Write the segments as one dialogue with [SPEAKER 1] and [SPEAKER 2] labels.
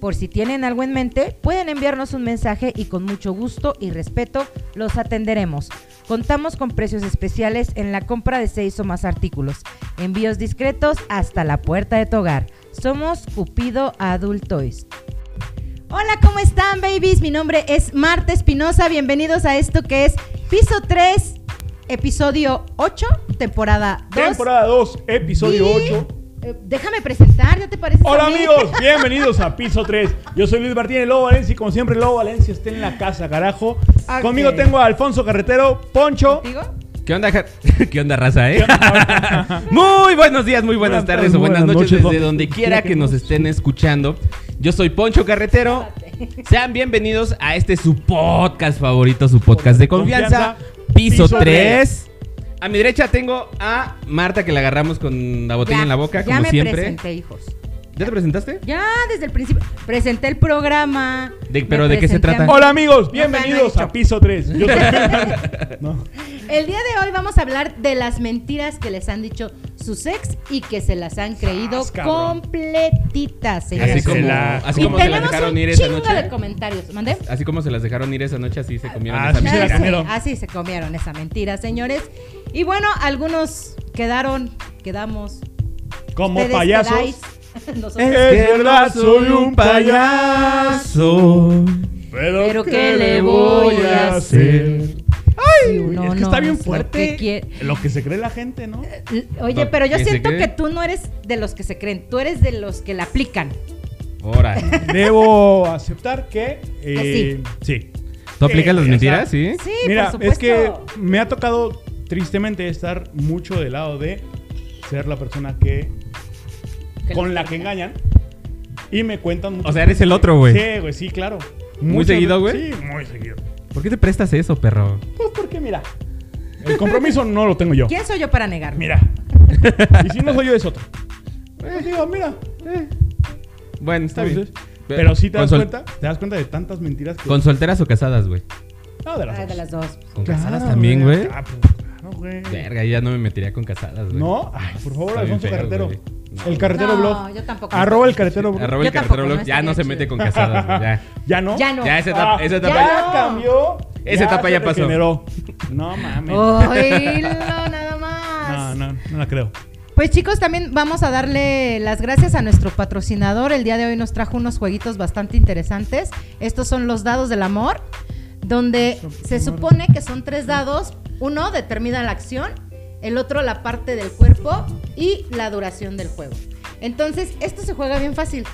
[SPEAKER 1] Por si tienen algo en mente, pueden enviarnos un mensaje y con mucho gusto y respeto los atenderemos. Contamos con precios especiales en la compra de seis o más artículos. Envíos discretos hasta la puerta de tu hogar. Somos Cupido Adult Toys. Hola, ¿cómo están, babies? Mi nombre es Marta Espinosa. Bienvenidos a esto que es Piso 3, episodio 8, temporada 2.
[SPEAKER 2] Temporada 2, episodio
[SPEAKER 1] Y,
[SPEAKER 2] 8.
[SPEAKER 1] eh, déjame presentar, ¿ya te parece?
[SPEAKER 2] Hola
[SPEAKER 1] a mí?
[SPEAKER 2] amigos, bienvenidos a Piso 3. Yo soy Luis Martínez Lobo Valencia y como siempre Lobo Valencia está en la casa, carajo.
[SPEAKER 1] Ok.
[SPEAKER 2] Conmigo tengo a Alfonso Carretero, Poncho.
[SPEAKER 1] ¿Contigo?
[SPEAKER 3] ¿Qué onda, ja- ¿Qué onda raza, eh? muy buenos días, muy buenas,
[SPEAKER 2] Buenas
[SPEAKER 3] tardes
[SPEAKER 2] tardes,
[SPEAKER 3] o buenas,
[SPEAKER 2] buenas
[SPEAKER 3] noches,
[SPEAKER 2] noches,
[SPEAKER 3] desde
[SPEAKER 2] donde-
[SPEAKER 3] donde quiera que nos estén escuchando. Yo soy Poncho Carretero. Sean bienvenidos a este su podcast favorito, su podcast de confianza,
[SPEAKER 2] Confianza,
[SPEAKER 3] piso
[SPEAKER 2] piso
[SPEAKER 3] 3. A mi derecha tengo a Marta que la agarramos con la botella
[SPEAKER 1] Ya,
[SPEAKER 3] en la boca,
[SPEAKER 1] ya
[SPEAKER 3] como
[SPEAKER 1] me
[SPEAKER 3] siempre.
[SPEAKER 1] presenté, hijos.
[SPEAKER 3] ¿Ya te presentaste?
[SPEAKER 1] Ya, desde el principio. Presenté el programa.
[SPEAKER 3] De-
[SPEAKER 1] me
[SPEAKER 3] pero ¿de qué se
[SPEAKER 1] presenté a
[SPEAKER 3] trata?
[SPEAKER 1] mí.
[SPEAKER 2] Hola amigos,
[SPEAKER 1] te han
[SPEAKER 2] bienvenidos
[SPEAKER 1] dicho.
[SPEAKER 2] a Piso 3. Yo soy... No.
[SPEAKER 4] El día de hoy vamos a hablar de las mentiras que les han dicho sus ex y que se las han creído
[SPEAKER 2] Sas, cabrón.
[SPEAKER 4] completitas, señores.
[SPEAKER 3] Así como,
[SPEAKER 2] la-
[SPEAKER 3] así
[SPEAKER 4] y
[SPEAKER 3] como se las
[SPEAKER 4] tenemos
[SPEAKER 3] dejaron
[SPEAKER 4] un
[SPEAKER 3] ir esa
[SPEAKER 4] chingo de
[SPEAKER 3] noche. Ah,
[SPEAKER 4] comentarios. ¿Mandé?
[SPEAKER 3] Así como se las dejaron ir esa noche, así se comieron
[SPEAKER 2] Ah,
[SPEAKER 3] esa
[SPEAKER 2] sí, se la
[SPEAKER 3] mentira.
[SPEAKER 2] comieron.
[SPEAKER 4] así se comieron esa mentira, señores. Y bueno, algunos quedaron, quedamos.
[SPEAKER 2] Como
[SPEAKER 4] ustedes
[SPEAKER 2] payasos.
[SPEAKER 4] quedáis. Nosotros-
[SPEAKER 2] Es verdad, soy un payaso. Pero,
[SPEAKER 4] Pero ¿qué le voy a hacer? Sí, uno
[SPEAKER 2] es que
[SPEAKER 4] no
[SPEAKER 2] está bien
[SPEAKER 4] es lo que
[SPEAKER 2] fuerte
[SPEAKER 4] quiere.
[SPEAKER 2] lo que se cree la gente, ¿no?
[SPEAKER 4] Oye,
[SPEAKER 3] Lo
[SPEAKER 4] pero yo
[SPEAKER 3] que se
[SPEAKER 4] siento
[SPEAKER 3] cree.
[SPEAKER 4] que tú no eres de los que se creen, tú eres de los que la aplican.
[SPEAKER 3] Órale.
[SPEAKER 2] Debo aceptar que. eh, sí.
[SPEAKER 3] ¿Tú aplicas
[SPEAKER 2] Sí,
[SPEAKER 3] las
[SPEAKER 2] o sea,
[SPEAKER 3] mentiras? Sí.
[SPEAKER 4] Sí,
[SPEAKER 2] Mira,
[SPEAKER 4] por
[SPEAKER 2] es que
[SPEAKER 4] supuesto.
[SPEAKER 2] me ha tocado tristemente estar mucho del lado de ser la persona que.
[SPEAKER 4] Que
[SPEAKER 2] con
[SPEAKER 4] los
[SPEAKER 2] la que
[SPEAKER 4] engañan.
[SPEAKER 2] engañan. Y me cuentan mucho.
[SPEAKER 3] O sea, eres el otro, güey.
[SPEAKER 2] Sí, güey, sí, claro.
[SPEAKER 3] ¿Muy
[SPEAKER 2] Muchas
[SPEAKER 3] seguido,
[SPEAKER 2] veces-
[SPEAKER 3] güey?
[SPEAKER 2] Sí, muy seguido.
[SPEAKER 3] ¿Por qué te prestas eso, perro?
[SPEAKER 2] Pues porque, mira, el compromiso no lo tengo yo.
[SPEAKER 4] ¿Quién soy yo para negarlo?
[SPEAKER 2] Mira. Y si no soy yo, es otro. Pues digo, mira, eh,
[SPEAKER 3] Bueno,
[SPEAKER 2] está
[SPEAKER 3] está
[SPEAKER 2] bien.
[SPEAKER 3] bien.
[SPEAKER 2] Pero si te das
[SPEAKER 3] Con sol-
[SPEAKER 2] cuenta, te das cuenta de tantas mentiras que.
[SPEAKER 3] ¿Con solteras o casadas, güey?
[SPEAKER 2] No, de las
[SPEAKER 4] Ah,
[SPEAKER 2] dos.
[SPEAKER 4] de las dos.
[SPEAKER 3] ¿Con
[SPEAKER 2] Claro,
[SPEAKER 3] casadas también, güey?
[SPEAKER 2] Ah, pues, claro, güey.
[SPEAKER 3] Verga, ya no me metería con casadas, güey.
[SPEAKER 2] No, ay, por favor,
[SPEAKER 3] Está bien
[SPEAKER 2] Alfonso
[SPEAKER 3] feo,
[SPEAKER 2] Carretero.
[SPEAKER 3] güey. No.
[SPEAKER 2] El carretero
[SPEAKER 4] no,
[SPEAKER 2] blog.
[SPEAKER 4] yo tampoco.
[SPEAKER 2] Arroba el carretero blog.
[SPEAKER 3] Arroba el
[SPEAKER 4] Yo tampoco,
[SPEAKER 3] carretero
[SPEAKER 4] no
[SPEAKER 3] blog, ya
[SPEAKER 4] estaría
[SPEAKER 3] no se
[SPEAKER 4] chido.
[SPEAKER 3] mete con casadas, güey. Ya.
[SPEAKER 2] Ya no.
[SPEAKER 4] Ya no.
[SPEAKER 3] Ya esa etapa,
[SPEAKER 2] Ah,
[SPEAKER 3] esa etapa
[SPEAKER 2] ya,
[SPEAKER 3] ya-
[SPEAKER 2] cambió.
[SPEAKER 3] Esa etapa
[SPEAKER 2] se
[SPEAKER 3] ya pasó.
[SPEAKER 2] regeneró. No mames.
[SPEAKER 4] Oh. Oílo, nada
[SPEAKER 2] No,
[SPEAKER 4] más.
[SPEAKER 2] no, no la creo.
[SPEAKER 4] Pues chicos, también vamos a darle las gracias a nuestro patrocinador. El día de hoy nos trajo unos jueguitos bastante interesantes. Estos son los dados del amor, donde se supone que son tres dados. Uno determina la acción, el otro la parte del cuerpo y la duración del juego. Entonces, esto se juega bien fácil.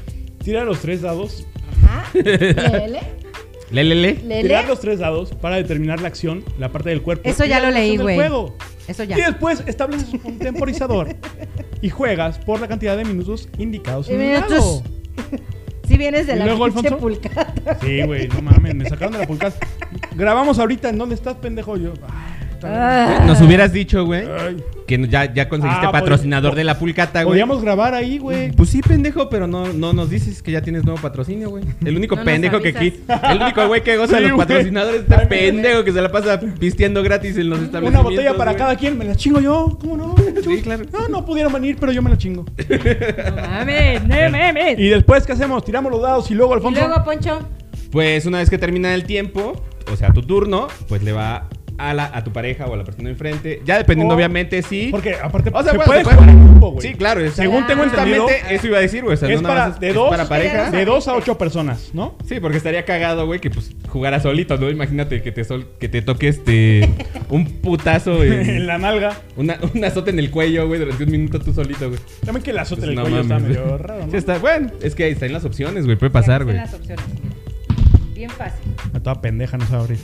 [SPEAKER 2] Tira los tres dados.
[SPEAKER 4] Ajá. Lele,
[SPEAKER 3] Le, le, le.
[SPEAKER 4] lele.
[SPEAKER 2] Tirar los tres dados para determinar la acción, la parte del cuerpo.
[SPEAKER 4] Eso
[SPEAKER 2] y
[SPEAKER 4] ya
[SPEAKER 2] la
[SPEAKER 4] lo leí,
[SPEAKER 2] duración del
[SPEAKER 4] güey.
[SPEAKER 2] juego.
[SPEAKER 4] Eso
[SPEAKER 2] Y
[SPEAKER 4] ya.
[SPEAKER 2] después estableces un temporizador y juegas por la cantidad de minutos indicados en el
[SPEAKER 4] Minutos.
[SPEAKER 2] dado.
[SPEAKER 4] Si vienes de
[SPEAKER 2] ¿Y
[SPEAKER 4] la
[SPEAKER 2] luego,
[SPEAKER 4] pinche
[SPEAKER 2] Alfonso?
[SPEAKER 4] pulcata.
[SPEAKER 2] Sí, güey, no mames, me sacaron de la pulcada. Grabamos ahorita, ¿en dónde estás, pendejo? Yo. ah, puta
[SPEAKER 3] Nos hubieras dicho, güey,
[SPEAKER 2] madre. Ay.
[SPEAKER 3] que no- ya, ya conseguiste
[SPEAKER 2] Ah,
[SPEAKER 3] patrocinador
[SPEAKER 2] pod-
[SPEAKER 3] de la pulcata, güey.
[SPEAKER 2] Podíamos grabar ahí, güey.
[SPEAKER 3] Pues sí, pendejo, pero no, no nos dices que ya tienes nuevo patrocinio, güey. El único
[SPEAKER 4] No nos
[SPEAKER 3] pendejo que aquí. El único güey que goza
[SPEAKER 2] Sí,
[SPEAKER 3] de los
[SPEAKER 2] güey.
[SPEAKER 3] patrocinadores
[SPEAKER 2] Ay,
[SPEAKER 3] este
[SPEAKER 2] güey.
[SPEAKER 3] pendejo que se la pasa pisteando gratis en los
[SPEAKER 2] Una
[SPEAKER 3] establecimientos.
[SPEAKER 2] botella para
[SPEAKER 3] güey.
[SPEAKER 2] cada quien, me la chingo yo. ¿Cómo no? Ah,
[SPEAKER 3] Sí, claro.
[SPEAKER 2] No, no pudieron venir, pero yo me la chingo.
[SPEAKER 4] No mames, no mames.
[SPEAKER 2] Y después, ¿qué hacemos? Tiramos los dados y
[SPEAKER 4] Y
[SPEAKER 2] luego, Alfonso.
[SPEAKER 4] luego, Poncho,
[SPEAKER 3] Pues una vez que termina el tiempo, o sea, tu turno, pues le va a, la, a tu pareja o a la persona de enfrente. Ya dependiendo,
[SPEAKER 2] O-
[SPEAKER 3] obviamente, si.
[SPEAKER 2] Porque aparte,
[SPEAKER 3] O sea,
[SPEAKER 2] se
[SPEAKER 3] bueno,
[SPEAKER 2] puede
[SPEAKER 3] se puede-
[SPEAKER 2] jugar en grupo, güey.
[SPEAKER 3] Sí, claro. o sea,
[SPEAKER 2] Según tengo entendido,
[SPEAKER 3] justamente eso iba a decir, güey. O sea,
[SPEAKER 2] es
[SPEAKER 3] no nada
[SPEAKER 2] para,
[SPEAKER 3] más es-
[SPEAKER 2] de
[SPEAKER 3] es
[SPEAKER 2] dos,
[SPEAKER 3] para pareja.
[SPEAKER 2] de dos a ocho personas, ¿no?
[SPEAKER 3] Sí, porque estaría cagado, güey, que pues jugara solito, ¿no? Imagínate que te, sol- que te toque este. un putazo
[SPEAKER 2] en
[SPEAKER 3] en.
[SPEAKER 2] la nalga.
[SPEAKER 3] Una, un azote en el cuello, güey, durante un minuto tú solito, güey.
[SPEAKER 2] También que el azote
[SPEAKER 3] Pues
[SPEAKER 2] del
[SPEAKER 3] no
[SPEAKER 2] cuello está
[SPEAKER 3] mames,
[SPEAKER 2] medio
[SPEAKER 3] güey.
[SPEAKER 2] raro, ¿no?
[SPEAKER 3] Sí, está, bueno, es que ahí están las opciones, güey, puede pasar,
[SPEAKER 4] Aquí
[SPEAKER 3] güey.
[SPEAKER 4] están las opciones, mira. Bien fácil.
[SPEAKER 2] A toda pendeja no sabe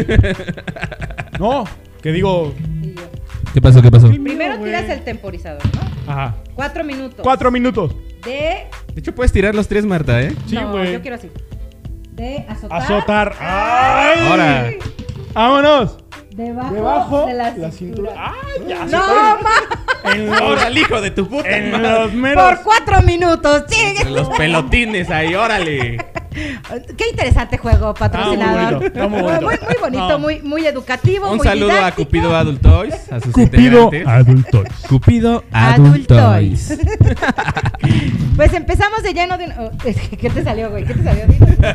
[SPEAKER 2] abrir. no, que digo.
[SPEAKER 4] Y yo.
[SPEAKER 3] ¿Qué pasó? ¿Qué pasó?
[SPEAKER 2] qué miedo,
[SPEAKER 4] Primero
[SPEAKER 2] güey.
[SPEAKER 4] tiras el temporizador, ¿no?
[SPEAKER 2] Ajá.
[SPEAKER 4] Cuatro minutos.
[SPEAKER 2] Cuatro minutos.
[SPEAKER 4] De.
[SPEAKER 3] De hecho, puedes tirar los tres, Marta, ¿eh?
[SPEAKER 2] Sí,
[SPEAKER 4] no,
[SPEAKER 2] güey.
[SPEAKER 4] yo quiero así.
[SPEAKER 1] de azotar.
[SPEAKER 2] Azotar. ¡Ay!
[SPEAKER 3] Ahora. Ah.
[SPEAKER 2] ¡Vámonos!
[SPEAKER 1] Debajo,
[SPEAKER 2] Debajo
[SPEAKER 1] de la, cintura.
[SPEAKER 2] ¡Ay, ya!
[SPEAKER 1] No,
[SPEAKER 2] azotaron.
[SPEAKER 1] ma-
[SPEAKER 2] En los,
[SPEAKER 3] hijo de tu puta
[SPEAKER 2] en
[SPEAKER 3] madre.
[SPEAKER 2] los meros.
[SPEAKER 4] Por cuatro minutos, sigue.
[SPEAKER 3] Los pelotines ahí, órale.
[SPEAKER 4] Qué interesante juego,
[SPEAKER 2] Ah, muy
[SPEAKER 4] patrocinador.
[SPEAKER 2] bonito, está muy bonito.
[SPEAKER 4] muy, muy bonito,
[SPEAKER 2] No.
[SPEAKER 4] muy, muy educativo.
[SPEAKER 3] Un
[SPEAKER 4] muy
[SPEAKER 3] saludo a
[SPEAKER 4] didáctico.
[SPEAKER 3] Cupido Adult Toys, a sus
[SPEAKER 5] Cupido
[SPEAKER 3] integrantes.
[SPEAKER 5] adultos.
[SPEAKER 3] Cupido
[SPEAKER 4] Adult
[SPEAKER 3] Adult
[SPEAKER 4] Toys.
[SPEAKER 3] Toys.
[SPEAKER 4] Pues empezamos de lleno de. un- oh, ¿Qué te salió, güey? ¿Qué te salió? Dinos.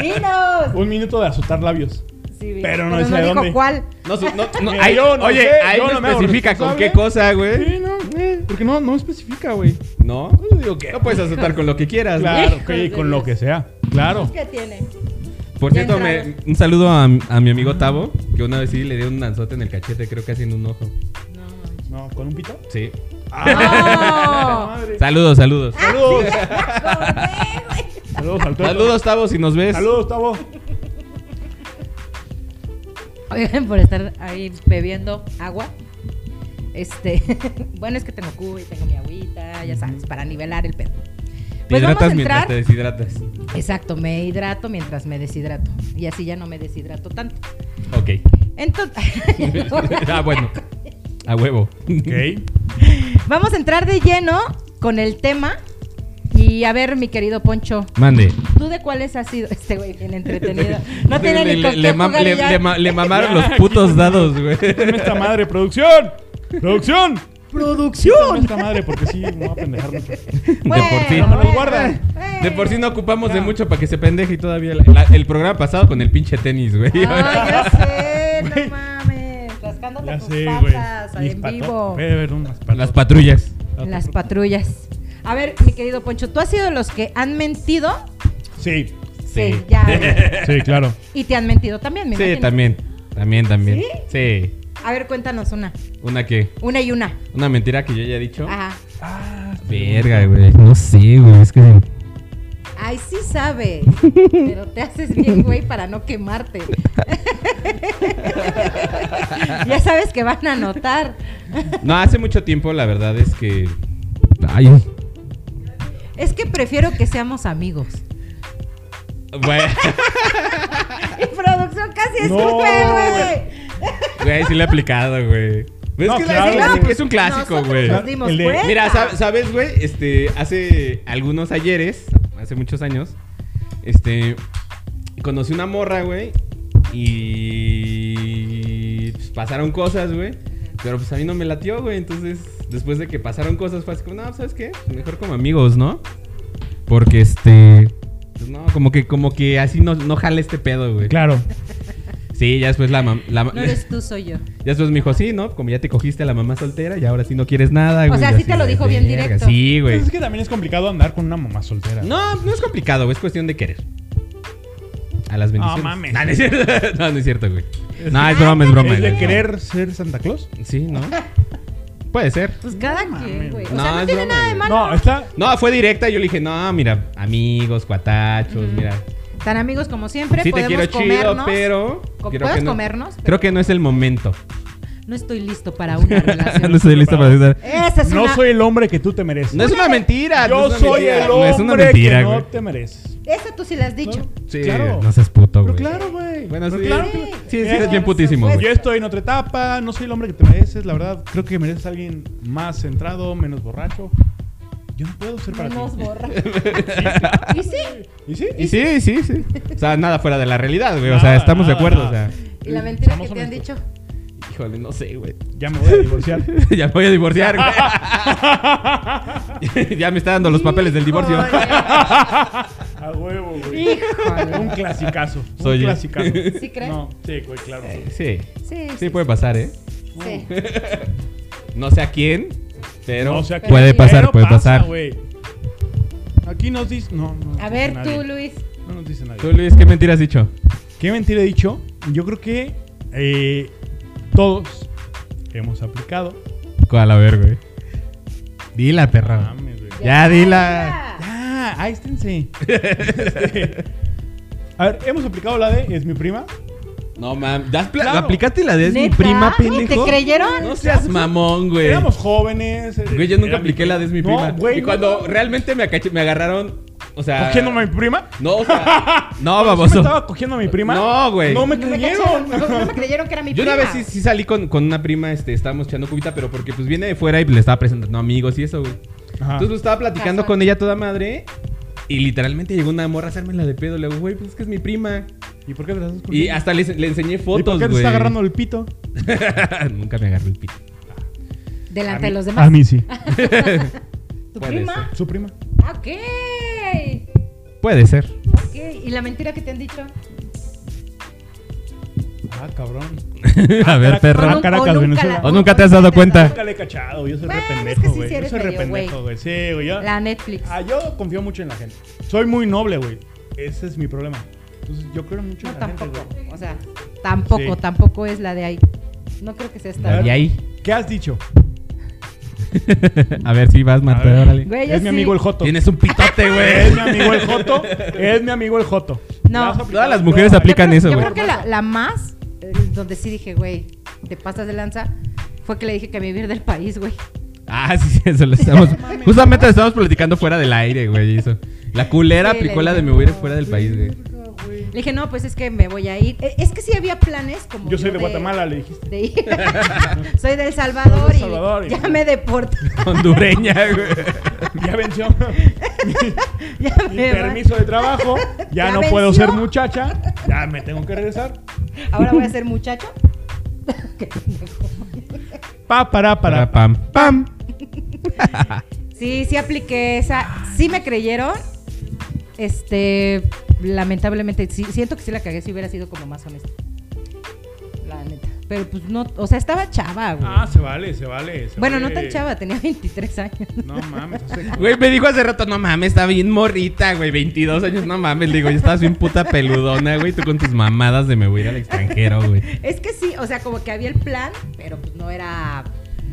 [SPEAKER 4] Dinos.
[SPEAKER 2] Un minuto de azotar labios.
[SPEAKER 4] Sí, güey,
[SPEAKER 2] Pero no sé
[SPEAKER 4] dijo
[SPEAKER 2] dónde.
[SPEAKER 4] cuál.
[SPEAKER 3] No, su- no, no,
[SPEAKER 2] Mira,
[SPEAKER 3] ahí-
[SPEAKER 2] yo no
[SPEAKER 3] oye,
[SPEAKER 2] sé,
[SPEAKER 3] ahí
[SPEAKER 2] yo
[SPEAKER 3] no,
[SPEAKER 2] no me hago
[SPEAKER 3] especifica con qué
[SPEAKER 2] responsable.
[SPEAKER 3] cosa, güey.
[SPEAKER 2] no, eh, porque no, no especifica, güey.
[SPEAKER 3] No, no puedes azotar con lo que quieras. ¿no?
[SPEAKER 2] Claro,
[SPEAKER 4] Hijos
[SPEAKER 2] que
[SPEAKER 4] de
[SPEAKER 2] con lo
[SPEAKER 4] Dios.
[SPEAKER 2] que sea. Claro.
[SPEAKER 4] ¿Qué tiene?
[SPEAKER 3] Por
[SPEAKER 4] Ya
[SPEAKER 3] cierto, me-
[SPEAKER 4] entraron.
[SPEAKER 3] un saludo a, a mi amigo Tavo, que una vez sí le dio un lanzote en el cachete, creo que así en un ojo.
[SPEAKER 2] No, ¿con un pito?
[SPEAKER 3] Sí.
[SPEAKER 4] ¡No!
[SPEAKER 2] Madre.
[SPEAKER 3] Saludos, saludos.
[SPEAKER 4] Ah.
[SPEAKER 2] Saludos.
[SPEAKER 4] Acordé, güey.
[SPEAKER 2] Saludos al Tuerto.
[SPEAKER 3] Saludos, Tavo, si nos ves.
[SPEAKER 2] Saludos, Tavo.
[SPEAKER 4] Oigan, por estar ahí bebiendo agua. Este, bueno, es que tengo cubo y tengo mi agüita, ya sabes, para nivelar el pedo.
[SPEAKER 3] Te
[SPEAKER 4] Pues vamos a
[SPEAKER 3] hidratas mientras
[SPEAKER 4] entrar.
[SPEAKER 3] te deshidratas.
[SPEAKER 4] Exacto, me hidrato mientras me deshidrato. Y así ya no me deshidrato tanto.
[SPEAKER 3] Ok.
[SPEAKER 4] Entonces,
[SPEAKER 3] ah, bueno. A huevo.
[SPEAKER 2] Ok.
[SPEAKER 4] vamos a entrar de lleno con el tema. Y a ver, mi querido Poncho,
[SPEAKER 3] Mande.
[SPEAKER 4] ¿tú de cuáles has sido? Este güey bien entretenido. No tiene
[SPEAKER 3] le,
[SPEAKER 4] ni
[SPEAKER 3] le-
[SPEAKER 4] con
[SPEAKER 3] le
[SPEAKER 4] qué
[SPEAKER 3] mam-
[SPEAKER 4] jugar
[SPEAKER 3] le-
[SPEAKER 4] y ya.
[SPEAKER 3] le ma- le mamaron los putos dados, güey.
[SPEAKER 2] Dame esta madre, producción. Producción. Dame
[SPEAKER 4] ¡Producción!
[SPEAKER 2] esta madre porque sí me voy a pendejar mucho.
[SPEAKER 3] De por sí.
[SPEAKER 2] No me lo guardan.
[SPEAKER 3] De por sí no ocupamos de
[SPEAKER 2] Ya.
[SPEAKER 3] mucho para que se pendeje y todavía la- la- el programa pasado con el pinche tenis, güey.
[SPEAKER 4] Ah, ya sé,
[SPEAKER 2] Güey.
[SPEAKER 4] no mames. Rascándote
[SPEAKER 2] Ya
[SPEAKER 4] tus
[SPEAKER 2] sé, güey.
[SPEAKER 4] patas ahí
[SPEAKER 2] Mis
[SPEAKER 4] en
[SPEAKER 2] patas.
[SPEAKER 4] vivo.
[SPEAKER 2] Voy a ver unas patas.
[SPEAKER 3] Las patrullas.
[SPEAKER 4] Las patrullas. A ver, mi querido Poncho, ¿tú has sido de los que han mentido?
[SPEAKER 2] Sí.
[SPEAKER 3] Sí.
[SPEAKER 4] ya. güey.
[SPEAKER 2] Sí, claro.
[SPEAKER 4] y te han mentido también, me
[SPEAKER 3] Sí,
[SPEAKER 4] imagino.
[SPEAKER 3] también. También, también. ¿Sí?
[SPEAKER 4] A ver, cuéntanos una.
[SPEAKER 3] ¿Una que
[SPEAKER 4] Una y una.
[SPEAKER 3] ¿Una mentira que yo haya dicho?
[SPEAKER 4] Ajá.
[SPEAKER 3] Verga, güey. No sé, güey. Es que.
[SPEAKER 4] Ay, sí sabe. Pero te haces bien, güey, para no quemarte. ya sabes que van a notar.
[SPEAKER 3] No, hace mucho tiempo, la verdad es que. Ay.
[SPEAKER 4] Es que prefiero que seamos amigos.
[SPEAKER 3] Güey,
[SPEAKER 4] Y producción casi es
[SPEAKER 2] No,
[SPEAKER 4] un
[SPEAKER 2] güey.
[SPEAKER 4] güey.
[SPEAKER 3] güey, sí lo he aplicado, güey. Pero
[SPEAKER 2] No,
[SPEAKER 3] es que
[SPEAKER 2] claro,
[SPEAKER 3] es, un clásico,
[SPEAKER 2] güey.
[SPEAKER 3] es un clásico,
[SPEAKER 4] pues, Nosotros
[SPEAKER 3] güey.
[SPEAKER 4] Nos dimos
[SPEAKER 2] El de-
[SPEAKER 4] cuenta.
[SPEAKER 3] Mira, sab- ¿sabes, güey? Este, hace algunos ayeres, hace muchos años, este, conocí una morra, güey, y pues, pasaron cosas, güey, pero pues a mí no me latió, güey, entonces, después de que pasaron cosas, fue así como, no, ¿sabes qué? Mejor como amigos, ¿no? Porque, este, pues, no, como que, como que así no, no jala este pedo, güey.
[SPEAKER 2] Claro.
[SPEAKER 3] Sí, ya después la mam- la ma-
[SPEAKER 4] No eres tú, soy yo.
[SPEAKER 3] ya después me dijo, sí, ¿no? Como ya te cogiste a la mamá soltera y ahora sí no quieres nada, güey.
[SPEAKER 4] sea,
[SPEAKER 3] Yo
[SPEAKER 4] sí te
[SPEAKER 3] así
[SPEAKER 4] lo
[SPEAKER 3] de,
[SPEAKER 4] dijo bien
[SPEAKER 3] "Verga,
[SPEAKER 4] directo".
[SPEAKER 3] Sí, güey.
[SPEAKER 2] Pues es que también es complicado andar con una mamá soltera.
[SPEAKER 3] No, no es complicado, güey, es cuestión de querer. A las bendiciones.
[SPEAKER 2] mames.
[SPEAKER 3] No, no es cierto, no, no es cierto, güey. No, es broma, es broma.
[SPEAKER 2] ¿Es de
[SPEAKER 3] güey.
[SPEAKER 2] querer ser Santa Claus?
[SPEAKER 3] Sí, ¿no? Puede ser.
[SPEAKER 4] Pues cada quien, güey. O sea,
[SPEAKER 3] No,
[SPEAKER 4] Ah, no
[SPEAKER 3] es
[SPEAKER 4] tiene
[SPEAKER 3] broma,
[SPEAKER 4] nada de
[SPEAKER 3] güey.
[SPEAKER 4] malo.
[SPEAKER 2] No, está.
[SPEAKER 3] No, fue directa y yo le dije, no, mira, amigos, cuatachos, mira.
[SPEAKER 4] Tan amigos como siempre,
[SPEAKER 3] eh. Sí te
[SPEAKER 4] podemos
[SPEAKER 3] quiero chido,
[SPEAKER 4] comernos.
[SPEAKER 3] pero...
[SPEAKER 4] Co-
[SPEAKER 3] creo
[SPEAKER 4] puedes
[SPEAKER 3] que no-
[SPEAKER 4] comernos, pero-
[SPEAKER 3] Creo que no es el momento.
[SPEAKER 4] No estoy listo para una relación.
[SPEAKER 3] estoy listo para ayudar.
[SPEAKER 4] Esa es
[SPEAKER 2] No
[SPEAKER 4] una
[SPEAKER 2] soy el hombre que tú te mereces.
[SPEAKER 3] No es una mentira. no
[SPEAKER 2] Yo
[SPEAKER 3] es una
[SPEAKER 2] soy
[SPEAKER 3] mentira,
[SPEAKER 2] el
[SPEAKER 3] no
[SPEAKER 2] hombre
[SPEAKER 3] Es una mentira,
[SPEAKER 2] que
[SPEAKER 3] güey.
[SPEAKER 2] no te mereces.
[SPEAKER 4] Esa tú sí la has dicho.
[SPEAKER 3] Sí,
[SPEAKER 2] Claro.
[SPEAKER 3] no seas puto,
[SPEAKER 2] Pero
[SPEAKER 3] güey.
[SPEAKER 2] claro, güey.
[SPEAKER 3] Bueno,
[SPEAKER 2] Pero
[SPEAKER 3] sí.
[SPEAKER 2] claro que-
[SPEAKER 3] sí, sí,
[SPEAKER 2] Mira,
[SPEAKER 3] eres bien putísimo,
[SPEAKER 4] supuesto.
[SPEAKER 3] güey.
[SPEAKER 2] Yo estoy en otra etapa, no soy el hombre que te mereces, la verdad. Creo que mereces a alguien más centrado, menos borracho. Yo no puedo ser para
[SPEAKER 4] Menos
[SPEAKER 2] ti.
[SPEAKER 4] borra. ¿Y sí?
[SPEAKER 2] ¿Y sí?
[SPEAKER 3] Y sí, sí, sí. O sea, nada fuera de la realidad, güey. O sea,
[SPEAKER 2] Nada,
[SPEAKER 3] estamos de
[SPEAKER 2] nada,
[SPEAKER 3] acuerdo.
[SPEAKER 2] nada.
[SPEAKER 3] O sea,
[SPEAKER 4] ¿Y la mentira
[SPEAKER 2] Seamos
[SPEAKER 4] que te han dicho?
[SPEAKER 2] honestos.
[SPEAKER 3] híjole, no sé, güey.
[SPEAKER 2] Ya me voy a divorciar.
[SPEAKER 3] ya me voy a divorciar, güey. ya me está dando los papeles del divorcio.
[SPEAKER 4] Híjole.
[SPEAKER 2] a huevo, güey. Un
[SPEAKER 4] Híjole.
[SPEAKER 2] clasicazo.
[SPEAKER 3] Soy
[SPEAKER 2] un
[SPEAKER 3] yo.
[SPEAKER 2] clasicazo.
[SPEAKER 4] ¿Sí crees?
[SPEAKER 2] No, sí, güey, claro.
[SPEAKER 3] sí,
[SPEAKER 4] Sí,
[SPEAKER 3] sí puede pasar, ¿eh?
[SPEAKER 4] sí.
[SPEAKER 3] No sé a quién, pero
[SPEAKER 2] No sé a quién.
[SPEAKER 3] puede pasar,
[SPEAKER 2] Pero
[SPEAKER 3] puede
[SPEAKER 2] pasa,
[SPEAKER 3] pasar.
[SPEAKER 2] güey. Aquí nos dice. No, no. nos
[SPEAKER 4] A
[SPEAKER 2] dice
[SPEAKER 4] ver,
[SPEAKER 2] nadie.
[SPEAKER 4] tú, Luis.
[SPEAKER 2] No nos dice nadie.
[SPEAKER 3] Tú, Luis, ¿qué mentira has dicho?
[SPEAKER 2] ¿Qué mentira he dicho? Yo creo que eh, todos hemos aplicado.
[SPEAKER 3] ¿Cuál? A ver, güey. Dila, perra.
[SPEAKER 2] Mames, güey.
[SPEAKER 3] Ya, dila.
[SPEAKER 2] Ah, ahí esténse. Este, a ver, hemos aplicado la de es mi prima.
[SPEAKER 3] No, mam. ¿das pla-
[SPEAKER 2] Claro.
[SPEAKER 3] ¿Aplicaste la de es mi
[SPEAKER 4] ¿Neta?
[SPEAKER 3] prima,
[SPEAKER 4] ¿Te
[SPEAKER 3] pendejo?
[SPEAKER 4] creyeron?
[SPEAKER 3] No seas mamón, güey.
[SPEAKER 2] Éramos jóvenes. eh,
[SPEAKER 3] Güey, yo nunca
[SPEAKER 2] era mi
[SPEAKER 3] apliqué la de es mi
[SPEAKER 2] No,
[SPEAKER 3] prima.
[SPEAKER 2] güey,
[SPEAKER 3] y cuando
[SPEAKER 2] no.
[SPEAKER 3] realmente me, acaché- me agarraron o sea.
[SPEAKER 2] ¿Cogiendo a mi prima?
[SPEAKER 3] No, o sea. No,
[SPEAKER 2] Cuando sí
[SPEAKER 3] baboso.
[SPEAKER 2] me estaba cogiendo a mi prima?
[SPEAKER 3] No, güey.
[SPEAKER 2] No me
[SPEAKER 4] No me cacharon,
[SPEAKER 2] creyeron.
[SPEAKER 4] no, no me creyeron que era mi
[SPEAKER 3] Yo
[SPEAKER 4] prima.
[SPEAKER 3] una vez sí, sí salí con, con una prima, este, estábamos echando cubita, pero porque pues viene de fuera y le estaba presentando amigos y eso, güey.
[SPEAKER 2] Ajá.
[SPEAKER 3] Entonces pues, estaba platicando
[SPEAKER 4] Casual.
[SPEAKER 3] con ella toda madre y literalmente llegó una morra a hacerme la de pedo. Le digo, güey, pues es que es mi prima.
[SPEAKER 2] ¿Y por qué te las has cogido?
[SPEAKER 3] Y hasta le, le enseñé
[SPEAKER 2] ¿Y
[SPEAKER 3] fotos,
[SPEAKER 2] por
[SPEAKER 3] güey.
[SPEAKER 2] qué te está agarrando el pito?
[SPEAKER 3] Nunca me agarró el pito.
[SPEAKER 4] Delante de
[SPEAKER 3] A mí-
[SPEAKER 4] los
[SPEAKER 5] A
[SPEAKER 4] demás.
[SPEAKER 5] mí sí.
[SPEAKER 4] ¿Tu
[SPEAKER 3] Puede
[SPEAKER 4] prima?
[SPEAKER 2] Su prima.
[SPEAKER 4] Ah, Ok.
[SPEAKER 3] Puede ser.
[SPEAKER 4] Ok. ¿Y la mentira que te han dicho?
[SPEAKER 2] Ah, cabrón.
[SPEAKER 3] a ver,
[SPEAKER 2] caraca.
[SPEAKER 3] perra.
[SPEAKER 2] Ah, Caracas, Venezuela.
[SPEAKER 3] ¿O nunca te has dado cuenta?
[SPEAKER 2] Nunca le he cachado. Yo soy
[SPEAKER 4] Bueno,
[SPEAKER 2] re
[SPEAKER 4] es que
[SPEAKER 2] pendejo,
[SPEAKER 4] sí,
[SPEAKER 2] güey.
[SPEAKER 4] sí
[SPEAKER 2] yo
[SPEAKER 4] eres
[SPEAKER 2] soy re
[SPEAKER 4] medio
[SPEAKER 2] pendejo, güey. Sí, güey. yo-
[SPEAKER 4] La Netflix.
[SPEAKER 2] Ah, yo confío mucho en la gente. Soy muy noble, güey. Ese es mi problema. Entonces, yo creo mucho
[SPEAKER 4] No,
[SPEAKER 2] en la
[SPEAKER 4] tampoco.
[SPEAKER 2] gente, güey.
[SPEAKER 4] O sea, tampoco,
[SPEAKER 2] Sí.
[SPEAKER 4] tampoco es la de ahí. No creo que sea esta.
[SPEAKER 3] Y ahí.
[SPEAKER 2] ¿Qué has dicho?
[SPEAKER 3] A ver si vas, Marta,
[SPEAKER 2] A ver.
[SPEAKER 3] órale.
[SPEAKER 4] Güey, yo
[SPEAKER 2] es mi
[SPEAKER 4] sí.
[SPEAKER 2] amigo el Joto.
[SPEAKER 3] Ah, Tienes un pitote,
[SPEAKER 2] Es mi
[SPEAKER 3] güey.
[SPEAKER 2] amigo el Joto. Es mi amigo el Joto.
[SPEAKER 4] No.
[SPEAKER 2] ¿La vas a aplicar?
[SPEAKER 3] Todas las
[SPEAKER 2] No,
[SPEAKER 3] mujeres
[SPEAKER 4] Yo
[SPEAKER 3] aplican
[SPEAKER 4] creo-
[SPEAKER 3] eso,
[SPEAKER 4] Yo
[SPEAKER 3] güey.
[SPEAKER 4] creo que la, la más, eh, donde sí dije, güey, te pasas de lanza, fue que le dije que me iba a ir del país, güey.
[SPEAKER 3] Ah, sí, sí, eso lo estamos. Justamente lo estamos platicando fuera del aire, güey. eso. La culera
[SPEAKER 4] Sí, le
[SPEAKER 3] aplicó la de
[SPEAKER 4] dije,
[SPEAKER 3] me voy a ir
[SPEAKER 4] no,
[SPEAKER 3] fuera del país, güey.
[SPEAKER 2] verga, güey.
[SPEAKER 4] Le dije, no, pues es que me voy a ir. Eh, Es que sí había planes como.
[SPEAKER 2] Yo soy de Guatemala, le dijiste.
[SPEAKER 4] de ir. soy del Salvador,
[SPEAKER 2] El Salvador
[SPEAKER 4] y
[SPEAKER 2] y-
[SPEAKER 4] ya me deportan.
[SPEAKER 3] Hondureña, güey.
[SPEAKER 2] Ya venció
[SPEAKER 4] ya
[SPEAKER 2] mi
[SPEAKER 4] me van.
[SPEAKER 2] permiso de trabajo. Ya,
[SPEAKER 4] Ya
[SPEAKER 2] no puedo
[SPEAKER 4] venció.
[SPEAKER 2] ser muchacha. Ya me tengo que regresar.
[SPEAKER 4] Ahora voy a ser muchacho. Qué pendejo.
[SPEAKER 2] Pa, para, para.
[SPEAKER 3] Para pam.
[SPEAKER 2] Pam.
[SPEAKER 4] sí, sí apliqué esa. Sí me creyeron. Este, lamentablemente, sí- siento que sí la cagué si hubiera sido como más honesta. La neta. Pero pues no, o sea, estaba chava, güey.
[SPEAKER 2] Ah, se vale, se vale. se
[SPEAKER 4] Bueno, no
[SPEAKER 2] vale.
[SPEAKER 4] tan chava, tenía 23 años.
[SPEAKER 2] No mames, hace-
[SPEAKER 3] Güey, me dijo hace rato, no mames, está bien morrita, güey. 22 años, no mames. Le digo, ya estás bien puta peludona, güey. Tú con tus mamadas de me voy a ir al extranjero, güey.
[SPEAKER 4] Es que sí, o sea, como que había el plan, pero pues no era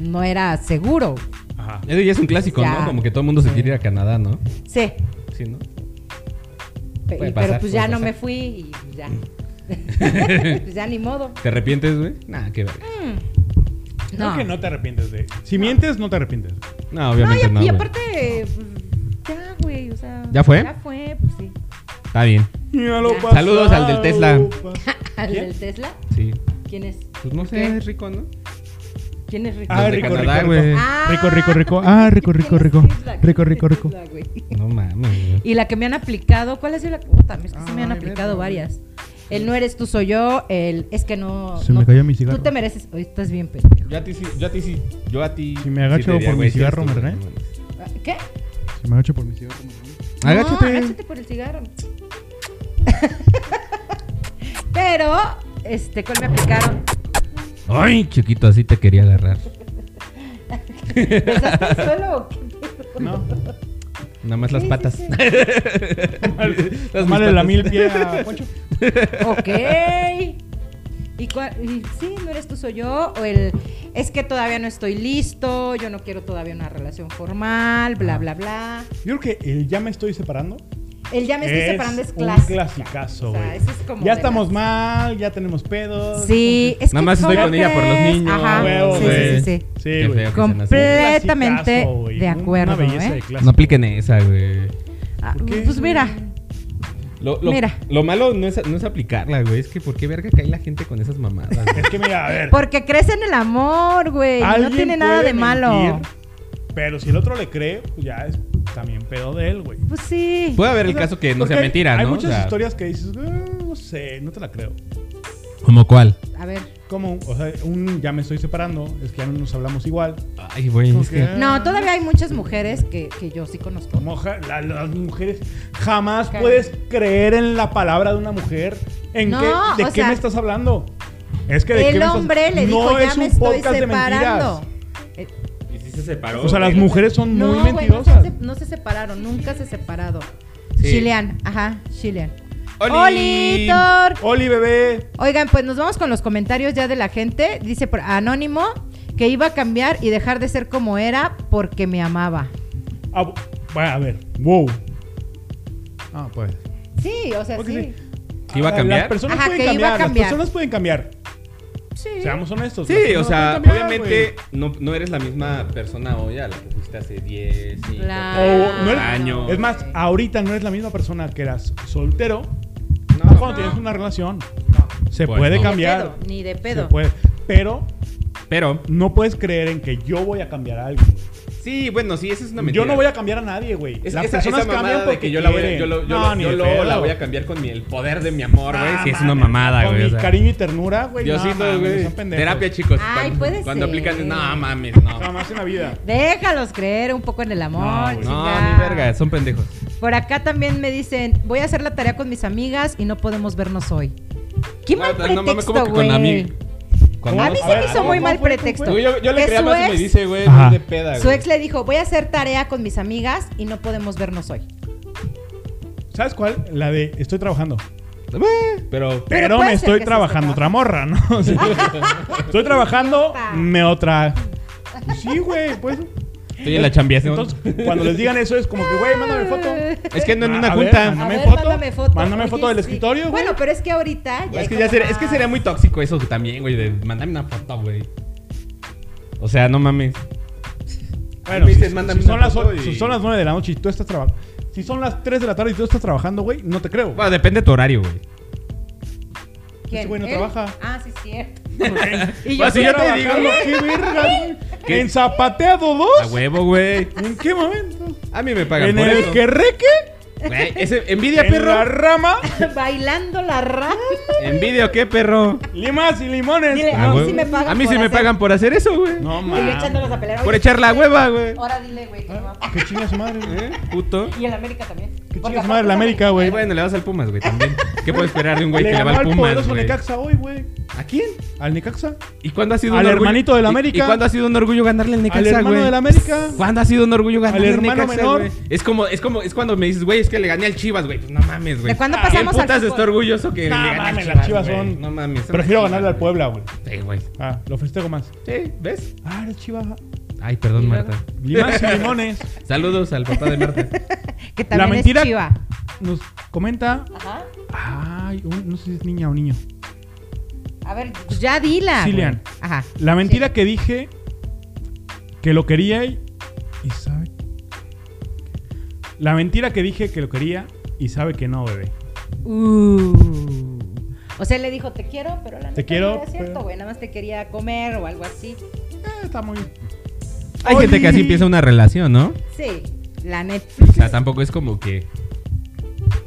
[SPEAKER 4] no era seguro.
[SPEAKER 2] Ajá.
[SPEAKER 3] Eso ya es un clásico,
[SPEAKER 4] Ya.
[SPEAKER 3] ¿no? Como que todo el mundo se quiere ir a Canadá, ¿no?
[SPEAKER 4] Sí,
[SPEAKER 3] Sí, ¿no?
[SPEAKER 4] pe-
[SPEAKER 3] Puede
[SPEAKER 4] pero
[SPEAKER 3] pasar,
[SPEAKER 4] pues
[SPEAKER 3] puede
[SPEAKER 4] ya no
[SPEAKER 3] pasar.
[SPEAKER 4] me fui y pues ya. pues ya ni modo.
[SPEAKER 3] ¿Te arrepientes, güey? Nah, qué verga.
[SPEAKER 4] No.
[SPEAKER 2] Creo que no te arrepientes de. Si mientes, no te arrepientes.
[SPEAKER 3] No,
[SPEAKER 4] No, y,
[SPEAKER 3] obviamente
[SPEAKER 4] y
[SPEAKER 3] no. güey.
[SPEAKER 4] aparte pues, ya, güey, o sea,
[SPEAKER 3] ¿Ya fue?
[SPEAKER 4] Ya fue, pues sí.
[SPEAKER 3] Está bien. Saludos al del Tesla.
[SPEAKER 4] ¿Al
[SPEAKER 2] ¿Quién?
[SPEAKER 4] del Tesla?
[SPEAKER 3] Sí.
[SPEAKER 4] ¿Quién es?
[SPEAKER 3] Pues no sé,
[SPEAKER 4] ¿Qué?
[SPEAKER 3] es rico, ¿no?
[SPEAKER 4] ¿Quién es Rico?
[SPEAKER 2] Ah,
[SPEAKER 3] Los de
[SPEAKER 2] rico,
[SPEAKER 3] Canadá,
[SPEAKER 2] rico,
[SPEAKER 3] güey.
[SPEAKER 2] rico.
[SPEAKER 4] Ah.
[SPEAKER 2] Rico, rico, rico. Ah, rico, rico,
[SPEAKER 4] ¿Quién es
[SPEAKER 2] rico.
[SPEAKER 4] Tesla? ¿Quién
[SPEAKER 2] Rico,
[SPEAKER 4] es
[SPEAKER 2] rico, rico.
[SPEAKER 4] Tesla, güey?
[SPEAKER 3] No mames, güey.
[SPEAKER 4] Y la que me han aplicado, ¿cuál ha sido la que? Puta, es que sí me han
[SPEAKER 2] Ay,
[SPEAKER 4] aplicado
[SPEAKER 2] verga,
[SPEAKER 4] varias. El no eres tú, soy yo. El es que no.
[SPEAKER 5] Se
[SPEAKER 4] no-
[SPEAKER 5] me cayó mi cigarro.
[SPEAKER 4] Tú te mereces. Hoy estás bien, pendejo.
[SPEAKER 3] Yo a ti sí, yo a ti sí, yo a ti.
[SPEAKER 2] Si me agacho
[SPEAKER 3] sí te diría,
[SPEAKER 2] por mi
[SPEAKER 3] güey, sí
[SPEAKER 2] cigarro,
[SPEAKER 3] eres tú,
[SPEAKER 2] ¿verdad?
[SPEAKER 3] güey.
[SPEAKER 4] Ah, ¿Qué?
[SPEAKER 5] Se me agacho por mi cigarro.
[SPEAKER 4] No, agáchate por el cigarro. Pero, este, ¿cuál me aplicaron?
[SPEAKER 3] Ay, chiquito, así te quería agarrar.
[SPEAKER 4] ¿Besaste el suelo o qué?
[SPEAKER 2] No.
[SPEAKER 3] Nada más las
[SPEAKER 4] Sí, sí,
[SPEAKER 3] patas.
[SPEAKER 4] sí.
[SPEAKER 3] Las
[SPEAKER 2] Tomale la
[SPEAKER 3] mis patas.
[SPEAKER 2] mil pie a Poncho.
[SPEAKER 4] Ok. ¿Y cuál? y Sí, no eres tú, soy yo. O el es que todavía no estoy listo. Yo no quiero todavía una relación formal.
[SPEAKER 2] Ah.
[SPEAKER 4] Bla, bla, bla.
[SPEAKER 2] Yo creo que el ya me estoy separando.
[SPEAKER 4] El ya me estoy
[SPEAKER 2] es
[SPEAKER 4] separando es
[SPEAKER 2] Un
[SPEAKER 4] clásico.
[SPEAKER 2] clasicazo,
[SPEAKER 4] O sea,
[SPEAKER 2] güey.
[SPEAKER 4] ese es como
[SPEAKER 2] ya
[SPEAKER 4] de
[SPEAKER 2] estamos
[SPEAKER 4] las-
[SPEAKER 2] mal, ya tenemos pedos.
[SPEAKER 4] Sí, es
[SPEAKER 3] Nada
[SPEAKER 4] que
[SPEAKER 3] más estoy
[SPEAKER 4] ¿cómo
[SPEAKER 3] con ella por los
[SPEAKER 4] crees?
[SPEAKER 3] niños.
[SPEAKER 4] Ajá,
[SPEAKER 2] Huevo,
[SPEAKER 4] sí, sí,
[SPEAKER 2] güey.
[SPEAKER 4] sí, sí.
[SPEAKER 2] Sí, güey.
[SPEAKER 3] Qué feo que sean así.
[SPEAKER 4] Completamente
[SPEAKER 2] Un clasicazo, güey.
[SPEAKER 4] de
[SPEAKER 2] Una
[SPEAKER 4] acuerdo,
[SPEAKER 2] belleza de
[SPEAKER 4] ¿eh?
[SPEAKER 2] clásico.
[SPEAKER 3] No apliquen esa, güey.
[SPEAKER 4] Ah,
[SPEAKER 2] ¿Por qué,
[SPEAKER 4] Pues mira,
[SPEAKER 3] Lo, lo-
[SPEAKER 4] Mira.
[SPEAKER 3] lo malo no es, no es aplicarla, güey. Es que ¿por qué verga cae la gente con esas mamadas? güey?
[SPEAKER 2] Es que mira, a ver.
[SPEAKER 4] porque crece en el amor, güey. Pues, No
[SPEAKER 2] alguien
[SPEAKER 4] tiene nada
[SPEAKER 2] puede
[SPEAKER 4] de malo.
[SPEAKER 2] mentir, Pero si el otro le cree, pues ya es también pedo de él, güey.
[SPEAKER 4] Pues sí.
[SPEAKER 3] Puede haber el
[SPEAKER 2] O sea,
[SPEAKER 3] caso que no
[SPEAKER 2] porque
[SPEAKER 3] sea
[SPEAKER 2] hay-
[SPEAKER 3] mentira, ¿no?
[SPEAKER 2] Hay
[SPEAKER 3] O
[SPEAKER 2] muchas
[SPEAKER 3] sea,
[SPEAKER 2] historias que dices, "Ah, no sé, no te la creo.
[SPEAKER 3] ¿Como cuál?
[SPEAKER 4] A ver.
[SPEAKER 2] Como, o sea, un ya me estoy separando, es que ya no nos hablamos igual.
[SPEAKER 3] Ay, güey, es que...
[SPEAKER 2] Ok.
[SPEAKER 4] No, todavía hay muchas mujeres que, que yo sí conozco.
[SPEAKER 2] Como ja- la- las mujeres, jamás
[SPEAKER 4] Claro.
[SPEAKER 2] puedes creer en la palabra de una mujer. ¿En
[SPEAKER 4] No,
[SPEAKER 2] qué,
[SPEAKER 4] o
[SPEAKER 2] ¿De qué
[SPEAKER 4] sea,
[SPEAKER 2] me estás hablando? Es que de qué
[SPEAKER 4] El
[SPEAKER 2] me estás-
[SPEAKER 4] hombre le dijo,
[SPEAKER 2] No
[SPEAKER 4] ya
[SPEAKER 2] es
[SPEAKER 4] me
[SPEAKER 2] un
[SPEAKER 4] estoy
[SPEAKER 2] podcast de mentiras.
[SPEAKER 4] separando. Eh,
[SPEAKER 3] Y si se separó.
[SPEAKER 2] O sea, las mujeres son
[SPEAKER 4] No,
[SPEAKER 2] muy
[SPEAKER 4] güey, no se,
[SPEAKER 2] mentirosas.
[SPEAKER 4] se- no se separaron, nunca se separaron.
[SPEAKER 3] Sí.
[SPEAKER 4] Chilean, ajá, Chilean.
[SPEAKER 3] ¡Oli!
[SPEAKER 4] ¡Oli, Tor!
[SPEAKER 2] Oli, bebé.
[SPEAKER 4] Oigan, pues nos vamos con los comentarios ya de la gente. Dice por- Anónimo que iba a cambiar y dejar de ser como era porque me amaba.
[SPEAKER 2] Ah, bu- bueno, a ver, wow. Ah, pues.
[SPEAKER 4] Sí, o sea,
[SPEAKER 2] Porque
[SPEAKER 4] sí.
[SPEAKER 2] sí.
[SPEAKER 3] ¿Que iba a
[SPEAKER 2] Ah,
[SPEAKER 3] cambiar?
[SPEAKER 2] Las personas
[SPEAKER 4] Ajá,
[SPEAKER 2] pueden
[SPEAKER 4] que iba a
[SPEAKER 2] cambiar,
[SPEAKER 4] cambiar.
[SPEAKER 2] Las personas pueden cambiar.
[SPEAKER 4] Sí.
[SPEAKER 2] Seamos honestos. las
[SPEAKER 3] Sí,
[SPEAKER 2] cosas
[SPEAKER 3] o
[SPEAKER 2] no
[SPEAKER 3] sea,
[SPEAKER 2] pueden cambiar,
[SPEAKER 3] obviamente no, no eres la misma persona hoy a la que fuiste hace 10, 5,
[SPEAKER 4] Claro.
[SPEAKER 2] O no eres-
[SPEAKER 3] años.
[SPEAKER 2] güey. Es más, ahorita no eres la misma persona que eras soltero.
[SPEAKER 3] No,
[SPEAKER 2] No, cuando
[SPEAKER 4] no.
[SPEAKER 2] tienes una relación.
[SPEAKER 4] No.
[SPEAKER 2] Se
[SPEAKER 3] Pues
[SPEAKER 2] puede
[SPEAKER 3] no.
[SPEAKER 2] cambiar.
[SPEAKER 1] Ni de
[SPEAKER 2] Se
[SPEAKER 1] pedo.
[SPEAKER 2] puede. Pero
[SPEAKER 3] Pero,
[SPEAKER 2] no puedes creer en que yo voy a cambiar a alguien. güey.
[SPEAKER 3] sí, bueno, sí, esa es una mentira.
[SPEAKER 2] Yo no voy a cambiar a nadie, güey.
[SPEAKER 3] Es,
[SPEAKER 2] Las
[SPEAKER 3] esa,
[SPEAKER 2] personas
[SPEAKER 3] esa mamada
[SPEAKER 2] cambian
[SPEAKER 3] de
[SPEAKER 2] porque
[SPEAKER 3] que yo la voy a,
[SPEAKER 2] quieren.
[SPEAKER 3] yo lo- yo
[SPEAKER 2] No,
[SPEAKER 3] lo-
[SPEAKER 2] ni
[SPEAKER 3] yo
[SPEAKER 2] de
[SPEAKER 3] lo-
[SPEAKER 2] pedo,
[SPEAKER 3] la voy a
[SPEAKER 2] güey.
[SPEAKER 3] cambiar con mi, el poder de mi amor, güey.
[SPEAKER 2] Ah,
[SPEAKER 3] sí, es una
[SPEAKER 2] mames,
[SPEAKER 3] mamada,
[SPEAKER 2] Con
[SPEAKER 3] güey. o
[SPEAKER 2] mi
[SPEAKER 3] sea.
[SPEAKER 2] cariño y ternura, güey. no,
[SPEAKER 3] Diosito,
[SPEAKER 2] mames,
[SPEAKER 3] güey.
[SPEAKER 2] son pendejos.
[SPEAKER 3] Terapia, chicos.
[SPEAKER 1] Ay,
[SPEAKER 3] cuando,
[SPEAKER 1] puede
[SPEAKER 3] Cuando
[SPEAKER 1] ser.
[SPEAKER 3] aplican, no mames, no.
[SPEAKER 2] Nada más en la vida.
[SPEAKER 4] Déjalos creer un poco en el amor.
[SPEAKER 2] No, güey.
[SPEAKER 3] No,
[SPEAKER 4] chinga.
[SPEAKER 3] ni verga, son pendejos.
[SPEAKER 4] Por acá también me dicen, voy a hacer la tarea con mis amigas y no podemos vernos hoy. Qué
[SPEAKER 3] No,
[SPEAKER 4] mal
[SPEAKER 3] Ah, no mames,
[SPEAKER 4] pretexto,
[SPEAKER 3] ¿cómo que con
[SPEAKER 4] güey.
[SPEAKER 3] ami- con
[SPEAKER 4] A mí
[SPEAKER 2] A
[SPEAKER 4] se
[SPEAKER 2] ver,
[SPEAKER 4] me hizo
[SPEAKER 2] ¿cómo
[SPEAKER 4] muy mal
[SPEAKER 2] fue, cómo
[SPEAKER 4] pretexto.
[SPEAKER 3] Yo, yo, yo le
[SPEAKER 4] Que
[SPEAKER 3] creía
[SPEAKER 4] su
[SPEAKER 3] más y me
[SPEAKER 4] ex-
[SPEAKER 3] dice, güey,
[SPEAKER 5] Ajá.
[SPEAKER 3] no de peda, güey.
[SPEAKER 4] Su ex le dijo, voy a hacer tarea con mis amigas y no podemos vernos hoy.
[SPEAKER 2] ¿Sabes cuál? La de estoy trabajando.
[SPEAKER 3] Eh, Pero,
[SPEAKER 4] Pero
[SPEAKER 2] Pero
[SPEAKER 4] puede
[SPEAKER 2] me
[SPEAKER 4] ser
[SPEAKER 2] estoy
[SPEAKER 4] que
[SPEAKER 2] trabajando
[SPEAKER 4] estés
[SPEAKER 2] otra morra, ¿no? O sea, estoy trabajando,
[SPEAKER 4] Epa.
[SPEAKER 2] me otra. Pues Sí, güey, pues.
[SPEAKER 3] estoy en la chambiación.
[SPEAKER 2] Entonces, cuando les digan eso es como que, güey, mándame foto.
[SPEAKER 3] es que ando en
[SPEAKER 2] Ah,
[SPEAKER 3] una
[SPEAKER 2] a ver,
[SPEAKER 3] junta.
[SPEAKER 2] Mándame
[SPEAKER 4] A
[SPEAKER 2] foto,
[SPEAKER 4] Mándame foto.
[SPEAKER 2] mándame
[SPEAKER 4] Oye,
[SPEAKER 2] foto del
[SPEAKER 4] sí.
[SPEAKER 2] escritorio, güey.
[SPEAKER 4] Bueno, pero es que ahorita.
[SPEAKER 3] es, que
[SPEAKER 4] hay
[SPEAKER 3] ya
[SPEAKER 4] como
[SPEAKER 3] sería, es que
[SPEAKER 4] más-
[SPEAKER 3] sería muy tóxico eso también, güey, de mandarme una foto, güey. O sea, no mames.
[SPEAKER 2] Bueno,
[SPEAKER 3] Me
[SPEAKER 2] si,
[SPEAKER 3] dices, mándame
[SPEAKER 2] si son
[SPEAKER 3] una
[SPEAKER 2] las,
[SPEAKER 3] foto
[SPEAKER 2] o-
[SPEAKER 3] y-
[SPEAKER 2] si son las 9 de la noche y tú estás trabajando. Si son las 3 de la tarde y tú estás trabajando, güey, no te creo.
[SPEAKER 3] Bueno, depende de tu horario, güey.
[SPEAKER 4] ¿Quién?
[SPEAKER 2] güey no
[SPEAKER 4] ¿Él?
[SPEAKER 2] trabaja.
[SPEAKER 4] Ah, sí, es cierto.
[SPEAKER 2] Y
[SPEAKER 3] Bueno, si yo te digo,
[SPEAKER 2] trabajando,
[SPEAKER 3] güey.
[SPEAKER 2] qué verga. güey.
[SPEAKER 3] ¿Qué?
[SPEAKER 2] En zapateado 2.
[SPEAKER 3] A huevo, güey.
[SPEAKER 2] ¿En qué momento?
[SPEAKER 3] A mí me pagan
[SPEAKER 2] En
[SPEAKER 3] por
[SPEAKER 2] el
[SPEAKER 3] eso.
[SPEAKER 2] que reque,
[SPEAKER 3] Güey, ese- envidia,
[SPEAKER 2] en la
[SPEAKER 3] perro.
[SPEAKER 2] rama,
[SPEAKER 4] Bailando la rama.
[SPEAKER 2] Ah,
[SPEAKER 3] Envidia, o ¿qué, perro?
[SPEAKER 2] limas y limones.
[SPEAKER 4] Dile,
[SPEAKER 3] A
[SPEAKER 4] a mí
[SPEAKER 3] huevo.
[SPEAKER 4] sí me pagan
[SPEAKER 3] A mí
[SPEAKER 4] por
[SPEAKER 3] sí me
[SPEAKER 4] hacer-
[SPEAKER 3] pagan por hacer eso, güey.
[SPEAKER 2] No
[SPEAKER 4] Y yo
[SPEAKER 2] mames.
[SPEAKER 4] echándolos a pelear.
[SPEAKER 3] Por
[SPEAKER 4] Oye,
[SPEAKER 3] echar la hueva, güey.
[SPEAKER 4] Ahora dile, güey, que
[SPEAKER 2] Ah.
[SPEAKER 4] no va.
[SPEAKER 2] Que chinga su madre. güey.
[SPEAKER 3] ¿Eh? Puto.
[SPEAKER 4] Y el América también. Porque
[SPEAKER 2] Que chinga su madre la
[SPEAKER 4] aparte-
[SPEAKER 2] América, güey.
[SPEAKER 3] Eh, bueno, le vas al Pumas, güey, también. ¿Qué puedo esperar de un güey
[SPEAKER 2] le
[SPEAKER 3] que le
[SPEAKER 2] ganó
[SPEAKER 3] va al
[SPEAKER 2] al
[SPEAKER 3] Pumas,
[SPEAKER 2] poderoso
[SPEAKER 3] güey?
[SPEAKER 2] Necaxa hoy, güey.
[SPEAKER 3] ¿A quién?
[SPEAKER 2] Al Necaxa.
[SPEAKER 3] ¿Y cuándo ha sido
[SPEAKER 2] Al
[SPEAKER 3] un orgullo?
[SPEAKER 2] hermanito del
[SPEAKER 3] ¿Y-
[SPEAKER 2] América.
[SPEAKER 3] ¿Y, cuándo ha sido un orgullo ganarle al Necaxa,
[SPEAKER 2] hermano
[SPEAKER 3] güey?
[SPEAKER 2] del América.
[SPEAKER 3] ¿Cuándo ha sido un orgullo ganarle
[SPEAKER 2] Al
[SPEAKER 3] al
[SPEAKER 2] hermano
[SPEAKER 3] Necaxa,
[SPEAKER 2] menor.
[SPEAKER 3] güey? Es como, es como, es cuando me dices, güey, es que le gané al Chivas, güey. Pues no mames, güey.
[SPEAKER 4] ¿De cuándo
[SPEAKER 3] Ah,
[SPEAKER 4] pasamos
[SPEAKER 3] ¿quién
[SPEAKER 4] al
[SPEAKER 3] putas
[SPEAKER 4] fútbol?
[SPEAKER 3] está orgulloso que
[SPEAKER 2] No
[SPEAKER 3] le gane al
[SPEAKER 2] mames,
[SPEAKER 3] Chivas,
[SPEAKER 2] las Chivas
[SPEAKER 3] güey?
[SPEAKER 2] son-
[SPEAKER 3] No mames. son
[SPEAKER 2] Prefiero
[SPEAKER 3] las
[SPEAKER 2] ganarle al
[SPEAKER 3] Chivas,
[SPEAKER 2] Puebla, güey.
[SPEAKER 3] güey. Sí, güey.
[SPEAKER 2] Ah, lo festejo más.
[SPEAKER 3] Sí, ¿ves?
[SPEAKER 2] Ah, eres chiva.
[SPEAKER 3] Ay, perdón, Marta.
[SPEAKER 2] Limas y limones.
[SPEAKER 3] Saludos al papá de Marta.
[SPEAKER 4] Que también
[SPEAKER 2] La mentira-
[SPEAKER 4] es chiva.
[SPEAKER 2] Nos comenta.
[SPEAKER 4] Ajá.
[SPEAKER 2] Ay, un- no sé si es niña o niño.
[SPEAKER 4] A ver, pues ya dila. güey.
[SPEAKER 2] Cillian.
[SPEAKER 4] Ajá.
[SPEAKER 2] La mentira que dije que lo quería y, y sabe. La mentira que dije que lo quería y sabe que no, bebé.
[SPEAKER 4] Uh. O sea, él le dijo, te quiero, pero la
[SPEAKER 2] Te
[SPEAKER 4] neta
[SPEAKER 2] quiero,
[SPEAKER 4] no era cierto,
[SPEAKER 2] pero-
[SPEAKER 4] güey. Nada más te quería comer o algo así.
[SPEAKER 2] Eh, está muy.
[SPEAKER 3] Hay gente que así empieza una relación, ¿no?
[SPEAKER 4] Sí, la neta.
[SPEAKER 3] O sea, tampoco es como que.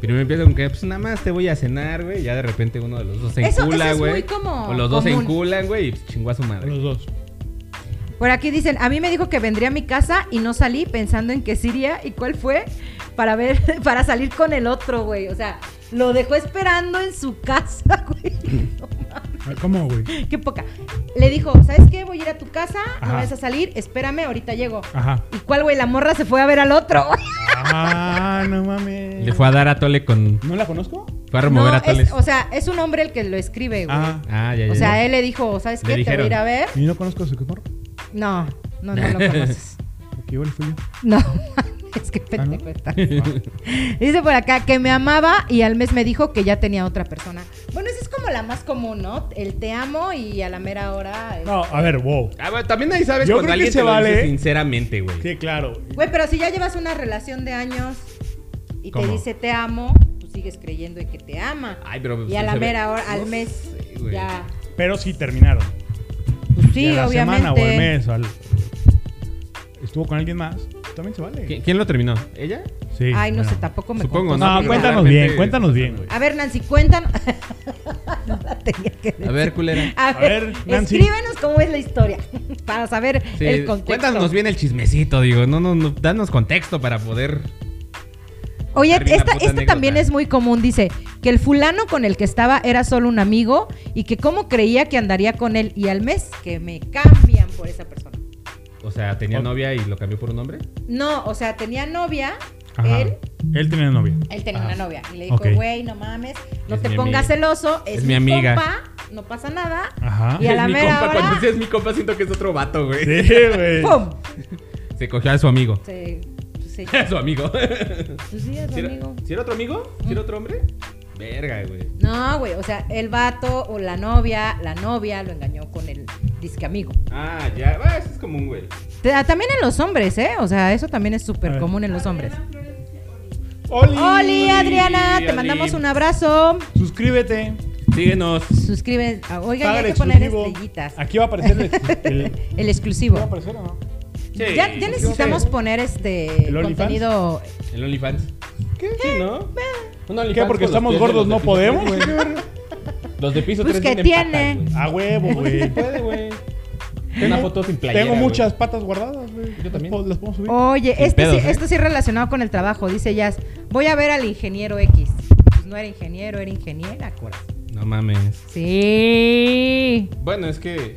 [SPEAKER 3] Primero empieza con que, pues nada más te voy a cenar, güey. Ya de repente uno de los dos se
[SPEAKER 4] Eso- eso
[SPEAKER 3] encula,
[SPEAKER 4] es
[SPEAKER 3] güey.
[SPEAKER 4] muy como
[SPEAKER 3] O los dos se
[SPEAKER 4] común.
[SPEAKER 3] enculan, güey, y pues, chingó a su
[SPEAKER 2] A
[SPEAKER 3] madre.
[SPEAKER 2] los dos.
[SPEAKER 4] Por aquí dicen, a mí me dijo que vendría a mi casa y no salí pensando en qué Siria y cuál fue para ver, para salir con el otro, güey. O sea, lo dejó esperando en su casa, güey. No mames,
[SPEAKER 2] Ay, Ah, ¿Cómo, güey?
[SPEAKER 4] qué poca. Le dijo, ¿sabes qué? Voy a ir a tu casa,
[SPEAKER 2] Ajá.
[SPEAKER 4] no vas a salir, espérame, ahorita llego.
[SPEAKER 2] Ajá.
[SPEAKER 4] ¿Y cuál, güey? La morra se fue a ver al otro, güey.
[SPEAKER 2] Ah, no mames.
[SPEAKER 3] Le fue a dar a Tole con.
[SPEAKER 2] ¿No la conozco?
[SPEAKER 3] Fue a remover
[SPEAKER 4] No,
[SPEAKER 3] a Toles.
[SPEAKER 4] es- o sea, es un hombre el que lo escribe, güey.
[SPEAKER 2] Ah.
[SPEAKER 3] Ah, ya, ya.
[SPEAKER 4] o
[SPEAKER 3] ya.
[SPEAKER 4] sea, él le dijo, ¿sabes
[SPEAKER 3] Le
[SPEAKER 4] qué? Te voy a ir
[SPEAKER 3] dijeron.
[SPEAKER 4] a ver.
[SPEAKER 2] ¿Y no conozco a su morro?
[SPEAKER 4] No, no, no lo conoces.
[SPEAKER 2] Porque igual fui yo.
[SPEAKER 4] No, es que
[SPEAKER 2] Ah, ¿no?
[SPEAKER 4] pendejo está. Dice por acá que me amaba y al mes me dijo que ya tenía otra persona. Bueno, esa es como la más común, ¿no? El te amo y a la mera hora. eh.
[SPEAKER 2] No, a ver, wow.
[SPEAKER 3] Ah, bueno, también ahí sabes
[SPEAKER 2] Yo
[SPEAKER 3] cuando
[SPEAKER 2] creo que
[SPEAKER 3] alguien
[SPEAKER 2] se
[SPEAKER 3] te lo dice
[SPEAKER 2] vale. ¿eh?
[SPEAKER 3] sinceramente, güey.
[SPEAKER 2] Sí, claro.
[SPEAKER 4] Güey, pero si ya llevas una relación de años y
[SPEAKER 2] ¿Cómo?
[SPEAKER 4] te dice te amo, tú sigues creyendo en que te ama.
[SPEAKER 3] Ay, pero.
[SPEAKER 4] y a
[SPEAKER 3] sí
[SPEAKER 4] la
[SPEAKER 3] se ve-
[SPEAKER 4] mera hora, al
[SPEAKER 3] No
[SPEAKER 4] mes,
[SPEAKER 3] sé, güey.
[SPEAKER 4] ya.
[SPEAKER 2] Pero sí terminaron.
[SPEAKER 4] Pues
[SPEAKER 2] Y
[SPEAKER 4] sí,
[SPEAKER 2] a la
[SPEAKER 4] obviamente.
[SPEAKER 2] semana o al mes. o al- Estuvo con alguien más. También se vale.
[SPEAKER 3] ¿Qui- ¿Quién lo terminó? ¿Ella?
[SPEAKER 2] Sí.
[SPEAKER 4] Ay, no
[SPEAKER 2] bueno.
[SPEAKER 4] sé, tampoco me
[SPEAKER 3] Supongo,
[SPEAKER 4] contó.
[SPEAKER 3] ¿no?
[SPEAKER 2] No,
[SPEAKER 3] Porque
[SPEAKER 2] cuéntanos
[SPEAKER 3] realmente-
[SPEAKER 2] bien, cuéntanos bien, güey.
[SPEAKER 4] A ver, Nancy, cuéntanos. No la tenía que decir.
[SPEAKER 3] A ver, culera.
[SPEAKER 4] A
[SPEAKER 2] ver,
[SPEAKER 4] ver,
[SPEAKER 2] Nancy.
[SPEAKER 4] escríbenos cómo es la historia para saber
[SPEAKER 3] Sí,
[SPEAKER 4] el contexto.
[SPEAKER 3] cuéntanos bien el chismecito, digo. No, no, no, danos contexto para poder.
[SPEAKER 4] Oye,
[SPEAKER 3] Termina
[SPEAKER 4] esta, esta
[SPEAKER 3] puta pues, anécdota.
[SPEAKER 4] también es muy común. Dice que el fulano con el que estaba era solo un amigo y que cómo creía que andaría con él y al mes que me cambian por esa persona.
[SPEAKER 3] O sea, tenía
[SPEAKER 2] Ok.
[SPEAKER 3] novia y lo cambió por un hombre.
[SPEAKER 4] No, o sea, tenía novia,
[SPEAKER 2] Ajá.
[SPEAKER 4] él,
[SPEAKER 2] Él tenía novia.
[SPEAKER 4] él tenía
[SPEAKER 3] Ajá.
[SPEAKER 4] una novia y le dijo,
[SPEAKER 2] Ok.
[SPEAKER 4] güey, no mames, no
[SPEAKER 3] Es
[SPEAKER 4] te
[SPEAKER 3] mi
[SPEAKER 4] pongas
[SPEAKER 3] amiga.
[SPEAKER 4] celoso, es,
[SPEAKER 3] Es mi
[SPEAKER 4] mi
[SPEAKER 3] amiga.
[SPEAKER 4] compa, no pasa nada.
[SPEAKER 2] Ajá.
[SPEAKER 4] Y a
[SPEAKER 3] Es
[SPEAKER 4] la
[SPEAKER 3] mi
[SPEAKER 4] mera
[SPEAKER 3] compa,
[SPEAKER 4] hora-
[SPEAKER 3] cuando dices mi compa siento que es otro vato, güey.
[SPEAKER 2] Sí, güey.
[SPEAKER 4] ¡Pum!
[SPEAKER 3] Se cogió a su amigo.
[SPEAKER 4] Se, se-
[SPEAKER 3] A su amigo.
[SPEAKER 4] pues sí, es
[SPEAKER 3] ¿Si era,
[SPEAKER 4] amigo. Mm.
[SPEAKER 3] si era otro amigo? ¿Si era otro hombre? Verga, güey.
[SPEAKER 4] No, güey, o sea, el vato o la novia, la novia lo engañó con el disque amigo.
[SPEAKER 3] Ah, ya. Ah, eso es común, güey.
[SPEAKER 4] Te- ah, También en los hombres, ¿eh? O sea, eso también es
[SPEAKER 2] A
[SPEAKER 4] súper
[SPEAKER 2] ver.
[SPEAKER 4] común en los hombres.
[SPEAKER 2] ¡Oli!
[SPEAKER 4] ¡Oli, Adriana! Te
[SPEAKER 3] Oli.
[SPEAKER 4] mandamos un abrazo.
[SPEAKER 2] Suscríbete.
[SPEAKER 3] Síguenos.
[SPEAKER 4] Suscribe. ah, Oigan, ya
[SPEAKER 2] Paga
[SPEAKER 4] hay
[SPEAKER 2] el
[SPEAKER 4] que poner
[SPEAKER 2] exclusivo.
[SPEAKER 4] estrellitas.
[SPEAKER 2] Aquí va a aparecer el. el-
[SPEAKER 4] El
[SPEAKER 2] ¿Va a
[SPEAKER 4] exclusivo.
[SPEAKER 2] aparecer o no?
[SPEAKER 3] Sí.
[SPEAKER 4] Ya, ya necesitamos
[SPEAKER 2] Sí.
[SPEAKER 4] poner este
[SPEAKER 2] ¿El OnlyFans?
[SPEAKER 4] contenido.
[SPEAKER 3] El OnlyFans. ¿Qué? Sí, ¿no? Un OnlyFans
[SPEAKER 2] ¿Qué?
[SPEAKER 3] con los
[SPEAKER 2] Porque estamos
[SPEAKER 3] pies de
[SPEAKER 2] gordos,
[SPEAKER 3] los de
[SPEAKER 2] no
[SPEAKER 3] piso
[SPEAKER 2] podemos,
[SPEAKER 3] tres. Los de piso
[SPEAKER 4] Pues,
[SPEAKER 3] 3
[SPEAKER 4] ¿qué tiene?
[SPEAKER 2] A huevo,
[SPEAKER 3] Se
[SPEAKER 2] güey.
[SPEAKER 3] puede, güey. Una foto sin playera.
[SPEAKER 2] Tengo
[SPEAKER 3] güey.
[SPEAKER 2] muchas patas guardadas, güey.
[SPEAKER 3] Yo
[SPEAKER 2] Las
[SPEAKER 3] también.
[SPEAKER 2] puedo- Las puedo subir.
[SPEAKER 4] Oye,
[SPEAKER 3] Sin
[SPEAKER 4] este,
[SPEAKER 3] pedos,
[SPEAKER 4] sí,
[SPEAKER 3] ¿eh?
[SPEAKER 4] esto sí relacionado con el trabajo, dice Jazz. Voy a ver al ingeniero X. Pues no era ingeniero, era ingeniera, corazón.
[SPEAKER 3] No mames.
[SPEAKER 4] Sí.
[SPEAKER 3] Bueno, es que.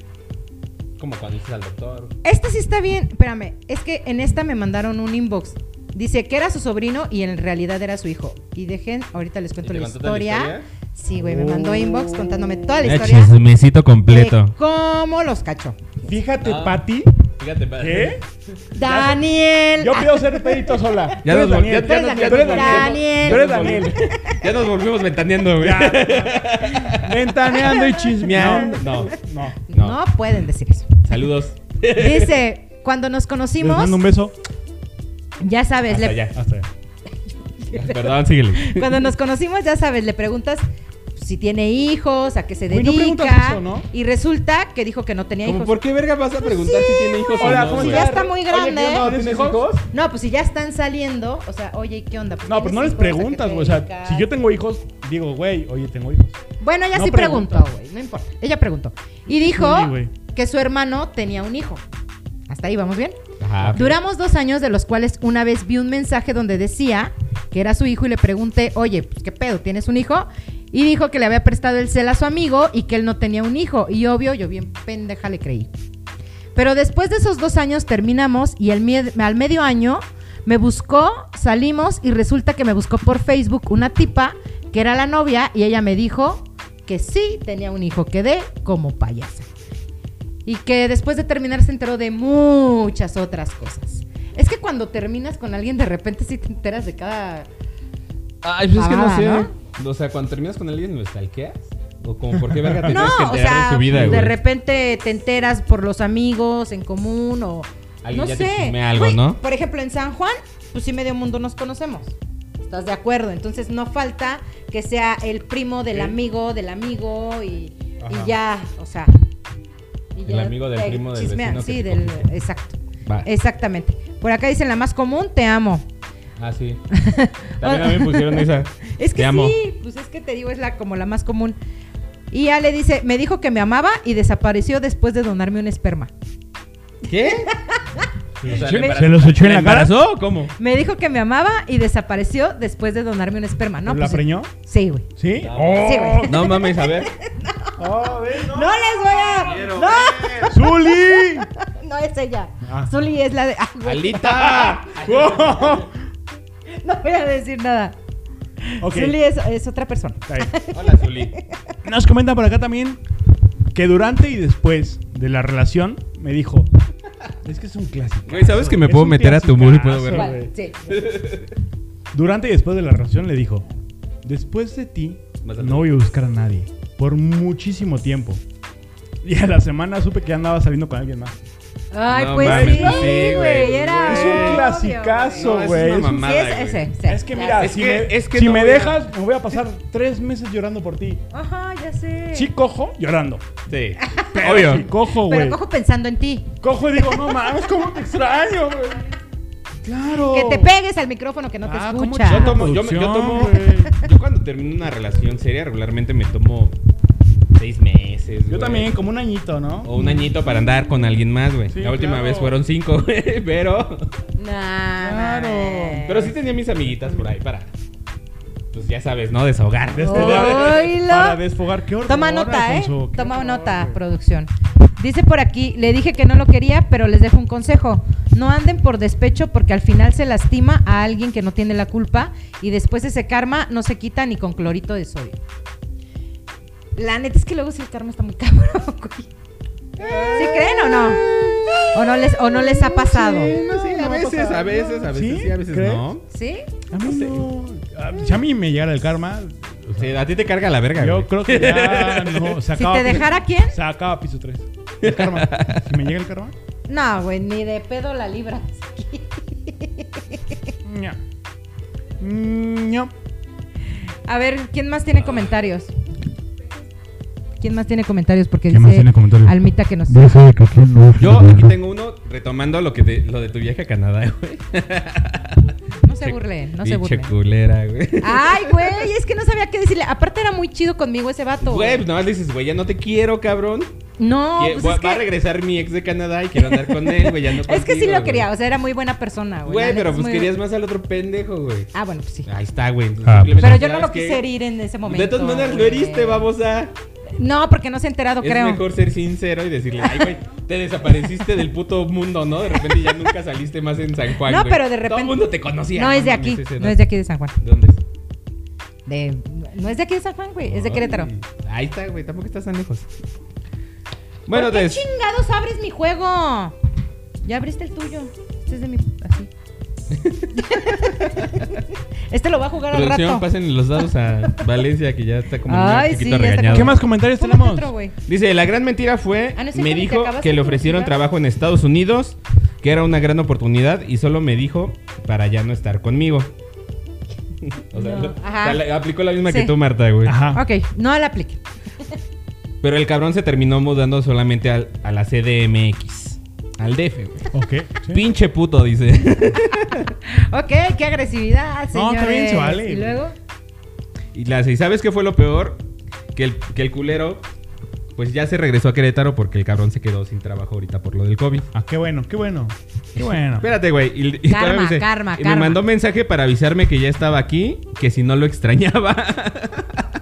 [SPEAKER 3] Como cuando dices al doctor.
[SPEAKER 4] Esta Este sí está bien. Espérame, es que en esta me mandaron un inbox. Dice que era su sobrino y en realidad era su hijo. Y dejen, ahorita les cuento
[SPEAKER 3] ¿Y te
[SPEAKER 4] la
[SPEAKER 3] contó toda la
[SPEAKER 4] historia.
[SPEAKER 3] historia? Uh.
[SPEAKER 4] Sí, güey, me mandó inbox contándome toda la historia. Eh.
[SPEAKER 3] Chismecito
[SPEAKER 4] de ¿Cómo los cacho?
[SPEAKER 2] Fíjate,
[SPEAKER 3] No.
[SPEAKER 2] Pati.
[SPEAKER 3] Fíjate, pa-
[SPEAKER 2] ¿Qué?
[SPEAKER 4] Daniel. Ah,
[SPEAKER 2] Yo pido ser pedito sola.
[SPEAKER 3] Ya
[SPEAKER 2] Tú
[SPEAKER 3] nos
[SPEAKER 2] eres
[SPEAKER 3] vol-
[SPEAKER 2] Daniel.
[SPEAKER 3] ya- ya
[SPEAKER 2] Tú
[SPEAKER 3] nos-
[SPEAKER 2] eres
[SPEAKER 3] ya
[SPEAKER 2] Daniel.
[SPEAKER 3] nos
[SPEAKER 4] Daniel.
[SPEAKER 2] Tú eres
[SPEAKER 3] volvimos-
[SPEAKER 2] Daniel.
[SPEAKER 3] Ya nos volvimos ventaneando, güey.
[SPEAKER 2] Ventaneando y chismeando.
[SPEAKER 3] No, no,
[SPEAKER 2] No.
[SPEAKER 4] no.
[SPEAKER 3] no.
[SPEAKER 4] pueden decir eso.
[SPEAKER 3] Saludos.
[SPEAKER 4] Dice, cuando nos
[SPEAKER 2] Les
[SPEAKER 4] conocimos,
[SPEAKER 2] mando un beso.
[SPEAKER 4] ya sabes,
[SPEAKER 3] Hasta
[SPEAKER 4] le-
[SPEAKER 3] allá.
[SPEAKER 2] Hasta allá.
[SPEAKER 3] Perdón, síguele.
[SPEAKER 4] cuando nos conocimos, ya sabes, le preguntas si tiene hijos, a qué se
[SPEAKER 2] Güey, no
[SPEAKER 4] dedica.
[SPEAKER 2] preguntas eso, ¿no?
[SPEAKER 4] Y resulta que dijo que no tenía
[SPEAKER 3] Como,
[SPEAKER 4] hijos. Ah,
[SPEAKER 3] ¿Por qué verga vas a preguntar si tiene hijos
[SPEAKER 2] Hola,
[SPEAKER 3] o no?
[SPEAKER 2] ¿cómo
[SPEAKER 3] güey?
[SPEAKER 4] ya está muy grande,
[SPEAKER 2] Oye, ¿qué onda?
[SPEAKER 4] ¿eh?
[SPEAKER 2] ¿Tienes hijos?
[SPEAKER 4] No, pues si ya están saliendo, o sea, oye, ¿y ¿qué onda? Pues,
[SPEAKER 2] No, pero no
[SPEAKER 4] ¿tienes hijos?
[SPEAKER 2] les
[SPEAKER 4] ¿A qué
[SPEAKER 2] preguntas,
[SPEAKER 4] te
[SPEAKER 2] güey. O sea,
[SPEAKER 4] dedicas?
[SPEAKER 2] si yo tengo hijos, digo, güey, oye, tengo hijos.
[SPEAKER 4] Bueno, ella
[SPEAKER 2] No
[SPEAKER 4] sí preguntó,
[SPEAKER 2] preguntas.
[SPEAKER 4] güey, no importa. Ella preguntó. Y dijo
[SPEAKER 2] Sí, güey.
[SPEAKER 4] que su hermano tenía un hijo. Hasta ahí, ¿vamos bien?
[SPEAKER 3] Ajá.
[SPEAKER 4] Duramos dos años, de los cuales una vez vi un mensaje donde decía que era su hijo y le pregunté, oye, pues, ¿qué pedo? ¿Tienes un hijo? Y dijo que le había prestado el cel a su amigo y que él no tenía un hijo. Y obvio, yo bien pendeja le creí. Pero después de esos dos años terminamos y al, mie- al medio año me buscó, salimos y resulta que me buscó por Facebook una tipa que era la novia y ella me dijo que sí tenía un hijo, quedé como payasa. Y que después de terminar se enteró de muchas otras cosas. Es que cuando terminas con alguien de repente sí te enteras de cada...
[SPEAKER 3] Ay, pues es que no
[SPEAKER 4] Pavada,
[SPEAKER 3] sé. O sea, cuando terminas con alguien, ¿lo stalkeas? ¿O como por qué verga te
[SPEAKER 4] No,
[SPEAKER 3] tienes que
[SPEAKER 4] o
[SPEAKER 3] enterar
[SPEAKER 4] sea,
[SPEAKER 3] de su vida,
[SPEAKER 4] de
[SPEAKER 3] güey?
[SPEAKER 4] repente te enteras por los amigos en común o...
[SPEAKER 3] Alguien
[SPEAKER 4] no
[SPEAKER 3] ya te
[SPEAKER 4] sé.
[SPEAKER 3] chismea algo,
[SPEAKER 4] Güey,
[SPEAKER 3] ¿no?
[SPEAKER 4] Por ejemplo, en San Juan, pues sí medio mundo nos conocemos. ¿Estás de acuerdo? Entonces no falta que sea el primo del
[SPEAKER 2] Ok.
[SPEAKER 4] amigo del amigo y, y
[SPEAKER 2] Ajá.
[SPEAKER 4] ya, o sea... y
[SPEAKER 3] El
[SPEAKER 4] ya
[SPEAKER 3] amigo del
[SPEAKER 4] te
[SPEAKER 3] primo del
[SPEAKER 4] chismean,
[SPEAKER 3] vecino que
[SPEAKER 4] Sí,
[SPEAKER 3] te
[SPEAKER 4] del...
[SPEAKER 3] cogiste.
[SPEAKER 4] Exacto.
[SPEAKER 3] Va.
[SPEAKER 4] Exactamente. Por acá dicen la más común, te amo.
[SPEAKER 3] Ah, sí. También a mí me pusieron esa.
[SPEAKER 4] Es que
[SPEAKER 3] Te amo.
[SPEAKER 4] sí, pues es que te digo, es la como la más común. Y ya le dice, me dijo que me amaba y desapareció después de donarme un esperma.
[SPEAKER 3] ¿Qué? O sea,
[SPEAKER 2] ¿Se
[SPEAKER 3] ¿le
[SPEAKER 2] se los echó en
[SPEAKER 3] ¿le
[SPEAKER 2] la cara?
[SPEAKER 3] embarazó o cómo?
[SPEAKER 4] Me dijo que me amaba y desapareció después de donarme un esperma, ¿no?
[SPEAKER 2] ¿La
[SPEAKER 4] Pues,
[SPEAKER 2] preñó?
[SPEAKER 4] Sí, güey.
[SPEAKER 2] ¿Sí?
[SPEAKER 3] No.
[SPEAKER 2] ¡Oh!
[SPEAKER 4] Sí, güey.
[SPEAKER 3] No mames, a ver.
[SPEAKER 2] ¡Oh, ven,
[SPEAKER 4] No les voy a. no,
[SPEAKER 2] ¡Zuli!
[SPEAKER 4] no es ella.
[SPEAKER 2] Ah.
[SPEAKER 4] Zully es la de. Ah, güey,
[SPEAKER 3] ¡Alita!
[SPEAKER 2] ¡Wow!
[SPEAKER 4] no voy a decir nada.
[SPEAKER 2] Ok.
[SPEAKER 4] Zully es, es otra persona.
[SPEAKER 2] Está bien.
[SPEAKER 3] Hola, Zuli.
[SPEAKER 2] Nos comentan por acá también que durante y después de la relación me dijo. Es que es un clásico.
[SPEAKER 3] Güey, ¿sabes que me puedo meter a tu muro y puedo verlo?
[SPEAKER 4] Vale, sí.
[SPEAKER 2] Durante y después de la relación le dijo: Después de ti,
[SPEAKER 3] Vas a
[SPEAKER 2] no voy a buscar a nadie. Por muchísimo tiempo. Y a la semana supe que andaba saliendo con alguien más.
[SPEAKER 4] Ay,
[SPEAKER 3] No
[SPEAKER 4] pues
[SPEAKER 3] mames,
[SPEAKER 4] sí,
[SPEAKER 3] pues sí,
[SPEAKER 4] güey.
[SPEAKER 3] güey.
[SPEAKER 4] Era.
[SPEAKER 2] Es
[SPEAKER 4] obvio,
[SPEAKER 2] un
[SPEAKER 4] güey.
[SPEAKER 2] clasicazo,
[SPEAKER 3] No, es
[SPEAKER 2] güey.
[SPEAKER 3] una
[SPEAKER 2] Es un-
[SPEAKER 3] mamá.
[SPEAKER 4] Sí, es
[SPEAKER 3] Mamada,
[SPEAKER 4] ese.
[SPEAKER 3] güey.
[SPEAKER 4] sí,
[SPEAKER 2] Es que
[SPEAKER 4] ya
[SPEAKER 2] mira,
[SPEAKER 4] sé.
[SPEAKER 3] Es
[SPEAKER 2] si,
[SPEAKER 3] que-
[SPEAKER 2] me,
[SPEAKER 3] es que
[SPEAKER 2] si
[SPEAKER 3] no
[SPEAKER 2] me
[SPEAKER 3] voy a-
[SPEAKER 2] dejas, me voy a pasar tres meses llorando por ti.
[SPEAKER 4] Ajá, ya sé.
[SPEAKER 2] Sí cojo, llorando.
[SPEAKER 3] Sí.
[SPEAKER 2] Sí
[SPEAKER 3] Obvio.
[SPEAKER 2] cojo,
[SPEAKER 4] Pero
[SPEAKER 2] güey.
[SPEAKER 4] cojo pensando en ti.
[SPEAKER 2] Cojo y digo, no mames, cómo te extraño, güey. Claro.
[SPEAKER 4] Que te pegues al micrófono que no te
[SPEAKER 2] Oh. Ah, ¿cómo
[SPEAKER 4] escucha.
[SPEAKER 3] Yo tomo, yo, me- yo
[SPEAKER 2] Producción,
[SPEAKER 3] tomo,
[SPEAKER 2] güey.
[SPEAKER 3] yo cuando termino una relación seria regularmente me tomo seis meses.
[SPEAKER 2] Yo
[SPEAKER 3] güey.
[SPEAKER 2] también, como un añito, ¿no?
[SPEAKER 3] O un añito para andar con alguien más, güey.
[SPEAKER 2] Sí,
[SPEAKER 3] la última
[SPEAKER 2] claro.
[SPEAKER 3] vez fueron cinco, güey, pero...
[SPEAKER 4] Nah,
[SPEAKER 2] Claro.
[SPEAKER 4] mames.
[SPEAKER 3] Pero sí tenía mis amiguitas por ahí para... Pues ya sabes, ¿no? Desahogar.
[SPEAKER 2] Desfogar.
[SPEAKER 4] Oílo.
[SPEAKER 2] Para desfogar, qué horror.
[SPEAKER 4] Toma nota, ¿eh?
[SPEAKER 2] Alfonso, qué
[SPEAKER 4] Toma
[SPEAKER 2] horror,
[SPEAKER 4] nota,
[SPEAKER 2] güey.
[SPEAKER 4] producción. Dice por aquí, le dije que no lo quería, pero les dejo un consejo. No anden por despecho porque al final se lastima a alguien que no tiene la culpa y después ese karma no se quita ni con clorito de sodio. La neta es que luego sí el karma está muy cabrón, güey. ¿Sí creen o no? ¿O no les, o no les ha pasado?
[SPEAKER 3] Sí, no, sí, a veces, a veces, a veces,
[SPEAKER 2] ¿Sí?
[SPEAKER 3] sí, a veces
[SPEAKER 2] ¿Crees?
[SPEAKER 3] no.
[SPEAKER 4] ¿Sí?
[SPEAKER 2] A mí no. a- Si a mí me llegara el karma, O sea,
[SPEAKER 3] Sí, a ti te carga la verga,
[SPEAKER 2] yo
[SPEAKER 3] güey.
[SPEAKER 2] creo que ya no. Se
[SPEAKER 4] Si
[SPEAKER 2] acaba
[SPEAKER 4] te
[SPEAKER 2] piso-
[SPEAKER 4] dejara quién,
[SPEAKER 2] Se acaba piso 3. El karma. Si me llega el karma.
[SPEAKER 4] no, güey, ni de pedo la libras.
[SPEAKER 2] ña. Ña.
[SPEAKER 1] A ver, ¿quién más tiene comentarios? ¿Quién más tiene comentarios? Porque
[SPEAKER 5] ¿Quién más
[SPEAKER 1] dice
[SPEAKER 5] tiene comentarios?
[SPEAKER 1] Almita que nos...
[SPEAKER 3] Yo aquí tengo uno retomando lo que te- lo de tu viaje a Canadá, güey.
[SPEAKER 1] No se burlen, no se
[SPEAKER 3] Pinche
[SPEAKER 1] burlen.
[SPEAKER 3] culera, güey.
[SPEAKER 4] Ay, güey, es que no sabía qué decirle. Aparte era muy chido conmigo ese vato.
[SPEAKER 3] Güey,
[SPEAKER 4] güey.
[SPEAKER 3] pues nada más dices, güey, ya no te quiero, cabrón.
[SPEAKER 4] No,
[SPEAKER 3] Que-
[SPEAKER 4] pues
[SPEAKER 3] va,
[SPEAKER 4] es
[SPEAKER 3] va a
[SPEAKER 4] que,
[SPEAKER 3] regresar mi ex de Canadá y quiero andar con él, güey. Ya no
[SPEAKER 4] es que sí
[SPEAKER 3] contigo,
[SPEAKER 4] lo
[SPEAKER 3] güey.
[SPEAKER 4] quería, o sea, era muy buena persona, güey. La
[SPEAKER 3] Güey,
[SPEAKER 4] neta
[SPEAKER 3] pero
[SPEAKER 4] es
[SPEAKER 3] pues
[SPEAKER 4] muy-
[SPEAKER 3] querías más al otro pendejo, güey.
[SPEAKER 4] Ah, bueno, pues sí.
[SPEAKER 3] Ahí está, güey. Entonces,
[SPEAKER 5] Ah,
[SPEAKER 3] simplemente
[SPEAKER 4] Pero yo no
[SPEAKER 3] ¿sabes
[SPEAKER 4] lo
[SPEAKER 3] qué?
[SPEAKER 4] quise herir en ese momento.
[SPEAKER 3] pues De todas maneras lo
[SPEAKER 4] güey.
[SPEAKER 3] heriste, vamos a.
[SPEAKER 4] No, porque no se ha enterado,
[SPEAKER 3] Es
[SPEAKER 4] creo.
[SPEAKER 3] mejor ser sincero y decirle, ay, güey, te desapareciste del puto mundo, ¿no? De repente ya nunca saliste más en San Juan.
[SPEAKER 4] No,
[SPEAKER 3] güey.
[SPEAKER 4] pero de
[SPEAKER 3] Todo
[SPEAKER 4] repente-
[SPEAKER 3] el mundo te conocía.
[SPEAKER 4] no es de
[SPEAKER 3] mames,
[SPEAKER 4] aquí,
[SPEAKER 3] ese,
[SPEAKER 4] no es de aquí de San Juan.
[SPEAKER 3] ¿Dónde es?
[SPEAKER 4] De, no es de aquí de San Juan, güey, es de
[SPEAKER 3] Ay,
[SPEAKER 4] Querétaro.
[SPEAKER 3] Ahí está, güey, tampoco estás tan lejos.
[SPEAKER 4] Bueno, ¿Por
[SPEAKER 3] Bueno, pues,
[SPEAKER 4] qué
[SPEAKER 3] des-
[SPEAKER 4] chingados abres mi juego? Ya abriste el tuyo. Este es de mi. Así. este lo va a jugar al
[SPEAKER 3] producción,
[SPEAKER 4] rato.
[SPEAKER 3] pasen los dados a Valencia, que ya está como un
[SPEAKER 4] Ay,
[SPEAKER 3] poquito
[SPEAKER 4] sí, ya está
[SPEAKER 3] regañado.
[SPEAKER 2] ¿Qué más comentarios
[SPEAKER 4] Póngate
[SPEAKER 2] tenemos?
[SPEAKER 4] otro, güey.
[SPEAKER 3] Dice, la gran mentira fue,
[SPEAKER 4] Ah, ¿no es
[SPEAKER 3] me
[SPEAKER 4] el que te
[SPEAKER 3] dijo
[SPEAKER 4] acabas
[SPEAKER 3] que
[SPEAKER 4] de
[SPEAKER 3] le ofrecieron
[SPEAKER 4] publicar?
[SPEAKER 3] trabajo en Estados Unidos, que era una gran oportunidad y solo me dijo para ya no estar conmigo. o sea,
[SPEAKER 4] No,
[SPEAKER 3] lo-
[SPEAKER 4] ajá.
[SPEAKER 3] o sea, la- aplicó la misma
[SPEAKER 4] Sí.
[SPEAKER 3] que tú, Marta, güey.
[SPEAKER 2] Ajá.
[SPEAKER 4] Ok, no la aplique.
[SPEAKER 3] Pero el cabrón se terminó mudando solamente al- a la CDMX. Al DF, güey.
[SPEAKER 2] Ok. sí.
[SPEAKER 3] Pinche puto, dice.
[SPEAKER 4] Ok, qué agresividad,
[SPEAKER 2] No,
[SPEAKER 4] señores.
[SPEAKER 2] está bien, se vale.
[SPEAKER 4] Y luego,
[SPEAKER 3] y la ¿y sabes qué fue lo peor? Que el, que el culero, pues ya se regresó a Querétaro porque el cabrón se quedó sin trabajo ahorita por lo del COVID.
[SPEAKER 2] Ah, qué bueno, qué bueno. Qué bueno.
[SPEAKER 3] Espérate, güey. Y, y
[SPEAKER 4] Karma,
[SPEAKER 3] todavía me
[SPEAKER 4] karma,
[SPEAKER 3] y me
[SPEAKER 4] karma.
[SPEAKER 3] mandó mensaje para avisarme que ya estaba aquí, que si no lo extrañaba.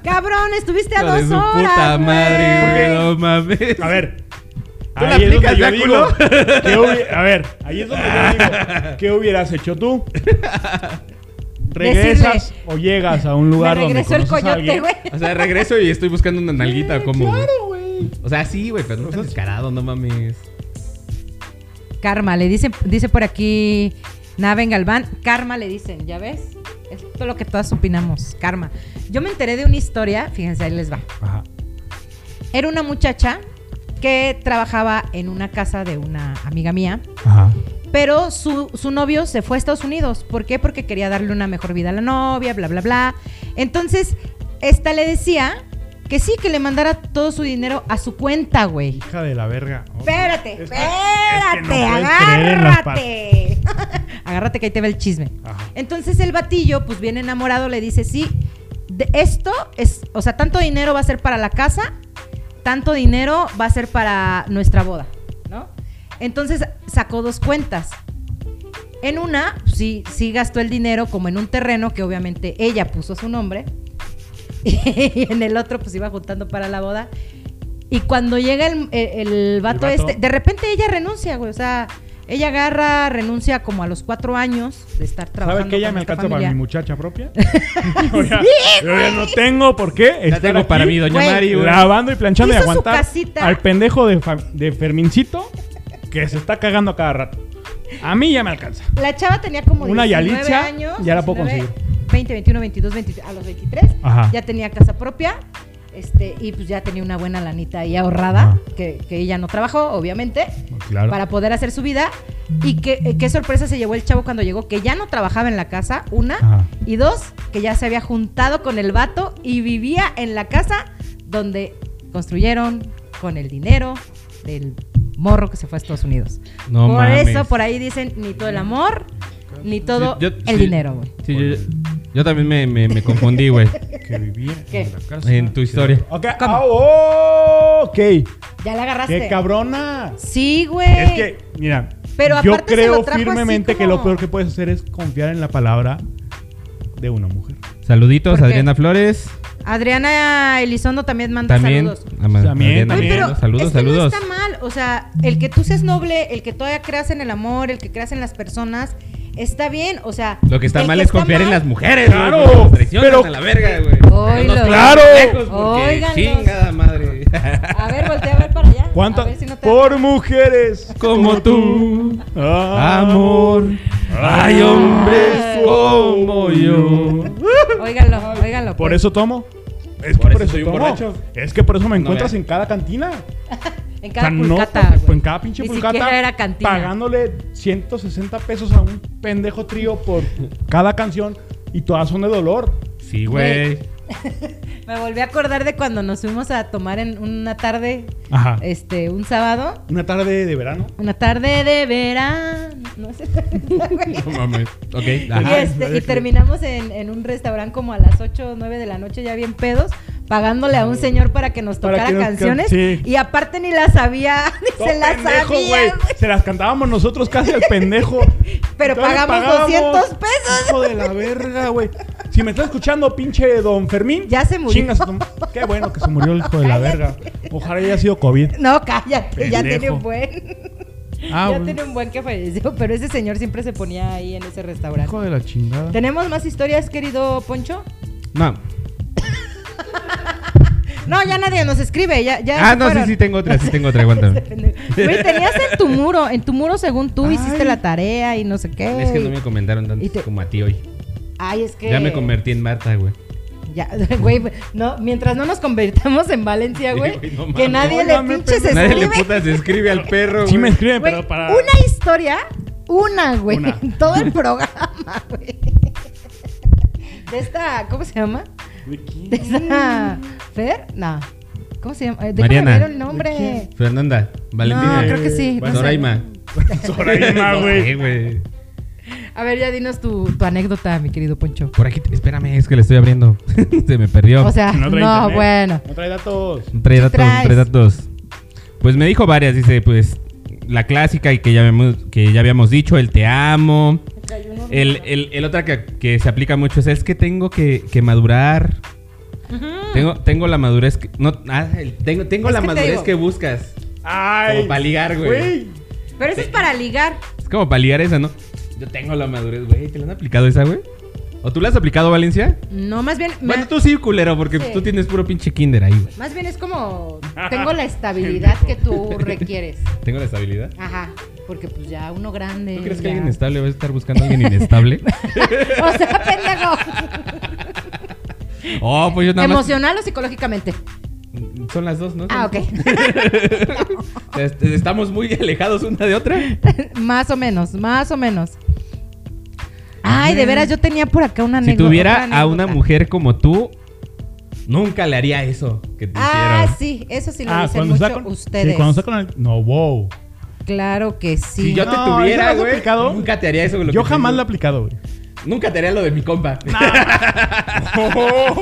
[SPEAKER 4] cabrón, estuviste a
[SPEAKER 3] Hijo de
[SPEAKER 4] dos
[SPEAKER 3] su
[SPEAKER 4] horas.
[SPEAKER 3] puta
[SPEAKER 4] güey.
[SPEAKER 3] madre, güey. No mames.
[SPEAKER 2] A ver.
[SPEAKER 3] ¿Tú la
[SPEAKER 2] Ahí es donde
[SPEAKER 3] aplicas,
[SPEAKER 2] yo
[SPEAKER 3] ya,
[SPEAKER 2] digo.
[SPEAKER 3] culo?
[SPEAKER 2] que hubi- a ver, ahí es donde yo digo. ¿Qué hubieras hecho tú? ¿Regresas o llegas a un lugar
[SPEAKER 4] Me
[SPEAKER 2] donde
[SPEAKER 4] regresó el
[SPEAKER 2] conoces a
[SPEAKER 4] coyote,
[SPEAKER 2] alguien?
[SPEAKER 4] güey.
[SPEAKER 3] O sea, regreso y estoy buscando una nalguita como. Claro, güey. O sea, sí, güey, pero no estás descarado, no mames.
[SPEAKER 4] Karma, le dicen, dice por aquí Nave en Galván, karma le dicen, ¿ya ves? Es todo lo que todas opinamos, karma. Yo me enteré de una historia, fíjense, ahí les va.
[SPEAKER 2] Ajá.
[SPEAKER 4] Era una muchacha que trabajaba en una casa de una amiga mía,
[SPEAKER 2] Ajá.
[SPEAKER 4] pero su, su novio se fue a Estados Unidos. ¿Por qué? Porque quería darle una mejor vida a la novia, bla, bla, bla. Entonces, esta le decía que sí, que le mandara todo su dinero a su cuenta, güey.
[SPEAKER 2] Hija de la verga. Oh,
[SPEAKER 4] Espérate,
[SPEAKER 2] es que- es que
[SPEAKER 4] espérate,
[SPEAKER 2] no puedes creer en las pa-
[SPEAKER 4] agárrate. agárrate que ahí te ve el chisme.
[SPEAKER 2] Ajá.
[SPEAKER 4] Entonces el batillo, pues bien enamorado, le dice, sí, de- esto es, o sea, tanto dinero va a ser para la casa, tanto dinero va a ser para nuestra boda, ¿no? Entonces sacó dos cuentas. En una, pues, sí, sí gastó el dinero como en un terreno que obviamente ella puso su nombre. Y en el otro, pues iba juntando para la boda. Y cuando llega el, el- el vato
[SPEAKER 2] vato.
[SPEAKER 4] este, de repente ella renuncia, güey. O sea, ella agarra, renuncia como a los cuatro años de estar trabajando.
[SPEAKER 2] ¿Sabes que ella
[SPEAKER 4] con
[SPEAKER 2] me
[SPEAKER 4] esta
[SPEAKER 2] alcanza para
[SPEAKER 4] familia.
[SPEAKER 2] mi muchacha propia? Yo ya- yo ya no tengo por qué.
[SPEAKER 3] Ya
[SPEAKER 2] estar
[SPEAKER 3] tengo para
[SPEAKER 2] aquí
[SPEAKER 3] mí, doña
[SPEAKER 4] Güey.
[SPEAKER 3] Mari, güey.
[SPEAKER 2] Lavando y planchando y
[SPEAKER 4] Hizo su
[SPEAKER 2] aguantar
[SPEAKER 4] casita.
[SPEAKER 2] al pendejo de, fa- de Fermincito que se está cagando a cada rato. A mí ya me alcanza.
[SPEAKER 4] La chava tenía como
[SPEAKER 2] Una
[SPEAKER 4] 19
[SPEAKER 2] Yalitza,
[SPEAKER 4] años.
[SPEAKER 2] ya la puedo
[SPEAKER 4] 19, 20, 21, 22, 23. A los 23
[SPEAKER 2] Ajá.
[SPEAKER 4] ya tenía casa propia. Este, y pues ya tenía una buena lanita ahí ahorrada, que, que ella no trabajó, obviamente,
[SPEAKER 2] Claro.
[SPEAKER 4] para poder hacer su vida. Y que- eh, qué sorpresa se llevó el chavo cuando llegó, que ya no trabajaba en la casa, una,
[SPEAKER 2] Ajá.
[SPEAKER 4] y dos, que ya se había juntado con el vato y vivía en la casa donde construyeron con el dinero del morro que se fue a Estados Unidos.
[SPEAKER 3] No
[SPEAKER 4] por
[SPEAKER 3] mames.
[SPEAKER 4] eso, por ahí dicen, ni todo el amor, ni todo
[SPEAKER 3] Yo-
[SPEAKER 4] el
[SPEAKER 3] sí.
[SPEAKER 4] dinero, güey.
[SPEAKER 3] Sí, yo, yo también me, me- me confundí, güey.
[SPEAKER 2] Que vivía
[SPEAKER 4] ¿Qué?
[SPEAKER 2] en la casa.
[SPEAKER 3] en tu historia.
[SPEAKER 2] Ok.
[SPEAKER 4] ¿Cómo?
[SPEAKER 2] ah, oh, ok.
[SPEAKER 4] Ya la agarraste.
[SPEAKER 2] ¡Qué cabrona!
[SPEAKER 4] Sí, güey.
[SPEAKER 2] Es que, mira,
[SPEAKER 4] Pero
[SPEAKER 2] yo
[SPEAKER 4] aparte se lo
[SPEAKER 2] creo
[SPEAKER 4] trajo así
[SPEAKER 2] firmemente que
[SPEAKER 4] como-
[SPEAKER 2] lo peor que puedes hacer es confiar en la palabra de una mujer.
[SPEAKER 4] ¿Por
[SPEAKER 3] Saluditos,
[SPEAKER 4] qué?
[SPEAKER 3] Adriana Flores.
[SPEAKER 4] Adriana Elizondo también manda
[SPEAKER 3] También.
[SPEAKER 4] saludos.
[SPEAKER 3] a Ma-
[SPEAKER 2] También,
[SPEAKER 3] Adriana,
[SPEAKER 4] Güey,
[SPEAKER 2] también.
[SPEAKER 4] pero
[SPEAKER 3] Saludos,
[SPEAKER 4] es que no
[SPEAKER 3] saludos.
[SPEAKER 4] está mal. O sea, el que tú seas noble, el que todavía creas en el amor, el que creas en las personas, está bien. O sea,
[SPEAKER 3] Lo que está
[SPEAKER 4] el
[SPEAKER 3] mal es confiar en
[SPEAKER 4] mal-
[SPEAKER 3] las mujeres, güey,
[SPEAKER 2] ¡Claro!
[SPEAKER 3] porque nos traicionan
[SPEAKER 2] Pero-
[SPEAKER 3] a la verga, güey.
[SPEAKER 4] Oílo.
[SPEAKER 3] Nos
[SPEAKER 2] ¡Claro!
[SPEAKER 3] pendejos porque
[SPEAKER 4] Óiganlos.
[SPEAKER 3] Chingada madre.
[SPEAKER 4] A ver, voltea a ver para allá.
[SPEAKER 2] ¿Cuánto?
[SPEAKER 4] A ver si no te-
[SPEAKER 2] Por mujeres.
[SPEAKER 3] Como tú,
[SPEAKER 2] Ah.
[SPEAKER 3] amor. Hay hombres como yo.
[SPEAKER 4] Óiganlo, óiganlo.
[SPEAKER 2] Por
[SPEAKER 4] pues.
[SPEAKER 2] eso tomo. Es que por,
[SPEAKER 3] Por eso
[SPEAKER 2] eso,
[SPEAKER 3] soy un
[SPEAKER 2] tomo.
[SPEAKER 3] borracho.
[SPEAKER 2] Es que por eso me
[SPEAKER 3] No
[SPEAKER 2] encuentras
[SPEAKER 3] me-
[SPEAKER 2] en cada cantina.
[SPEAKER 1] En cada
[SPEAKER 2] O sea, no, pues,
[SPEAKER 1] pulcata, güey.
[SPEAKER 2] en cada pinche
[SPEAKER 1] Ni
[SPEAKER 2] pulcata.
[SPEAKER 1] siquiera era cantina.
[SPEAKER 2] Pagándole 160 pesos a un pendejo trío por cada canción y todas son de dolor.
[SPEAKER 3] Sí, güey.
[SPEAKER 4] Me volví a acordar de cuando nos fuimos a tomar en una tarde,
[SPEAKER 2] Ajá.
[SPEAKER 4] este, un sábado.
[SPEAKER 2] Una tarde de verano.
[SPEAKER 4] Una tarde de verano. No sé.
[SPEAKER 3] No mames. Ok.
[SPEAKER 4] Y,
[SPEAKER 3] ajá.
[SPEAKER 4] este, y terminamos en, en un restaurante como a las 8 o 9 de la noche, ya bien pedos, pagándole a un señor para que nos
[SPEAKER 2] Para
[SPEAKER 4] tocara
[SPEAKER 2] que nos can-
[SPEAKER 4] canciones.
[SPEAKER 2] sí.
[SPEAKER 4] Y aparte ni la sabía, ni
[SPEAKER 2] Todo
[SPEAKER 4] se la
[SPEAKER 2] pendejo,
[SPEAKER 4] sabía.
[SPEAKER 2] güey.
[SPEAKER 4] güey.
[SPEAKER 2] Se las cantábamos nosotros casi al pendejo.
[SPEAKER 4] Pero
[SPEAKER 2] Entonces,
[SPEAKER 4] pagamos 200 pesos.
[SPEAKER 2] Hijo de la verga, güey. Si me está escuchando, pinche don Fermín.
[SPEAKER 4] Ya se murió.
[SPEAKER 2] Chingas, qué bueno que se murió el hijo de la verga. Ojalá haya sido COVID.
[SPEAKER 4] No, cállate, ya tiene
[SPEAKER 2] Pendejo.
[SPEAKER 4] un buen.
[SPEAKER 2] Ah,
[SPEAKER 4] ya
[SPEAKER 2] güey.
[SPEAKER 4] tiene un buen que falleció, pero ese señor siempre se ponía ahí en ese restaurante.
[SPEAKER 2] Hijo de la chingada.
[SPEAKER 4] ¿Tenemos más historias, querido Poncho?
[SPEAKER 3] No.
[SPEAKER 4] No, ya nadie nos escribe, ya, ya
[SPEAKER 3] Ah,
[SPEAKER 4] se
[SPEAKER 3] no, sí,
[SPEAKER 4] fueron.
[SPEAKER 3] sí, tengo otra, sí, tengo otra, aguántame.
[SPEAKER 4] Güey, tenías en tu muro, en tu muro según tú hiciste
[SPEAKER 2] Ay.
[SPEAKER 4] la tarea y no sé qué.
[SPEAKER 3] Es que no me comentaron
[SPEAKER 4] Y
[SPEAKER 3] tanto
[SPEAKER 4] te-
[SPEAKER 3] como a ti hoy.
[SPEAKER 4] Ay, es que
[SPEAKER 3] Ya me convertí en Marta, güey.
[SPEAKER 4] Ya, güey, no, mientras no nos convertamos en Valencia,
[SPEAKER 3] Sí,
[SPEAKER 4] güey,
[SPEAKER 3] güey, no
[SPEAKER 4] que
[SPEAKER 3] mames.
[SPEAKER 4] nadie
[SPEAKER 2] No
[SPEAKER 4] le
[SPEAKER 2] mames,
[SPEAKER 4] pinches
[SPEAKER 2] pero-
[SPEAKER 3] Nadie le
[SPEAKER 4] escribe.
[SPEAKER 3] putas escribe al perro,
[SPEAKER 2] Sí me
[SPEAKER 3] güey.
[SPEAKER 2] escriben,
[SPEAKER 4] Güey,
[SPEAKER 2] pero para.
[SPEAKER 4] Una historia, una, güey,
[SPEAKER 2] Una.
[SPEAKER 4] en todo el programa, güey. De esta, ¿cómo se llama? De esta Fer, no. ¿Cómo se llama? Eh, Déjame
[SPEAKER 3] Mariana.
[SPEAKER 4] ver el nombre.
[SPEAKER 3] Fernanda, Valentina.
[SPEAKER 4] No, creo que sí. no sé.
[SPEAKER 3] Doraima.
[SPEAKER 2] Sorayma,
[SPEAKER 3] Sí,
[SPEAKER 2] güey.
[SPEAKER 3] eh, güey.
[SPEAKER 4] A ver, ya dinos tu, tu anécdota, mi querido Poncho.
[SPEAKER 3] Por aquí, espérame, es que le estoy abriendo. Se me perdió.
[SPEAKER 4] O sea, Ah, no,
[SPEAKER 2] trae internet.
[SPEAKER 4] bueno.
[SPEAKER 2] No trae datos.
[SPEAKER 3] Tres
[SPEAKER 4] ¿Qué
[SPEAKER 3] datos,
[SPEAKER 4] traes?
[SPEAKER 3] tres datos. Pues me dijo varias, dice, pues la clásica y que ya habíamos, que ya habíamos dicho, el te amo. El, el, el otra que, que se aplica mucho es, es que tengo que, que madurar. Tengo, tengo la madurez que... No, ah, el- tengo tengo
[SPEAKER 4] Es
[SPEAKER 3] la
[SPEAKER 4] que te
[SPEAKER 3] madurez
[SPEAKER 4] digo.
[SPEAKER 3] que buscas.
[SPEAKER 2] Ay.
[SPEAKER 3] Como para ligar, güey.
[SPEAKER 1] Pero eso es para ligar.
[SPEAKER 3] Es como para ligar esa, ¿no? Yo tengo la madurez, güey. ¿Te la han aplicado esa, güey? ¿O tú la has aplicado, Valencia?
[SPEAKER 4] No, más bien. me-
[SPEAKER 3] Bueno, tú sí, culero, porque
[SPEAKER 4] Sí.
[SPEAKER 3] tú tienes puro pinche kinder ahí, güey.
[SPEAKER 4] Más bien es como. Tengo la estabilidad que tú requieres.
[SPEAKER 3] Tengo la estabilidad.
[SPEAKER 4] Ajá, porque pues ya uno grande.
[SPEAKER 3] ¿Tú crees que
[SPEAKER 4] ya.
[SPEAKER 3] alguien estable va a estar buscando a alguien inestable?
[SPEAKER 4] O sea, pendejo.
[SPEAKER 3] oh, pues yo Pues nada más...
[SPEAKER 4] ¿Emocional o psicológicamente?
[SPEAKER 3] Son las dos, ¿no?
[SPEAKER 4] Ah, ok.
[SPEAKER 3] Est- Estamos muy alejados una de otra.
[SPEAKER 4] más o menos, más o menos. Ay, de veras, yo tenía por acá una
[SPEAKER 3] Si
[SPEAKER 4] anécdota.
[SPEAKER 3] tuviera
[SPEAKER 4] otra
[SPEAKER 3] a una
[SPEAKER 4] anécdota.
[SPEAKER 3] mujer como tú, nunca le haría eso que te
[SPEAKER 4] Ah,
[SPEAKER 3] hicieron.
[SPEAKER 4] sí, eso sí lo
[SPEAKER 2] Ah,
[SPEAKER 4] dicen
[SPEAKER 2] cuando
[SPEAKER 4] mucho
[SPEAKER 2] está con
[SPEAKER 4] ustedes.
[SPEAKER 2] Sí, cuando está con el. No, wow.
[SPEAKER 4] Claro que sí.
[SPEAKER 3] Si yo te
[SPEAKER 2] No, ¿esa la
[SPEAKER 3] tuviera,
[SPEAKER 2] has
[SPEAKER 3] güey,
[SPEAKER 2] aplicado?
[SPEAKER 3] nunca te haría eso. lo
[SPEAKER 2] Yo
[SPEAKER 3] que
[SPEAKER 2] jamás
[SPEAKER 3] te-
[SPEAKER 2] lo he aplicado, güey.
[SPEAKER 3] Nunca te haría lo de mi compa.
[SPEAKER 2] Oh,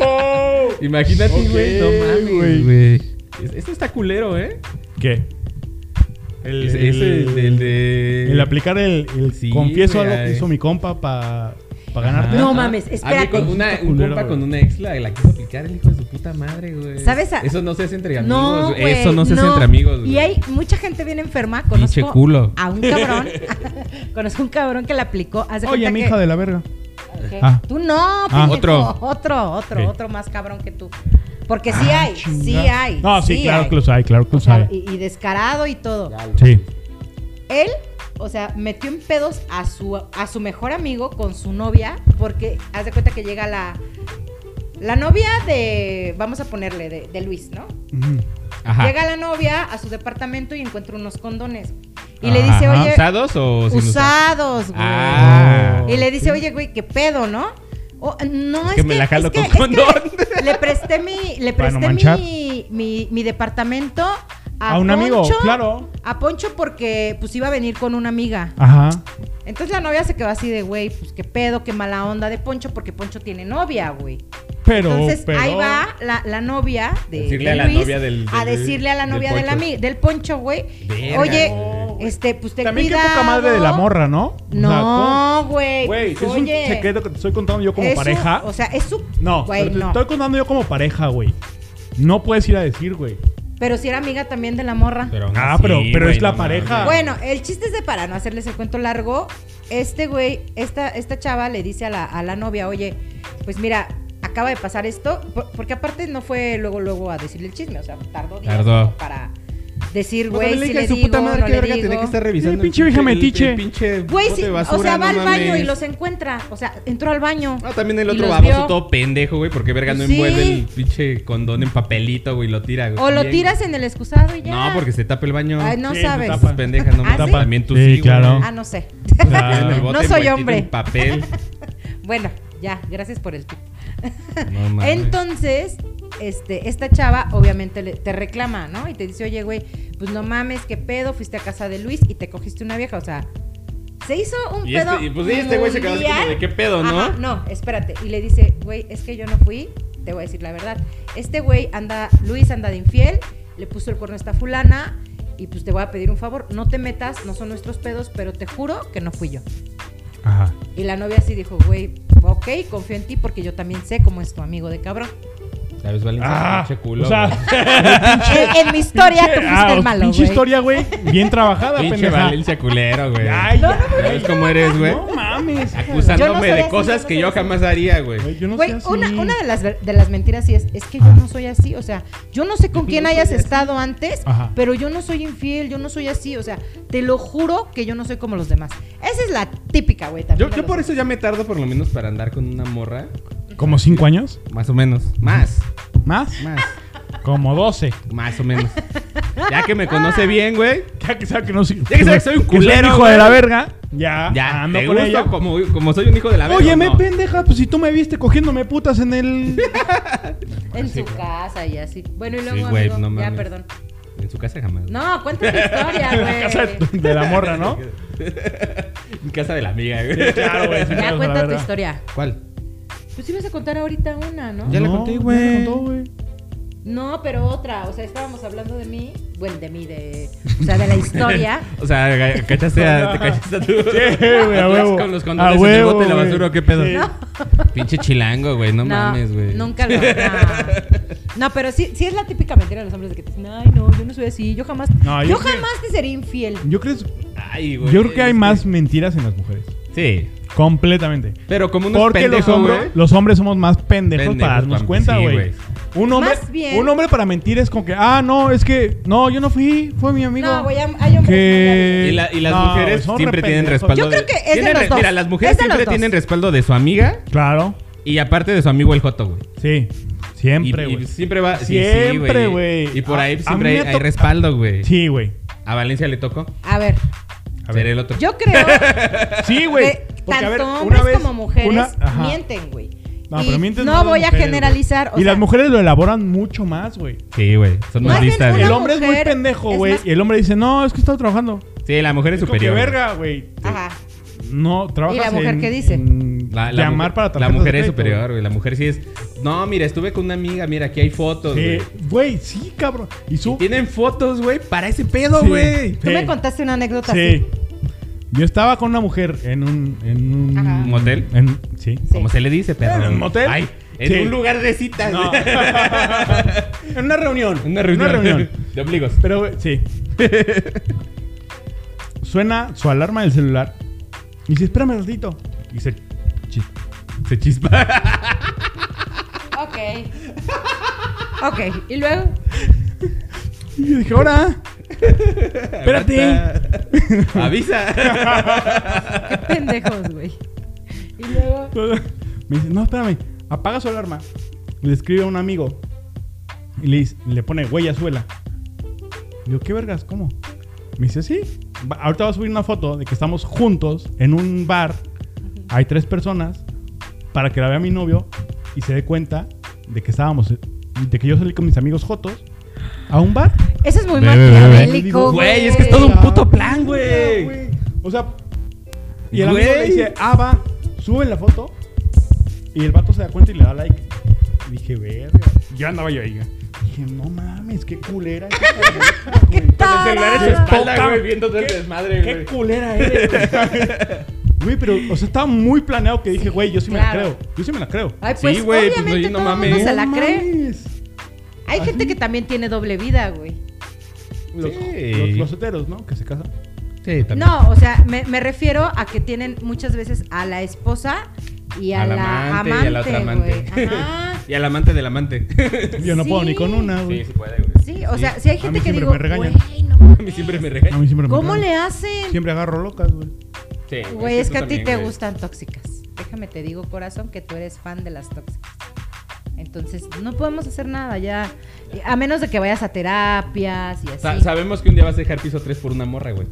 [SPEAKER 3] Imagínate,
[SPEAKER 2] Ok,
[SPEAKER 3] güey. No mames,
[SPEAKER 2] güey.
[SPEAKER 3] güey. Es- Este está culero, ¿eh?
[SPEAKER 2] ¿Qué? El,
[SPEAKER 3] Ese- ese
[SPEAKER 2] el-
[SPEAKER 3] del de-
[SPEAKER 2] el aplicar el, el
[SPEAKER 3] Sí,
[SPEAKER 2] confieso
[SPEAKER 3] güey,
[SPEAKER 2] algo que
[SPEAKER 3] ay.
[SPEAKER 2] hizo mi compa para ganarte.
[SPEAKER 1] No
[SPEAKER 3] Ajá.
[SPEAKER 1] mames,
[SPEAKER 3] A mí
[SPEAKER 1] espérate.
[SPEAKER 3] Ah, con una, un
[SPEAKER 2] Culero,
[SPEAKER 3] compa
[SPEAKER 2] güey.
[SPEAKER 3] con una ex la, la quiso aplicar el hijo de su puta madre, güey.
[SPEAKER 4] ¿Sabes a-
[SPEAKER 3] Eso no se hace entre amigos.
[SPEAKER 4] No,
[SPEAKER 3] güey.
[SPEAKER 4] güey,
[SPEAKER 3] Eso no se hace entre amigos, güey.
[SPEAKER 4] Y hay mucha gente bien enferma.
[SPEAKER 3] Pinche
[SPEAKER 4] Conozco
[SPEAKER 3] culo.
[SPEAKER 4] a un cabrón. conozco a un cabrón que le aplicó. haz de
[SPEAKER 2] Oye,
[SPEAKER 4] cuenta
[SPEAKER 2] mi
[SPEAKER 4] que-
[SPEAKER 2] hija de la verga.
[SPEAKER 4] ¿Qué?
[SPEAKER 2] Ah.
[SPEAKER 4] Tú no,
[SPEAKER 2] Ah.
[SPEAKER 4] pendejo.
[SPEAKER 3] Otro.
[SPEAKER 4] Otro, otro,
[SPEAKER 2] Ok.
[SPEAKER 4] otro más cabrón que tú. Porque sí
[SPEAKER 2] Ah,
[SPEAKER 4] hay, sí
[SPEAKER 2] chinga.
[SPEAKER 4] hay.
[SPEAKER 2] No, sí, claro
[SPEAKER 4] hay.
[SPEAKER 2] que los hay, claro que
[SPEAKER 4] O
[SPEAKER 2] los
[SPEAKER 4] sea,
[SPEAKER 2] hay.
[SPEAKER 4] y, y descarado y todo.
[SPEAKER 2] Sí.
[SPEAKER 4] Él, o sea, metió en pedos a su, a su mejor amigo con su novia, porque haz de cuenta que llega la, la novia de, vamos a ponerle, de, de Luis, ¿no?
[SPEAKER 2] Ujú.
[SPEAKER 3] Ajá.
[SPEAKER 4] Llega la novia a su departamento y encuentra unos condones. Y le
[SPEAKER 3] Ajá.
[SPEAKER 4] dice,
[SPEAKER 3] Ajá.
[SPEAKER 4] oye,
[SPEAKER 3] ¿Usados o sin usar?
[SPEAKER 4] usados, güey.
[SPEAKER 3] Ah.
[SPEAKER 4] Y le dice, oye, güey, qué pedo, ¿no? O- no, es
[SPEAKER 3] que me la
[SPEAKER 4] es
[SPEAKER 3] jalo
[SPEAKER 4] que-
[SPEAKER 3] con
[SPEAKER 4] es que
[SPEAKER 3] condón.
[SPEAKER 4] le- le presté mi, le
[SPEAKER 2] Para
[SPEAKER 4] presté
[SPEAKER 2] no manchar.
[SPEAKER 4] mi, mi, mi departamento a,
[SPEAKER 2] A un amigo,
[SPEAKER 4] Poncho,
[SPEAKER 2] claro.
[SPEAKER 4] A Poncho porque pues iba a venir con una amiga.
[SPEAKER 2] Ajá.
[SPEAKER 4] Entonces la novia se quedó así de, güey, pues qué pedo, qué mala onda de Poncho porque Poncho tiene novia, güey.
[SPEAKER 2] Pero,
[SPEAKER 4] Entonces
[SPEAKER 2] pero-
[SPEAKER 4] ahí va la, la novia de,
[SPEAKER 3] Decirle
[SPEAKER 4] de
[SPEAKER 3] a la
[SPEAKER 4] Luis
[SPEAKER 3] novia del-
[SPEAKER 4] a
[SPEAKER 3] del-
[SPEAKER 4] decirle a la
[SPEAKER 3] del
[SPEAKER 4] novia del,
[SPEAKER 3] Poncho.
[SPEAKER 4] ami- del Poncho, güey.
[SPEAKER 3] Verga,
[SPEAKER 4] Oye,
[SPEAKER 3] güey.
[SPEAKER 4] este, pues te
[SPEAKER 2] También qué poca madre de la morra, ¿no? O sea, ¿cómo?
[SPEAKER 4] No, güey.
[SPEAKER 2] Güey, es un
[SPEAKER 4] oye,
[SPEAKER 2] secreto que te estoy contando yo como
[SPEAKER 4] es su-
[SPEAKER 2] pareja.
[SPEAKER 4] o sea, es su.
[SPEAKER 2] no,
[SPEAKER 4] güey,
[SPEAKER 2] pero te
[SPEAKER 4] no.
[SPEAKER 2] estoy contando yo como pareja, güey. No puedes ir a decir, güey.
[SPEAKER 4] Pero si era amiga también de la morra.
[SPEAKER 3] Pero ah. aún
[SPEAKER 2] Ah,
[SPEAKER 3] así,
[SPEAKER 2] pero- pero
[SPEAKER 3] güey,
[SPEAKER 2] es la
[SPEAKER 3] no mames.
[SPEAKER 2] pareja.
[SPEAKER 4] Bueno, el chiste es de para no hacerles el cuento largo. Este güey, esta, esta chava le dice a la, a la novia, oye, pues mira, acaba de pasar esto. por- porque aparte no fue luego, luego a decirle el chisme. O sea, tardó días
[SPEAKER 3] Tardó.
[SPEAKER 4] como para decir,
[SPEAKER 3] Pues
[SPEAKER 4] güey,
[SPEAKER 3] también le
[SPEAKER 4] si
[SPEAKER 3] dije
[SPEAKER 4] le
[SPEAKER 3] a su
[SPEAKER 4] digo,
[SPEAKER 3] puta madre
[SPEAKER 4] no
[SPEAKER 3] que
[SPEAKER 4] le
[SPEAKER 3] verga tenía
[SPEAKER 4] digo.
[SPEAKER 3] que estar revisando.
[SPEAKER 2] Sí, pinche vieja
[SPEAKER 3] el- el- el
[SPEAKER 2] metiche.
[SPEAKER 3] pinche
[SPEAKER 4] Güey,
[SPEAKER 3] bote
[SPEAKER 4] sí,
[SPEAKER 3] de
[SPEAKER 4] o
[SPEAKER 3] basura,
[SPEAKER 4] sea, va
[SPEAKER 3] no
[SPEAKER 4] al baño y
[SPEAKER 3] mames.
[SPEAKER 4] los encuentra. O sea, entró al baño.
[SPEAKER 3] No, también el
[SPEAKER 4] y
[SPEAKER 3] otro
[SPEAKER 4] los
[SPEAKER 3] baboso
[SPEAKER 4] vio.
[SPEAKER 3] todo pendejo, güey, porque verga no
[SPEAKER 4] Sí.
[SPEAKER 3] envuelve el pinche condón en papelito, güey, y lo tira, güey.
[SPEAKER 4] O lo
[SPEAKER 3] Bien.
[SPEAKER 4] tiras en el excusado y ya.
[SPEAKER 3] No, porque se tapa el baño.
[SPEAKER 4] Ay, no
[SPEAKER 2] Sí,
[SPEAKER 4] sabes.
[SPEAKER 2] se
[SPEAKER 3] Esas pendejas, no
[SPEAKER 4] ¿Ah,
[SPEAKER 3] mames.
[SPEAKER 4] sí?
[SPEAKER 3] También tú
[SPEAKER 6] Sí,
[SPEAKER 3] sí, güey.
[SPEAKER 6] claro.
[SPEAKER 4] Ah, no sé.
[SPEAKER 3] Tiran el bote
[SPEAKER 4] No soy
[SPEAKER 3] envueltito
[SPEAKER 4] hombre.
[SPEAKER 3] En papel.
[SPEAKER 4] Bueno, ya, gracias por el tip.
[SPEAKER 3] No mames.
[SPEAKER 4] Entonces, este, esta chava obviamente le- te reclama, ¿no? Y te dice, oye, güey, pues no mames, qué pedo, fuiste a casa de Luis y te cogiste una vieja, o sea, se hizo un
[SPEAKER 3] Y
[SPEAKER 4] pedo.
[SPEAKER 3] este- y pues sí, este güey se quedó así como
[SPEAKER 4] mundial.
[SPEAKER 3] de, "¿Qué pedo, no?"
[SPEAKER 4] Ajá, no, espérate. Y le dice, güey, es que yo no fui, te voy a decir la verdad. Este güey anda, Luis anda de infiel, le puso el cuerno a esta fulana y pues te voy a pedir un favor, no te metas, no son nuestros pedos, pero te juro que no fui yo.
[SPEAKER 6] Ajá.
[SPEAKER 4] Y la novia así dijo, güey, ok, confío en ti porque yo también sé cómo es tu amigo de cabrón.
[SPEAKER 3] ¿Sabes, Valencia?
[SPEAKER 2] Ah,
[SPEAKER 3] pinche culo.
[SPEAKER 2] o sea,
[SPEAKER 3] güey.
[SPEAKER 4] en, en mi historia tú
[SPEAKER 2] pinche-
[SPEAKER 4] fuiste
[SPEAKER 2] ah,
[SPEAKER 4] el malo,
[SPEAKER 2] pinche
[SPEAKER 4] güey.
[SPEAKER 2] historia, güey. Bien trabajada,
[SPEAKER 3] Pinche
[SPEAKER 2] pendeja.
[SPEAKER 3] Valencia culero, güey.
[SPEAKER 2] Ay,
[SPEAKER 3] ¿Ya
[SPEAKER 2] ya,
[SPEAKER 3] ¿Sabes cómo eres, güey?
[SPEAKER 2] No mames.
[SPEAKER 4] Yo no
[SPEAKER 3] Acusándome
[SPEAKER 4] soy
[SPEAKER 3] de
[SPEAKER 4] así, yo
[SPEAKER 3] cosas
[SPEAKER 4] no
[SPEAKER 3] que
[SPEAKER 4] soy
[SPEAKER 3] yo
[SPEAKER 4] así.
[SPEAKER 3] jamás haría, güey.
[SPEAKER 2] Güey, yo no
[SPEAKER 4] Güey,
[SPEAKER 2] sé así.
[SPEAKER 4] una, una de, las, ver- de las mentiras sí es, es que yo no soy así, o sea, yo no sé con quién hayas estado antes,
[SPEAKER 2] Ajá.
[SPEAKER 4] pero yo no soy infiel, yo no soy así, o sea, te lo juro que yo no soy como los demás. Esa es la típica, güey. también
[SPEAKER 3] Yo,
[SPEAKER 4] de
[SPEAKER 3] yo
[SPEAKER 4] los-
[SPEAKER 3] por eso ya me tardo por lo menos para andar con una morra.
[SPEAKER 2] ¿Como cinco años?
[SPEAKER 3] Más o menos. Más.
[SPEAKER 2] ¿Más?
[SPEAKER 3] Más.
[SPEAKER 2] Como 12.
[SPEAKER 3] Más o menos. Ya que me conoce bien, güey.
[SPEAKER 2] Ya que sabe que no soy.
[SPEAKER 3] Ya que sabe que soy un culero,
[SPEAKER 2] hijo
[SPEAKER 3] güey.
[SPEAKER 2] de la verga. Ya.
[SPEAKER 3] Ya,
[SPEAKER 2] Ah, ando
[SPEAKER 3] te
[SPEAKER 2] con
[SPEAKER 3] gusto
[SPEAKER 2] ella.
[SPEAKER 3] como, como soy un hijo de la verga.
[SPEAKER 2] Oye,
[SPEAKER 3] ¿o
[SPEAKER 2] me
[SPEAKER 3] no?
[SPEAKER 2] pendeja, pues si tú me viste cogiéndome putas en el.
[SPEAKER 4] En su casa y así. Bueno, y luego,
[SPEAKER 3] Sí, güey,
[SPEAKER 4] amigo,
[SPEAKER 3] no
[SPEAKER 4] ya,
[SPEAKER 3] mames.
[SPEAKER 4] perdón.
[SPEAKER 3] En su casa jamás.
[SPEAKER 4] No, cuenta tu historia, güey.
[SPEAKER 2] casa de, de la morra, ¿no?
[SPEAKER 3] En casa de la amiga, güey.
[SPEAKER 2] Claro, güey. sí,
[SPEAKER 4] Ya
[SPEAKER 2] claro, la
[SPEAKER 4] cuenta tu
[SPEAKER 2] verga.
[SPEAKER 4] historia.
[SPEAKER 3] ¿Cuál?
[SPEAKER 4] Pues ibas a contar ahorita una, ¿no?
[SPEAKER 3] Ya la
[SPEAKER 2] No,
[SPEAKER 3] conté,
[SPEAKER 2] ya
[SPEAKER 3] güey.
[SPEAKER 2] la contó, güey.
[SPEAKER 4] No, pero otra. O sea, estábamos hablando de mí. Bueno, de mí, de. O sea, de la historia.
[SPEAKER 3] O sea, ga- cachaste a, te cachaste a tu.
[SPEAKER 2] Sí, güey, a huevo.
[SPEAKER 3] Con los
[SPEAKER 2] A
[SPEAKER 3] condones en el
[SPEAKER 2] huevo,
[SPEAKER 3] bote de la
[SPEAKER 2] güey.
[SPEAKER 3] basura, ¿o ¿qué pedo?
[SPEAKER 2] Sí.
[SPEAKER 3] Pinche chilango, güey. No, mames, güey.
[SPEAKER 4] Nunca lo. No. No, pero sí, sí es la típica mentira de los hombres de que te dicen, ay, no, yo no soy así. Yo jamás.
[SPEAKER 2] No,
[SPEAKER 4] yo
[SPEAKER 2] yo creo-
[SPEAKER 4] jamás te seré infiel.
[SPEAKER 2] Yo creo,
[SPEAKER 3] Ay, güey.
[SPEAKER 2] yo creo que hay
[SPEAKER 3] es
[SPEAKER 2] más mentiras en las mujeres.
[SPEAKER 3] Sí.
[SPEAKER 2] Completamente.
[SPEAKER 3] Pero como unos
[SPEAKER 2] Porque los,
[SPEAKER 3] pendejos,
[SPEAKER 2] hombres-
[SPEAKER 3] güey.
[SPEAKER 2] los hombres somos más pendejos,
[SPEAKER 3] Pendejos,
[SPEAKER 2] para darnos
[SPEAKER 3] pam-
[SPEAKER 2] cuenta,
[SPEAKER 3] sí,
[SPEAKER 2] güey.
[SPEAKER 3] güey.
[SPEAKER 2] un hombre,
[SPEAKER 4] Más bien-
[SPEAKER 2] un hombre para mentir es como que, ah, no, es que, no, yo no fui, fue mi amigo.
[SPEAKER 4] No, güey, hay hay hombres.
[SPEAKER 2] que...
[SPEAKER 3] Y, la- y las
[SPEAKER 2] No,
[SPEAKER 3] mujeres
[SPEAKER 2] son
[SPEAKER 3] siempre tienen
[SPEAKER 2] rependejos.
[SPEAKER 3] respaldo.
[SPEAKER 4] Yo creo que es de
[SPEAKER 3] tienen
[SPEAKER 4] los
[SPEAKER 3] re-
[SPEAKER 4] dos.
[SPEAKER 3] Mira, las
[SPEAKER 4] Es
[SPEAKER 3] mujeres
[SPEAKER 4] de los
[SPEAKER 3] siempre
[SPEAKER 4] dos.
[SPEAKER 3] tienen respaldo de su amiga
[SPEAKER 2] Claro,
[SPEAKER 3] y aparte de su amigo el Joto, güey.
[SPEAKER 2] sí,
[SPEAKER 3] Y-
[SPEAKER 2] siempre,
[SPEAKER 3] y
[SPEAKER 2] güey.
[SPEAKER 3] siempre va. sí, sí,
[SPEAKER 2] Siempre, güey.
[SPEAKER 3] Y por
[SPEAKER 2] A-
[SPEAKER 3] ahí
[SPEAKER 2] a
[SPEAKER 3] siempre
[SPEAKER 2] mí
[SPEAKER 3] hay,
[SPEAKER 2] me ha
[SPEAKER 3] hay
[SPEAKER 2] to-
[SPEAKER 3] respaldo, güey.
[SPEAKER 2] Sí, güey.
[SPEAKER 3] A Valencia le tocó.
[SPEAKER 4] A ver,
[SPEAKER 2] A ver.
[SPEAKER 3] Seré el otro.
[SPEAKER 4] yo creo
[SPEAKER 2] Sí, güey.
[SPEAKER 4] que
[SPEAKER 2] Porque,
[SPEAKER 4] Eh, tanto
[SPEAKER 2] a ver,
[SPEAKER 4] hombres
[SPEAKER 2] una vez-
[SPEAKER 4] como mujeres
[SPEAKER 2] una- ajá.
[SPEAKER 4] mienten, güey.
[SPEAKER 2] No,
[SPEAKER 4] Y
[SPEAKER 2] pero mienten
[SPEAKER 4] no
[SPEAKER 2] más las
[SPEAKER 4] voy a
[SPEAKER 2] mujeres,
[SPEAKER 4] generalizar. o
[SPEAKER 2] güey. Y las
[SPEAKER 4] sea,
[SPEAKER 2] mujeres lo elaboran mucho más, güey.
[SPEAKER 3] Sí, güey. Son
[SPEAKER 4] Más
[SPEAKER 3] más
[SPEAKER 4] bien
[SPEAKER 3] listas,
[SPEAKER 4] una
[SPEAKER 3] güey.
[SPEAKER 2] El hombre es muy
[SPEAKER 4] mujer
[SPEAKER 2] pendejo,
[SPEAKER 4] es
[SPEAKER 2] güey.
[SPEAKER 4] más-
[SPEAKER 2] Y el hombre dice, no, es que estaba trabajando.
[SPEAKER 3] Sí, la mujer es
[SPEAKER 2] Es como que
[SPEAKER 3] superior. güey.
[SPEAKER 2] verga, güey.
[SPEAKER 4] Ajá.
[SPEAKER 2] No, trabajas
[SPEAKER 4] mujer
[SPEAKER 2] en-
[SPEAKER 4] qué dice?
[SPEAKER 2] en
[SPEAKER 3] La, la
[SPEAKER 2] llamar
[SPEAKER 3] mujer,
[SPEAKER 2] para
[SPEAKER 3] la
[SPEAKER 2] tarjetas de
[SPEAKER 3] mujer es
[SPEAKER 2] crédito,
[SPEAKER 3] superior, güey. La mujer sí es. No, mira, estuve con una amiga, mira, aquí hay fotos,
[SPEAKER 2] Sí,
[SPEAKER 3] güey.
[SPEAKER 2] Eh, güey, sí, cabrón. Y su...
[SPEAKER 3] Tienen fotos, güey, para ese pedo,
[SPEAKER 2] Sí.
[SPEAKER 3] güey.
[SPEAKER 4] Tú
[SPEAKER 2] Sí.
[SPEAKER 4] me contaste una anécdota
[SPEAKER 2] Sí.
[SPEAKER 4] así.
[SPEAKER 2] Yo estaba con una mujer en un... En un
[SPEAKER 4] Ajá.
[SPEAKER 3] ¿Motel?
[SPEAKER 2] en- sí.
[SPEAKER 4] Sí.
[SPEAKER 3] Como se le dice, perro.
[SPEAKER 2] ¿En un motel?
[SPEAKER 3] Ay, en
[SPEAKER 2] Sí.
[SPEAKER 3] un lugar de citas.
[SPEAKER 2] No.
[SPEAKER 3] güey.
[SPEAKER 2] en una reunión.
[SPEAKER 3] Una reunión.
[SPEAKER 2] Una reunión.
[SPEAKER 3] De ombligos.
[SPEAKER 2] Pero, güey, sí. Suena su alarma del celular. Y dice, espérame un ratito. Y se... chi-
[SPEAKER 3] Se chispa.
[SPEAKER 4] Ok. Ok, y luego.
[SPEAKER 2] Y yo dije, ahora. Espérate.
[SPEAKER 3] Aguanta. Avisa.
[SPEAKER 4] Qué pendejos, güey. Y luego.
[SPEAKER 2] Me dice, no, espérame. Apaga su alarma. Le escribe a un amigo. Y le, dice- le pone, güey, azuela. Yo, ¿qué vergas? ¿Cómo? Me dice, sí. Va- ahorita va a subir una foto de que estamos juntos en un bar. Hay tres personas. Para que la vea mi novio. Y se dé cuenta de que estábamos. De que yo salí con mis amigos Jotos. A un bar.
[SPEAKER 4] Eso es muy
[SPEAKER 3] Ve, ve, ve, ve.
[SPEAKER 4] maquiavélico, güey.
[SPEAKER 3] Güey, es que es todo un puto plan,
[SPEAKER 2] Ah,
[SPEAKER 3] güey.
[SPEAKER 2] güey. O sea, y el amigo le
[SPEAKER 3] Güey.
[SPEAKER 2] dice, ah, va, suben la foto. Y el vato se da cuenta y le da like. Y dije, verga. Yo andaba yo ahí. güey. Dije, no mames, qué culera. eres, güey.
[SPEAKER 3] El celular en su espalda,
[SPEAKER 2] Poca-
[SPEAKER 3] güey, viendo todo el
[SPEAKER 2] ¿Qué-
[SPEAKER 3] desmadre,
[SPEAKER 2] Qué
[SPEAKER 3] güey.
[SPEAKER 2] culera eres. güey. Güey, pero, o sea, estaba muy planeado que dije, güey, yo sí me la
[SPEAKER 4] claro.
[SPEAKER 2] creo. Yo sí me la creo.
[SPEAKER 4] Ay,
[SPEAKER 3] Sí,
[SPEAKER 4] pues
[SPEAKER 3] güey, pues,
[SPEAKER 4] obviamente
[SPEAKER 3] oye, no
[SPEAKER 4] todo el mundo
[SPEAKER 3] mames. Ah,
[SPEAKER 4] se la cree.
[SPEAKER 2] mames.
[SPEAKER 4] Hay gente que también tiene doble vida, güey.
[SPEAKER 2] Los,
[SPEAKER 3] Sí.
[SPEAKER 2] los, los heteros, ¿no? Que se casan.
[SPEAKER 3] Sí, también.
[SPEAKER 4] No, o sea, me, me refiero a que tienen muchas veces a la esposa y a,
[SPEAKER 3] Al
[SPEAKER 4] la
[SPEAKER 3] amante y a
[SPEAKER 4] amante,
[SPEAKER 3] la
[SPEAKER 4] güey.
[SPEAKER 3] otra amante.
[SPEAKER 4] Ajá.
[SPEAKER 3] Y al amante del amante.
[SPEAKER 2] Yo no puedo ni con una, güey.
[SPEAKER 3] sí, sí puede, güey.
[SPEAKER 4] Sí, o sea, si hay
[SPEAKER 2] a
[SPEAKER 4] gente
[SPEAKER 2] mí
[SPEAKER 4] que
[SPEAKER 2] siempre
[SPEAKER 4] digo,
[SPEAKER 2] me regañan.
[SPEAKER 4] güey, no
[SPEAKER 3] A mí siempre me
[SPEAKER 2] A
[SPEAKER 3] regañan.
[SPEAKER 2] mí siempre me
[SPEAKER 4] ¿Cómo
[SPEAKER 2] traen.
[SPEAKER 4] le hacen?
[SPEAKER 2] Siempre agarro locas, güey.
[SPEAKER 3] Sí,
[SPEAKER 4] Güey, es
[SPEAKER 3] tú
[SPEAKER 4] que a ti
[SPEAKER 3] también,
[SPEAKER 4] te
[SPEAKER 3] güey.
[SPEAKER 4] gustan tóxicas. Déjame te digo, corazón, que tú eres fan de las tóxicas. Entonces, no podemos hacer nada ya. Eh, A menos de que vayas a terapias y así.
[SPEAKER 3] Sa- sabemos que un día vas a dejar piso 3 por una morra, güey.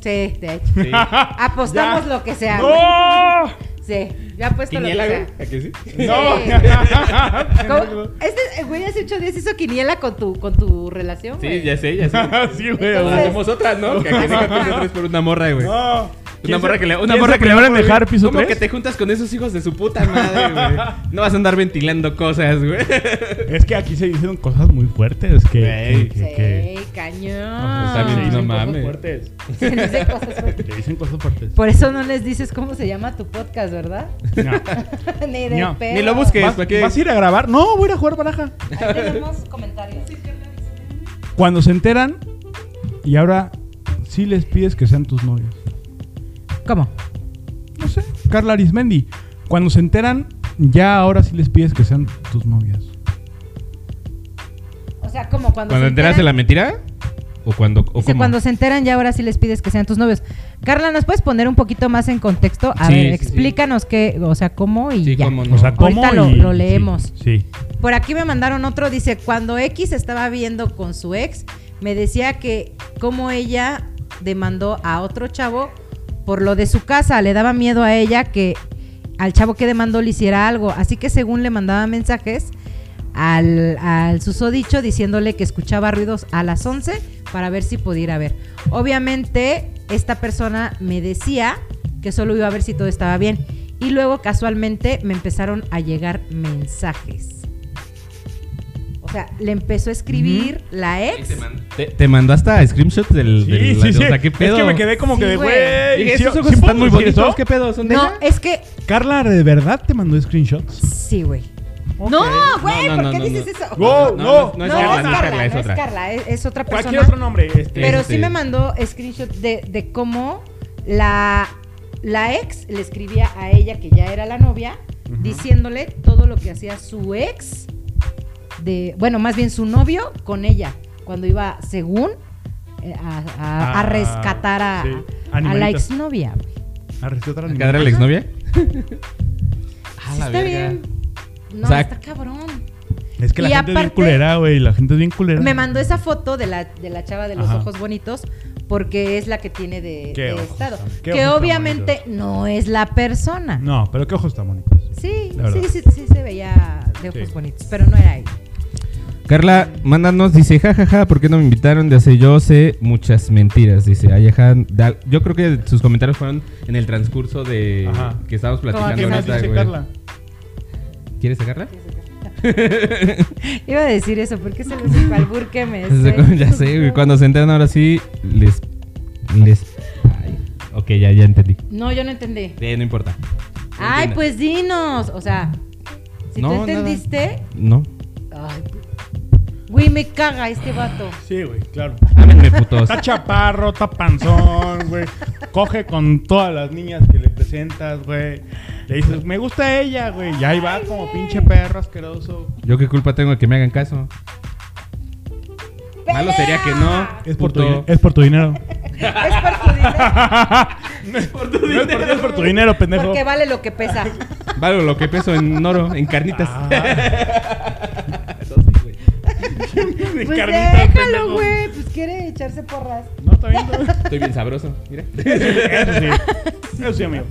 [SPEAKER 4] Sí, de hecho.
[SPEAKER 3] Sí.
[SPEAKER 4] Apostamos
[SPEAKER 2] Ya.
[SPEAKER 4] lo que sea. güey.
[SPEAKER 2] ¡No!
[SPEAKER 4] Sí, yo apuesto
[SPEAKER 3] Quiniela,
[SPEAKER 4] lo que
[SPEAKER 3] güey.
[SPEAKER 4] sea.
[SPEAKER 3] ¿A que sí?
[SPEAKER 4] ¿Cómo? Este eh, güey hace ocho días hizo quiniela con tu, con tu relación.
[SPEAKER 3] Sí,
[SPEAKER 4] güey.
[SPEAKER 3] ya sé, ya sé.
[SPEAKER 2] sí, güey.
[SPEAKER 4] Entonces-
[SPEAKER 2] güey.
[SPEAKER 3] Hacemos otras, ¿no? Que a que deja piso 3 por una morra, güey.
[SPEAKER 2] No.
[SPEAKER 3] Una morra que le, una
[SPEAKER 2] ¿Quién
[SPEAKER 3] morra
[SPEAKER 2] se
[SPEAKER 3] que le
[SPEAKER 2] peleó por
[SPEAKER 3] dejar
[SPEAKER 2] dejar piso
[SPEAKER 3] piso ¿Cómo que
[SPEAKER 2] tres?
[SPEAKER 3] te juntas con esos hijos de su puta madre, güey? No vas a andar ventilando cosas, güey.
[SPEAKER 2] Es que aquí se dicen cosas muy fuertes. Que,
[SPEAKER 3] Güey.
[SPEAKER 2] que, que, que-
[SPEAKER 4] Sí, Ah. cañón.
[SPEAKER 3] pues, también
[SPEAKER 2] se
[SPEAKER 3] no
[SPEAKER 2] dicen cosas
[SPEAKER 3] mames.
[SPEAKER 2] fuertes.
[SPEAKER 4] Se les de cosas fuertes.
[SPEAKER 2] Se dicen cosas fuertes.
[SPEAKER 4] Por eso no les dices cómo se llama tu podcast, ¿verdad?
[SPEAKER 2] No.
[SPEAKER 4] Ni de
[SPEAKER 2] No.
[SPEAKER 4] pedo.
[SPEAKER 3] Ni lo busques. ¿Qué es?
[SPEAKER 2] ¿Vas,
[SPEAKER 3] ¿Para qué?
[SPEAKER 2] vas a ir a grabar? No, voy a ir a jugar baraja.
[SPEAKER 4] Ahí tenemos comentarios.
[SPEAKER 2] Cuando se enteran, y ahora sí les pides que sean tus novios.
[SPEAKER 7] ¿Cómo?
[SPEAKER 2] No sé, Carla Arismendi. Cuando se enteran, ya ahora sí les pides que sean tus novias.
[SPEAKER 4] O sea, como cuando,
[SPEAKER 3] ¿Cuando
[SPEAKER 4] se
[SPEAKER 3] enteras de
[SPEAKER 4] enteran-
[SPEAKER 3] la mentira? ¿O cuando.? O
[SPEAKER 4] Dice,
[SPEAKER 3] cómo?
[SPEAKER 4] cuando se enteran ya ahora sí les pides que sean tus novios. Carla, ¿nos puedes poner un poquito más en contexto? A
[SPEAKER 3] Sí,
[SPEAKER 4] ver,
[SPEAKER 3] sí, sí.
[SPEAKER 4] explícanos qué, o sea, cómo y
[SPEAKER 3] Sí,
[SPEAKER 4] ya.
[SPEAKER 3] cómo no.
[SPEAKER 2] O sea, ¿cómo?
[SPEAKER 4] Ahorita lo-
[SPEAKER 2] Y-
[SPEAKER 4] lo leemos.
[SPEAKER 2] Sí. sí.
[SPEAKER 4] Por aquí me mandaron otro, dice, cuando X estaba viendo con su ex, me decía que como ella demandó a otro chavo por lo de su casa, le daba miedo a ella que al chavo que demandó le hiciera algo, así que según le mandaba mensajes al, al susodicho diciéndole que escuchaba ruidos a las 11 para ver si podía ir a ver. Obviamente esta persona me decía que solo iba a ver si todo estaba bien y luego casualmente me empezaron a llegar mensajes. O sea, le empezó a escribir la ex.
[SPEAKER 3] Te, te mandó hasta screenshots del. del-
[SPEAKER 2] sí, sí.
[SPEAKER 3] O sea, ¿qué pedo?
[SPEAKER 2] Es que me quedé como
[SPEAKER 4] Sí,
[SPEAKER 2] que de
[SPEAKER 4] güey.
[SPEAKER 2] güey.
[SPEAKER 3] Dije,
[SPEAKER 2] ¿sí-
[SPEAKER 3] estos
[SPEAKER 2] sí
[SPEAKER 3] ojos están
[SPEAKER 2] podemos
[SPEAKER 3] muy
[SPEAKER 2] decir eso?
[SPEAKER 3] bonitos. ¿Qué pedo? ¿Son de
[SPEAKER 4] No,
[SPEAKER 3] ella?
[SPEAKER 4] es que
[SPEAKER 2] Carla, ¿de verdad te mandó screenshots?
[SPEAKER 4] sí, güey. No, güey,
[SPEAKER 3] No, no,
[SPEAKER 4] ¿por qué
[SPEAKER 3] no,
[SPEAKER 4] dices
[SPEAKER 3] no.
[SPEAKER 4] eso?
[SPEAKER 2] Wow, no,
[SPEAKER 3] no, no, no
[SPEAKER 4] No,
[SPEAKER 3] es
[SPEAKER 4] no
[SPEAKER 3] Carla,
[SPEAKER 4] es
[SPEAKER 3] no es Carla,
[SPEAKER 4] Carla,
[SPEAKER 3] es
[SPEAKER 4] no es
[SPEAKER 3] otra.
[SPEAKER 4] Carla, es, es otra persona.
[SPEAKER 2] Cualquier otro nombre. Este.
[SPEAKER 4] Pero
[SPEAKER 3] Este.
[SPEAKER 4] sí me mandó screenshot de, de cómo la, la ex le escribía a ella, que ya era la novia, diciéndole todo lo que hacía su ex, de, bueno, más bien su novio con ella, cuando iba, según, eh, a, a- a
[SPEAKER 2] Ah,
[SPEAKER 4] rescatar a,
[SPEAKER 2] sí.
[SPEAKER 4] a la
[SPEAKER 2] Animalitos.
[SPEAKER 4] exnovia. güey.
[SPEAKER 2] Arreció otra
[SPEAKER 3] ¿A cadera la exnovia? Ah,
[SPEAKER 4] Sí
[SPEAKER 3] la
[SPEAKER 4] está
[SPEAKER 3] verga.
[SPEAKER 4] bien. No,
[SPEAKER 3] O sea,
[SPEAKER 4] está cabrón.
[SPEAKER 2] Es que la
[SPEAKER 4] Y
[SPEAKER 2] gente es bien
[SPEAKER 4] aparte-
[SPEAKER 2] culera, güey. La gente es bien culera.
[SPEAKER 4] Me mandó esa foto de la, de la chava de los
[SPEAKER 2] Ajá.
[SPEAKER 4] ojos bonitos porque es la que tiene de,
[SPEAKER 2] Qué
[SPEAKER 4] de
[SPEAKER 2] ojos
[SPEAKER 4] estado.
[SPEAKER 2] tan- qué
[SPEAKER 4] Que
[SPEAKER 2] ojos tan
[SPEAKER 4] obviamente no es la persona.
[SPEAKER 2] No, pero qué ojos tan bonitos.
[SPEAKER 4] Sí,
[SPEAKER 2] La verdad.
[SPEAKER 4] sí, sí, sí se veía de ojos
[SPEAKER 2] Sí.
[SPEAKER 4] bonitos, pero no era ella.
[SPEAKER 3] Carla, mándanos, dice, jajaja, ¿por qué no me invitaron? De hace yo sé muchas mentiras, dice. Ay, ajá, da- yo creo que sus comentarios fueron en el transcurso de
[SPEAKER 2] Ajá.
[SPEAKER 3] que estábamos platicando
[SPEAKER 2] ¿Qué más
[SPEAKER 3] ahorita,
[SPEAKER 2] dice
[SPEAKER 3] güey.
[SPEAKER 2] Carla?
[SPEAKER 3] ¿Quieres sacarla?
[SPEAKER 4] Iba a decir eso, porque se lo dijo al burke me
[SPEAKER 3] ya sé, güey, cuando se enteran ahora sí, les... les ay, ok, ya, ya entendí.
[SPEAKER 4] No, yo no entendí.
[SPEAKER 3] Eh, no importa.
[SPEAKER 4] Ay,
[SPEAKER 3] Entiendo.
[SPEAKER 4] pues dinos. O sea, si
[SPEAKER 3] No,
[SPEAKER 4] tú
[SPEAKER 3] nada.
[SPEAKER 4] entendiste.
[SPEAKER 3] No.
[SPEAKER 4] Ay, güey, me caga este vato.
[SPEAKER 2] Sí, güey, claro.
[SPEAKER 3] Ámenme, putos.
[SPEAKER 2] Está chaparro, está panzón, güey. Coge con todas las niñas que le presentas, güey. Le dices, me gusta ella, güey. Y ahí va como pinche perro asqueroso.
[SPEAKER 3] ¿Yo qué culpa tengo de que me hagan caso? Malo sería que no.
[SPEAKER 2] Es por, tu,
[SPEAKER 3] puto.
[SPEAKER 2] di- es por tu dinero.
[SPEAKER 4] Es por tu dinero,
[SPEAKER 2] No es, por, es por tu dinero, pendejo.
[SPEAKER 4] porque vale lo que pesa.
[SPEAKER 3] Vale, lo que peso en oro, en carnitas.
[SPEAKER 2] Ah. De
[SPEAKER 4] Pues
[SPEAKER 2] carnitas,
[SPEAKER 4] déjalo,
[SPEAKER 2] pendejo.
[SPEAKER 4] güey. Pues quiere echarse porras.
[SPEAKER 2] No, está bien. está bien.
[SPEAKER 3] Estoy bien sabroso, mira.
[SPEAKER 2] Eso sí. Eso sí, amigo.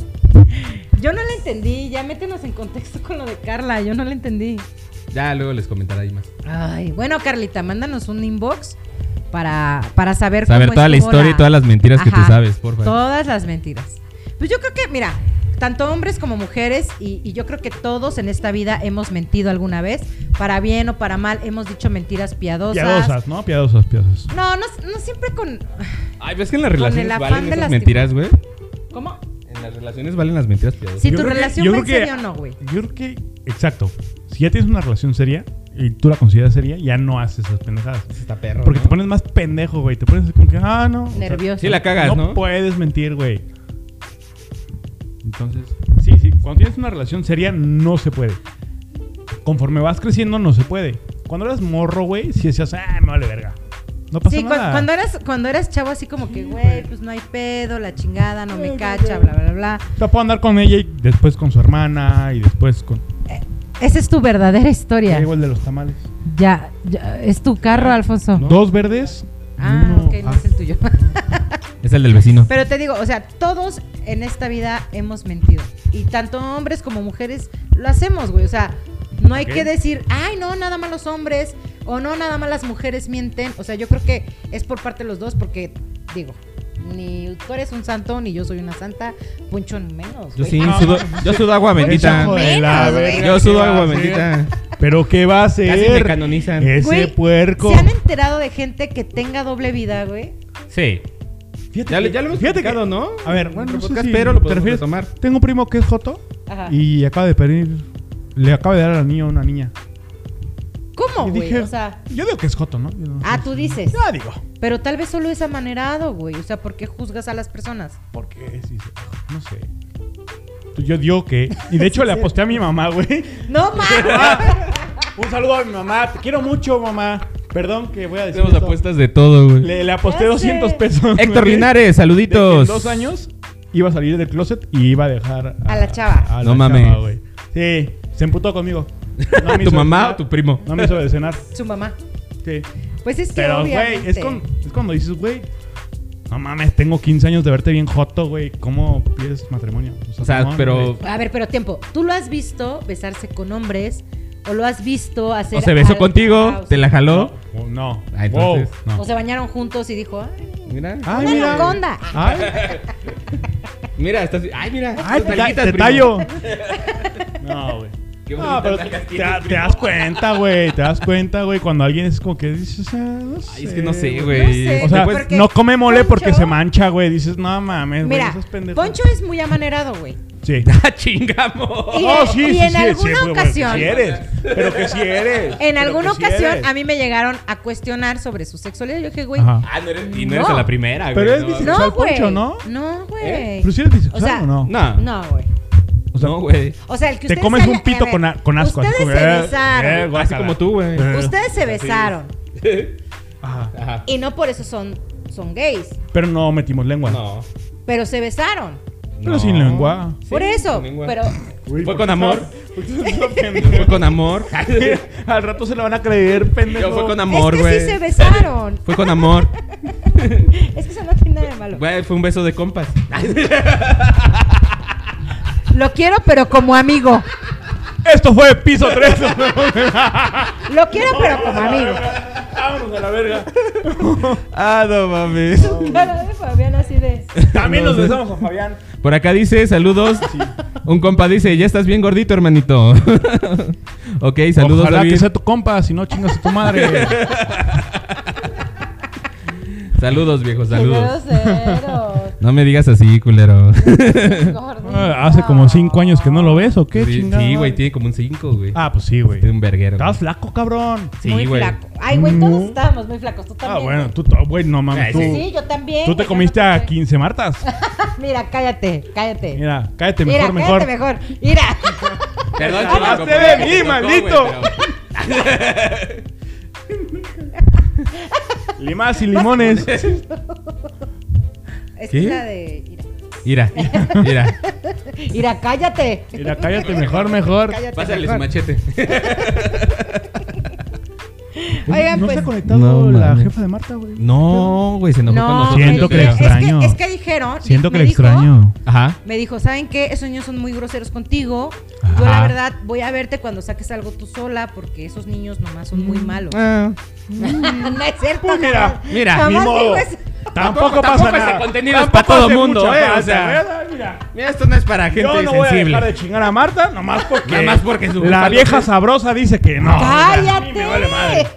[SPEAKER 4] Yo no la entendí. Ya métenos en contexto con lo de Carla. Yo no la entendí.
[SPEAKER 3] Ya luego les comentaré ahí más.
[SPEAKER 4] Ay, bueno, Carlita, mándanos un inbox para, para saber
[SPEAKER 3] Saber toda la
[SPEAKER 4] estuvo
[SPEAKER 3] historia y todas las mentiras que te sabes, por favor.
[SPEAKER 4] Todas las mentiras. Pues yo creo que, mira, tanto hombres como mujeres, y, y yo creo que todos en esta vida hemos mentido alguna vez, para bien o para mal, hemos dicho mentiras piadosas.
[SPEAKER 2] Piadosas, ¿no? Piadosas, piadosas.
[SPEAKER 4] No, no, no siempre con.
[SPEAKER 3] Ay, ves que en las
[SPEAKER 4] Con
[SPEAKER 3] relaciones
[SPEAKER 4] el afán
[SPEAKER 3] valen
[SPEAKER 4] de
[SPEAKER 3] esas
[SPEAKER 4] lastimar.
[SPEAKER 3] mentiras, güey.
[SPEAKER 4] ¿Cómo?
[SPEAKER 3] En las relaciones valen las mentiras piadosas.
[SPEAKER 4] Si
[SPEAKER 2] Yo
[SPEAKER 4] tu
[SPEAKER 2] creo que-
[SPEAKER 4] relación
[SPEAKER 2] yo
[SPEAKER 4] va en
[SPEAKER 2] creo que-
[SPEAKER 4] serio o no, güey.
[SPEAKER 2] Yo creo que, exacto. Si ya tienes una relación seria y tú la consideras seria, ya no haces esas pendejadas.
[SPEAKER 3] Está perro.
[SPEAKER 2] Porque
[SPEAKER 3] ¿no?
[SPEAKER 2] te pones más pendejo, güey. Te pones como que, ah, no. o sea,
[SPEAKER 4] Nervioso.
[SPEAKER 3] Sí la cagas, ¿no?
[SPEAKER 2] No puedes mentir, güey. Entonces, sí, sí. Cuando tienes una relación seria, no se puede. Conforme vas creciendo, no se puede. Cuando eras morro, güey, si decías, ah, me vale verga. No pasa
[SPEAKER 4] sí, cu-
[SPEAKER 2] nada.
[SPEAKER 4] cuando eras, cuando eras chavo así como que, güey,
[SPEAKER 2] güey.
[SPEAKER 4] pues no hay pedo, la chingada, no me cacha, bla, bla, bla.
[SPEAKER 2] O sea, puedo andar con ella y después con su hermana y después con.
[SPEAKER 8] Esa es tu verdadera
[SPEAKER 2] Ya
[SPEAKER 8] historia.
[SPEAKER 2] Llegó el de los tamales.
[SPEAKER 8] Ya, ya, es tu carro, Alfonso.
[SPEAKER 2] Dos verdes. y
[SPEAKER 4] Ah,
[SPEAKER 2] uno-
[SPEAKER 4] ok, no
[SPEAKER 2] ah,
[SPEAKER 4] es el tuyo.
[SPEAKER 3] Es el del vecino.
[SPEAKER 4] Pero te digo, o sea, todos en esta vida hemos mentido. Y tanto hombres como mujeres lo hacemos, güey. O sea, no hay
[SPEAKER 2] Ok.
[SPEAKER 4] que decir, ay, no, nada más los hombres o no, nada más las mujeres mienten. O sea, yo creo que es por parte de los dos porque, digo, ni tú eres un santo ni yo soy una santa, Poncho menos.
[SPEAKER 3] Yo
[SPEAKER 4] güey.
[SPEAKER 3] sí, sudo, yo sudo agua bendita.
[SPEAKER 2] Hijo de la verga,
[SPEAKER 3] Yo sudo
[SPEAKER 2] ¿qué va
[SPEAKER 3] agua
[SPEAKER 2] a hacer?
[SPEAKER 3] bendita.
[SPEAKER 2] Pero ¿qué va a
[SPEAKER 3] Casi me
[SPEAKER 2] hacer?
[SPEAKER 3] canonizan.
[SPEAKER 2] Ese
[SPEAKER 4] Güey,
[SPEAKER 2] puerco.
[SPEAKER 4] ¿Se han enterado de gente que tenga doble vida, güey?
[SPEAKER 3] Sí.
[SPEAKER 2] Fíjate
[SPEAKER 3] Ya,
[SPEAKER 2] que-
[SPEAKER 3] le- ya lo hemos
[SPEAKER 2] fíjate que-
[SPEAKER 3] platicado, ¿no?
[SPEAKER 2] A ver,
[SPEAKER 3] En
[SPEAKER 2] bueno,
[SPEAKER 3] otro
[SPEAKER 2] no sé
[SPEAKER 3] podcast,
[SPEAKER 2] si
[SPEAKER 3] pero lo
[SPEAKER 2] te
[SPEAKER 3] podemos
[SPEAKER 2] refieres-
[SPEAKER 3] retomar.
[SPEAKER 2] Tengo un primo que es Joto
[SPEAKER 4] Ajá.
[SPEAKER 2] y acaba de pedir. Le acaba de dar al niño a una niña.
[SPEAKER 4] ¿Cómo,
[SPEAKER 2] Y
[SPEAKER 4] güey?
[SPEAKER 2] dije-
[SPEAKER 4] O sea,
[SPEAKER 2] Yo digo que es Joto, ¿no? Yo no
[SPEAKER 4] ah,
[SPEAKER 2] sé
[SPEAKER 4] tú
[SPEAKER 2] si-
[SPEAKER 4] dices.
[SPEAKER 2] Ya digo.
[SPEAKER 4] Pero tal vez solo es amanerado, güey. O sea, ¿por qué juzgas a las personas?
[SPEAKER 2] ¿Por qué? Sí, sí, no sé. Yo digo que. Y de hecho le aposté a mi mamá, güey.
[SPEAKER 4] No mames.
[SPEAKER 2] Mamá, un saludo a mi mamá. Te quiero mucho, mamá. Perdón que voy a decir.
[SPEAKER 3] Tenemos
[SPEAKER 2] esto.
[SPEAKER 3] apuestas de todo, güey.
[SPEAKER 2] Le, le aposté
[SPEAKER 4] Ya
[SPEAKER 2] 200
[SPEAKER 4] sé.
[SPEAKER 2] pesos.
[SPEAKER 3] Héctor
[SPEAKER 2] güey,
[SPEAKER 3] Linares,
[SPEAKER 2] de que En
[SPEAKER 3] saluditos.
[SPEAKER 2] dos años iba a salir del closet y iba a dejar
[SPEAKER 4] A la chava.
[SPEAKER 2] a
[SPEAKER 3] No
[SPEAKER 2] la
[SPEAKER 3] mames.
[SPEAKER 2] chava, güey. sí, se emputó conmigo. No me
[SPEAKER 3] ¿Tu
[SPEAKER 2] hizo
[SPEAKER 3] mamá
[SPEAKER 2] de
[SPEAKER 3] o tu primo?
[SPEAKER 2] No me hizo de cenar.
[SPEAKER 4] Su mamá.
[SPEAKER 2] Sí.
[SPEAKER 4] Pues es que
[SPEAKER 2] Pero, güey,
[SPEAKER 4] obviamente.
[SPEAKER 2] es, con- es cuando dices, güey. No mames, tengo 15 años de verte bien joto, güey. ¿Cómo pides matrimonio?
[SPEAKER 3] O sea,
[SPEAKER 2] no,
[SPEAKER 3] pero-
[SPEAKER 2] güey.
[SPEAKER 4] A ver, pero tiempo. ¿Tú lo has visto besarse con hombres? ¿O lo has visto hacer
[SPEAKER 3] O se besó
[SPEAKER 4] algo- Ah,
[SPEAKER 3] contigo,
[SPEAKER 4] o
[SPEAKER 3] te la
[SPEAKER 4] sea,
[SPEAKER 3] jaló.
[SPEAKER 2] Oh, no.
[SPEAKER 3] Ah, entonces,
[SPEAKER 2] Wow, no.
[SPEAKER 4] O se bañaron juntos y dijo, ay,
[SPEAKER 3] Mira.
[SPEAKER 2] Ay,
[SPEAKER 4] una
[SPEAKER 2] mira.
[SPEAKER 4] anaconda.
[SPEAKER 2] Ay,
[SPEAKER 3] Mira, estás. Ay, mira.
[SPEAKER 2] Ay,
[SPEAKER 3] tus
[SPEAKER 2] te,
[SPEAKER 3] nalguitas,
[SPEAKER 2] ta- te
[SPEAKER 3] primo.
[SPEAKER 2] tallo. No, güey.
[SPEAKER 3] Qué
[SPEAKER 2] No,
[SPEAKER 3] bonitas
[SPEAKER 2] pero te,
[SPEAKER 3] nalgas
[SPEAKER 2] te-
[SPEAKER 3] tienes,
[SPEAKER 2] te das cuenta, güey. Te das cuenta, güey. Cuando alguien es como que dices, ah, no sé.
[SPEAKER 3] Ay, es que no sé,
[SPEAKER 4] sé.
[SPEAKER 3] güey.
[SPEAKER 2] O sea,
[SPEAKER 4] Porque
[SPEAKER 2] pues, no come mole
[SPEAKER 4] Poncho-
[SPEAKER 2] porque se mancha, güey. Dices, no mames, güey.
[SPEAKER 4] Mira,
[SPEAKER 2] Eso es pendejo.
[SPEAKER 4] Poncho es muy amanerado, güey.
[SPEAKER 2] Sí.
[SPEAKER 3] Ah, chingamos.
[SPEAKER 4] Y-
[SPEAKER 2] Oh, sí,
[SPEAKER 4] y
[SPEAKER 2] sí,
[SPEAKER 4] en
[SPEAKER 2] sí,
[SPEAKER 4] alguna
[SPEAKER 2] sí, güey,
[SPEAKER 4] ocasión-
[SPEAKER 2] Que sí eres. Pero que sí eres.
[SPEAKER 4] En
[SPEAKER 2] pero
[SPEAKER 4] alguna
[SPEAKER 2] que sí
[SPEAKER 4] ocasión
[SPEAKER 2] eres.
[SPEAKER 4] a mí me llegaron a cuestionar sobre su sexualidad. Yo dije, güey,
[SPEAKER 2] Ajá.
[SPEAKER 3] Ah, no eres, y no, eres
[SPEAKER 4] No.
[SPEAKER 3] a la primera, güey.
[SPEAKER 2] Pero es
[SPEAKER 3] no,
[SPEAKER 2] bisexual.
[SPEAKER 4] no,
[SPEAKER 2] Sexual
[SPEAKER 4] güey.
[SPEAKER 2] Poncho, ¿no? ¿Eh?
[SPEAKER 4] No, güey.
[SPEAKER 2] ¿Pero si eres bisexual
[SPEAKER 4] O sea,
[SPEAKER 2] o no?
[SPEAKER 3] No. pues, No,
[SPEAKER 4] No, güey.
[SPEAKER 2] O sea,
[SPEAKER 3] no, güey.
[SPEAKER 4] O sea, el que
[SPEAKER 2] Te
[SPEAKER 4] ustedes
[SPEAKER 2] comes un
[SPEAKER 4] hayan-
[SPEAKER 2] pito
[SPEAKER 4] a
[SPEAKER 2] con a- con asco, así
[SPEAKER 4] Ustedes
[SPEAKER 2] como,
[SPEAKER 4] se
[SPEAKER 2] eh, eh,
[SPEAKER 4] besaron.
[SPEAKER 2] guau.
[SPEAKER 3] Así como tú, güey.
[SPEAKER 2] Eh.
[SPEAKER 4] ustedes se besaron.
[SPEAKER 2] Ajá.
[SPEAKER 3] Ajá.
[SPEAKER 4] Y no por eso son, son gays.
[SPEAKER 2] ah, Pero no metimos lengua.
[SPEAKER 3] No.
[SPEAKER 4] Pero se besaron.
[SPEAKER 2] Pero sin lengua.
[SPEAKER 4] por
[SPEAKER 3] Sí,
[SPEAKER 4] eso.
[SPEAKER 3] sin lengua.
[SPEAKER 4] Pero
[SPEAKER 2] Uy,
[SPEAKER 3] Fue
[SPEAKER 2] ¿por
[SPEAKER 3] con
[SPEAKER 2] qué
[SPEAKER 3] amor. Fue
[SPEAKER 2] estaba-
[SPEAKER 3] con amor.
[SPEAKER 2] Al rato se la van a creer, pendejo.
[SPEAKER 3] Yo fue con amor,
[SPEAKER 4] es que
[SPEAKER 3] güey.
[SPEAKER 4] sí se besaron.
[SPEAKER 3] Fue con amor.
[SPEAKER 4] es que eso no tiene nada de malo.
[SPEAKER 3] Güey, fue un beso de compas.
[SPEAKER 4] Lo quiero, pero como amigo.
[SPEAKER 2] Esto fue piso 3.
[SPEAKER 4] Lo quiero, pero como amigo.
[SPEAKER 2] Vámonos a la verga.
[SPEAKER 3] ah, no mames.
[SPEAKER 4] Cara de Fabián así de.
[SPEAKER 2] También nos
[SPEAKER 3] No sé.
[SPEAKER 2] besamos a Fabián.
[SPEAKER 3] Por acá dice, saludos. Un compa dice, ya estás bien gordito, hermanito. ok, saludos,
[SPEAKER 2] Ojalá
[SPEAKER 3] David.
[SPEAKER 2] que sea tu compa, si no chingas a tu madre.
[SPEAKER 3] Saludos, viejo, saludos.
[SPEAKER 4] Groseros.
[SPEAKER 3] No me digas así, culero.
[SPEAKER 4] gordito.
[SPEAKER 2] Ah, Hace como 5 años que no lo ves, ¿o qué?
[SPEAKER 3] Sí,
[SPEAKER 2] chingada
[SPEAKER 3] Sí,
[SPEAKER 2] madre?
[SPEAKER 3] güey, tiene como un 5, güey.
[SPEAKER 2] Ah, pues sí, güey.
[SPEAKER 3] De un verguero. güey.
[SPEAKER 2] Estabas flaco, cabrón.
[SPEAKER 3] Sí,
[SPEAKER 4] muy
[SPEAKER 3] güey.
[SPEAKER 4] flaco. Ay, güey, todos
[SPEAKER 2] No.
[SPEAKER 4] estábamos muy flacos. Tú también.
[SPEAKER 2] Mm. Ah, bueno, tú, to- güey, no mames.
[SPEAKER 3] Ay,
[SPEAKER 2] Tú,
[SPEAKER 4] Sí, yo también.
[SPEAKER 2] tú
[SPEAKER 4] güey,
[SPEAKER 2] te
[SPEAKER 4] yo
[SPEAKER 2] comiste
[SPEAKER 4] no
[SPEAKER 2] a
[SPEAKER 4] sé.
[SPEAKER 2] 15 martas.
[SPEAKER 4] Mira, cállate, cállate.
[SPEAKER 2] Mira, cállate
[SPEAKER 4] Mira,
[SPEAKER 2] mejor, mejor.
[SPEAKER 4] cállate mejor. Mira.
[SPEAKER 3] Perdón,
[SPEAKER 2] Hablaste
[SPEAKER 3] chilango,
[SPEAKER 2] de
[SPEAKER 3] perdón,
[SPEAKER 2] mí,
[SPEAKER 3] me tocó,
[SPEAKER 2] maldito.
[SPEAKER 3] güey, pero-
[SPEAKER 2] Limas y limones.
[SPEAKER 4] Es
[SPEAKER 3] ¿Qué?
[SPEAKER 4] la de. Mira.
[SPEAKER 3] Mira, mira.
[SPEAKER 4] Mira, cállate.
[SPEAKER 2] Mira, cállate mejor, mejor.
[SPEAKER 4] Cállate
[SPEAKER 3] Pásale su
[SPEAKER 4] mejor.
[SPEAKER 3] machete.
[SPEAKER 2] Oye,
[SPEAKER 4] Oigan,
[SPEAKER 2] ¿no
[SPEAKER 4] pues-
[SPEAKER 2] se ha conectado
[SPEAKER 3] No,
[SPEAKER 2] la
[SPEAKER 3] mames.
[SPEAKER 2] jefa de Marta, güey?
[SPEAKER 3] No, güey, se enojó con
[SPEAKER 4] No,
[SPEAKER 3] nosotros.
[SPEAKER 2] Siento
[SPEAKER 4] me
[SPEAKER 2] que le
[SPEAKER 4] dijeron- es
[SPEAKER 2] extraño.
[SPEAKER 4] Es que, dijeron.
[SPEAKER 2] Siento que
[SPEAKER 4] me
[SPEAKER 2] le
[SPEAKER 4] dijo-
[SPEAKER 2] extraño.
[SPEAKER 3] Ajá.
[SPEAKER 4] Me dijo, ¿saben qué? Esos niños son muy groseros contigo. Yo, la
[SPEAKER 3] Ajá.
[SPEAKER 4] verdad, voy a verte cuando saques algo tú sola, porque esos niños nomás son muy malos.
[SPEAKER 3] Ah.
[SPEAKER 4] no es cierto.
[SPEAKER 2] Mm. Pues mira,
[SPEAKER 4] jamás.
[SPEAKER 3] mira,
[SPEAKER 4] Jamás
[SPEAKER 2] Ni modo.
[SPEAKER 4] digo eso.
[SPEAKER 2] Tampoco,
[SPEAKER 3] Tampoco
[SPEAKER 2] pasa
[SPEAKER 3] ese
[SPEAKER 2] nada.
[SPEAKER 3] contenido es
[SPEAKER 2] Tampoco
[SPEAKER 3] para todo
[SPEAKER 2] hace
[SPEAKER 3] mundo,
[SPEAKER 2] mucha
[SPEAKER 3] ¿eh? O
[SPEAKER 2] falta,
[SPEAKER 3] sea,
[SPEAKER 2] ¿eh? Mira,
[SPEAKER 3] Mira, esto no es para gente
[SPEAKER 2] yo no voy a
[SPEAKER 3] sensible.
[SPEAKER 2] dejar de chingar a Marta, nomás porque
[SPEAKER 3] Nada más porque su
[SPEAKER 2] la
[SPEAKER 3] papá-
[SPEAKER 2] vieja sabrosa dice que no.
[SPEAKER 4] ¡Cállate!
[SPEAKER 2] Me vale madre.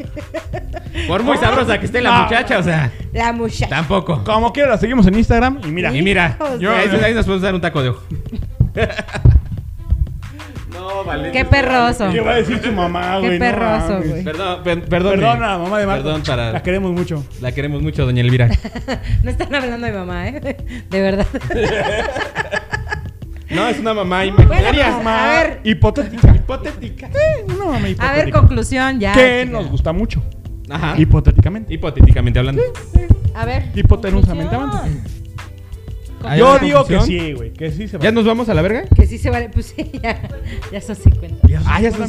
[SPEAKER 3] Por muy sabrosa que esté la
[SPEAKER 2] No.
[SPEAKER 3] muchacha, o sea,
[SPEAKER 4] La muchacha.
[SPEAKER 3] tampoco.
[SPEAKER 2] Como quiera, la seguimos en Instagram y mira.
[SPEAKER 3] Y mira,
[SPEAKER 4] Hijos
[SPEAKER 3] yo,
[SPEAKER 4] de-
[SPEAKER 3] ahí, ahí nos podemos dar un taco de ojo. no, vale.
[SPEAKER 4] Qué perroso.
[SPEAKER 2] ¿Qué va a decir su mamá,
[SPEAKER 4] Qué
[SPEAKER 2] güey? No
[SPEAKER 4] perroso,
[SPEAKER 2] mames.
[SPEAKER 4] güey.
[SPEAKER 3] Perdón, per- perdón. eh.
[SPEAKER 2] Perdona, mamá de Marta.
[SPEAKER 3] Perdón para.
[SPEAKER 2] La queremos mucho.
[SPEAKER 3] La queremos mucho, doña Elvira.
[SPEAKER 4] No están hablando de mamá, ¿eh? De verdad.
[SPEAKER 3] No, es una mamá
[SPEAKER 4] Bueno, pues,
[SPEAKER 3] imaginaria.
[SPEAKER 4] a ver,
[SPEAKER 2] Hipotética. Hipotética. Sí, una mamá hipotética.
[SPEAKER 4] a ver, conclusión ya.
[SPEAKER 2] Que nos gusta mucho.
[SPEAKER 3] Ajá.
[SPEAKER 2] Hipotéticamente.
[SPEAKER 3] Hipotéticamente hablando.
[SPEAKER 4] A ver.
[SPEAKER 2] Hipotenusamente.
[SPEAKER 4] conclusión.
[SPEAKER 3] ¿Hay
[SPEAKER 2] Yo
[SPEAKER 3] una
[SPEAKER 2] digo que
[SPEAKER 3] conclusión?
[SPEAKER 2] sí, güey. Que sí se va.
[SPEAKER 3] ¿Ya nos vamos a la verga?
[SPEAKER 4] Que sí se vale. Pues sí, ya, ya son 50.
[SPEAKER 2] Ya son
[SPEAKER 3] Ah, ya son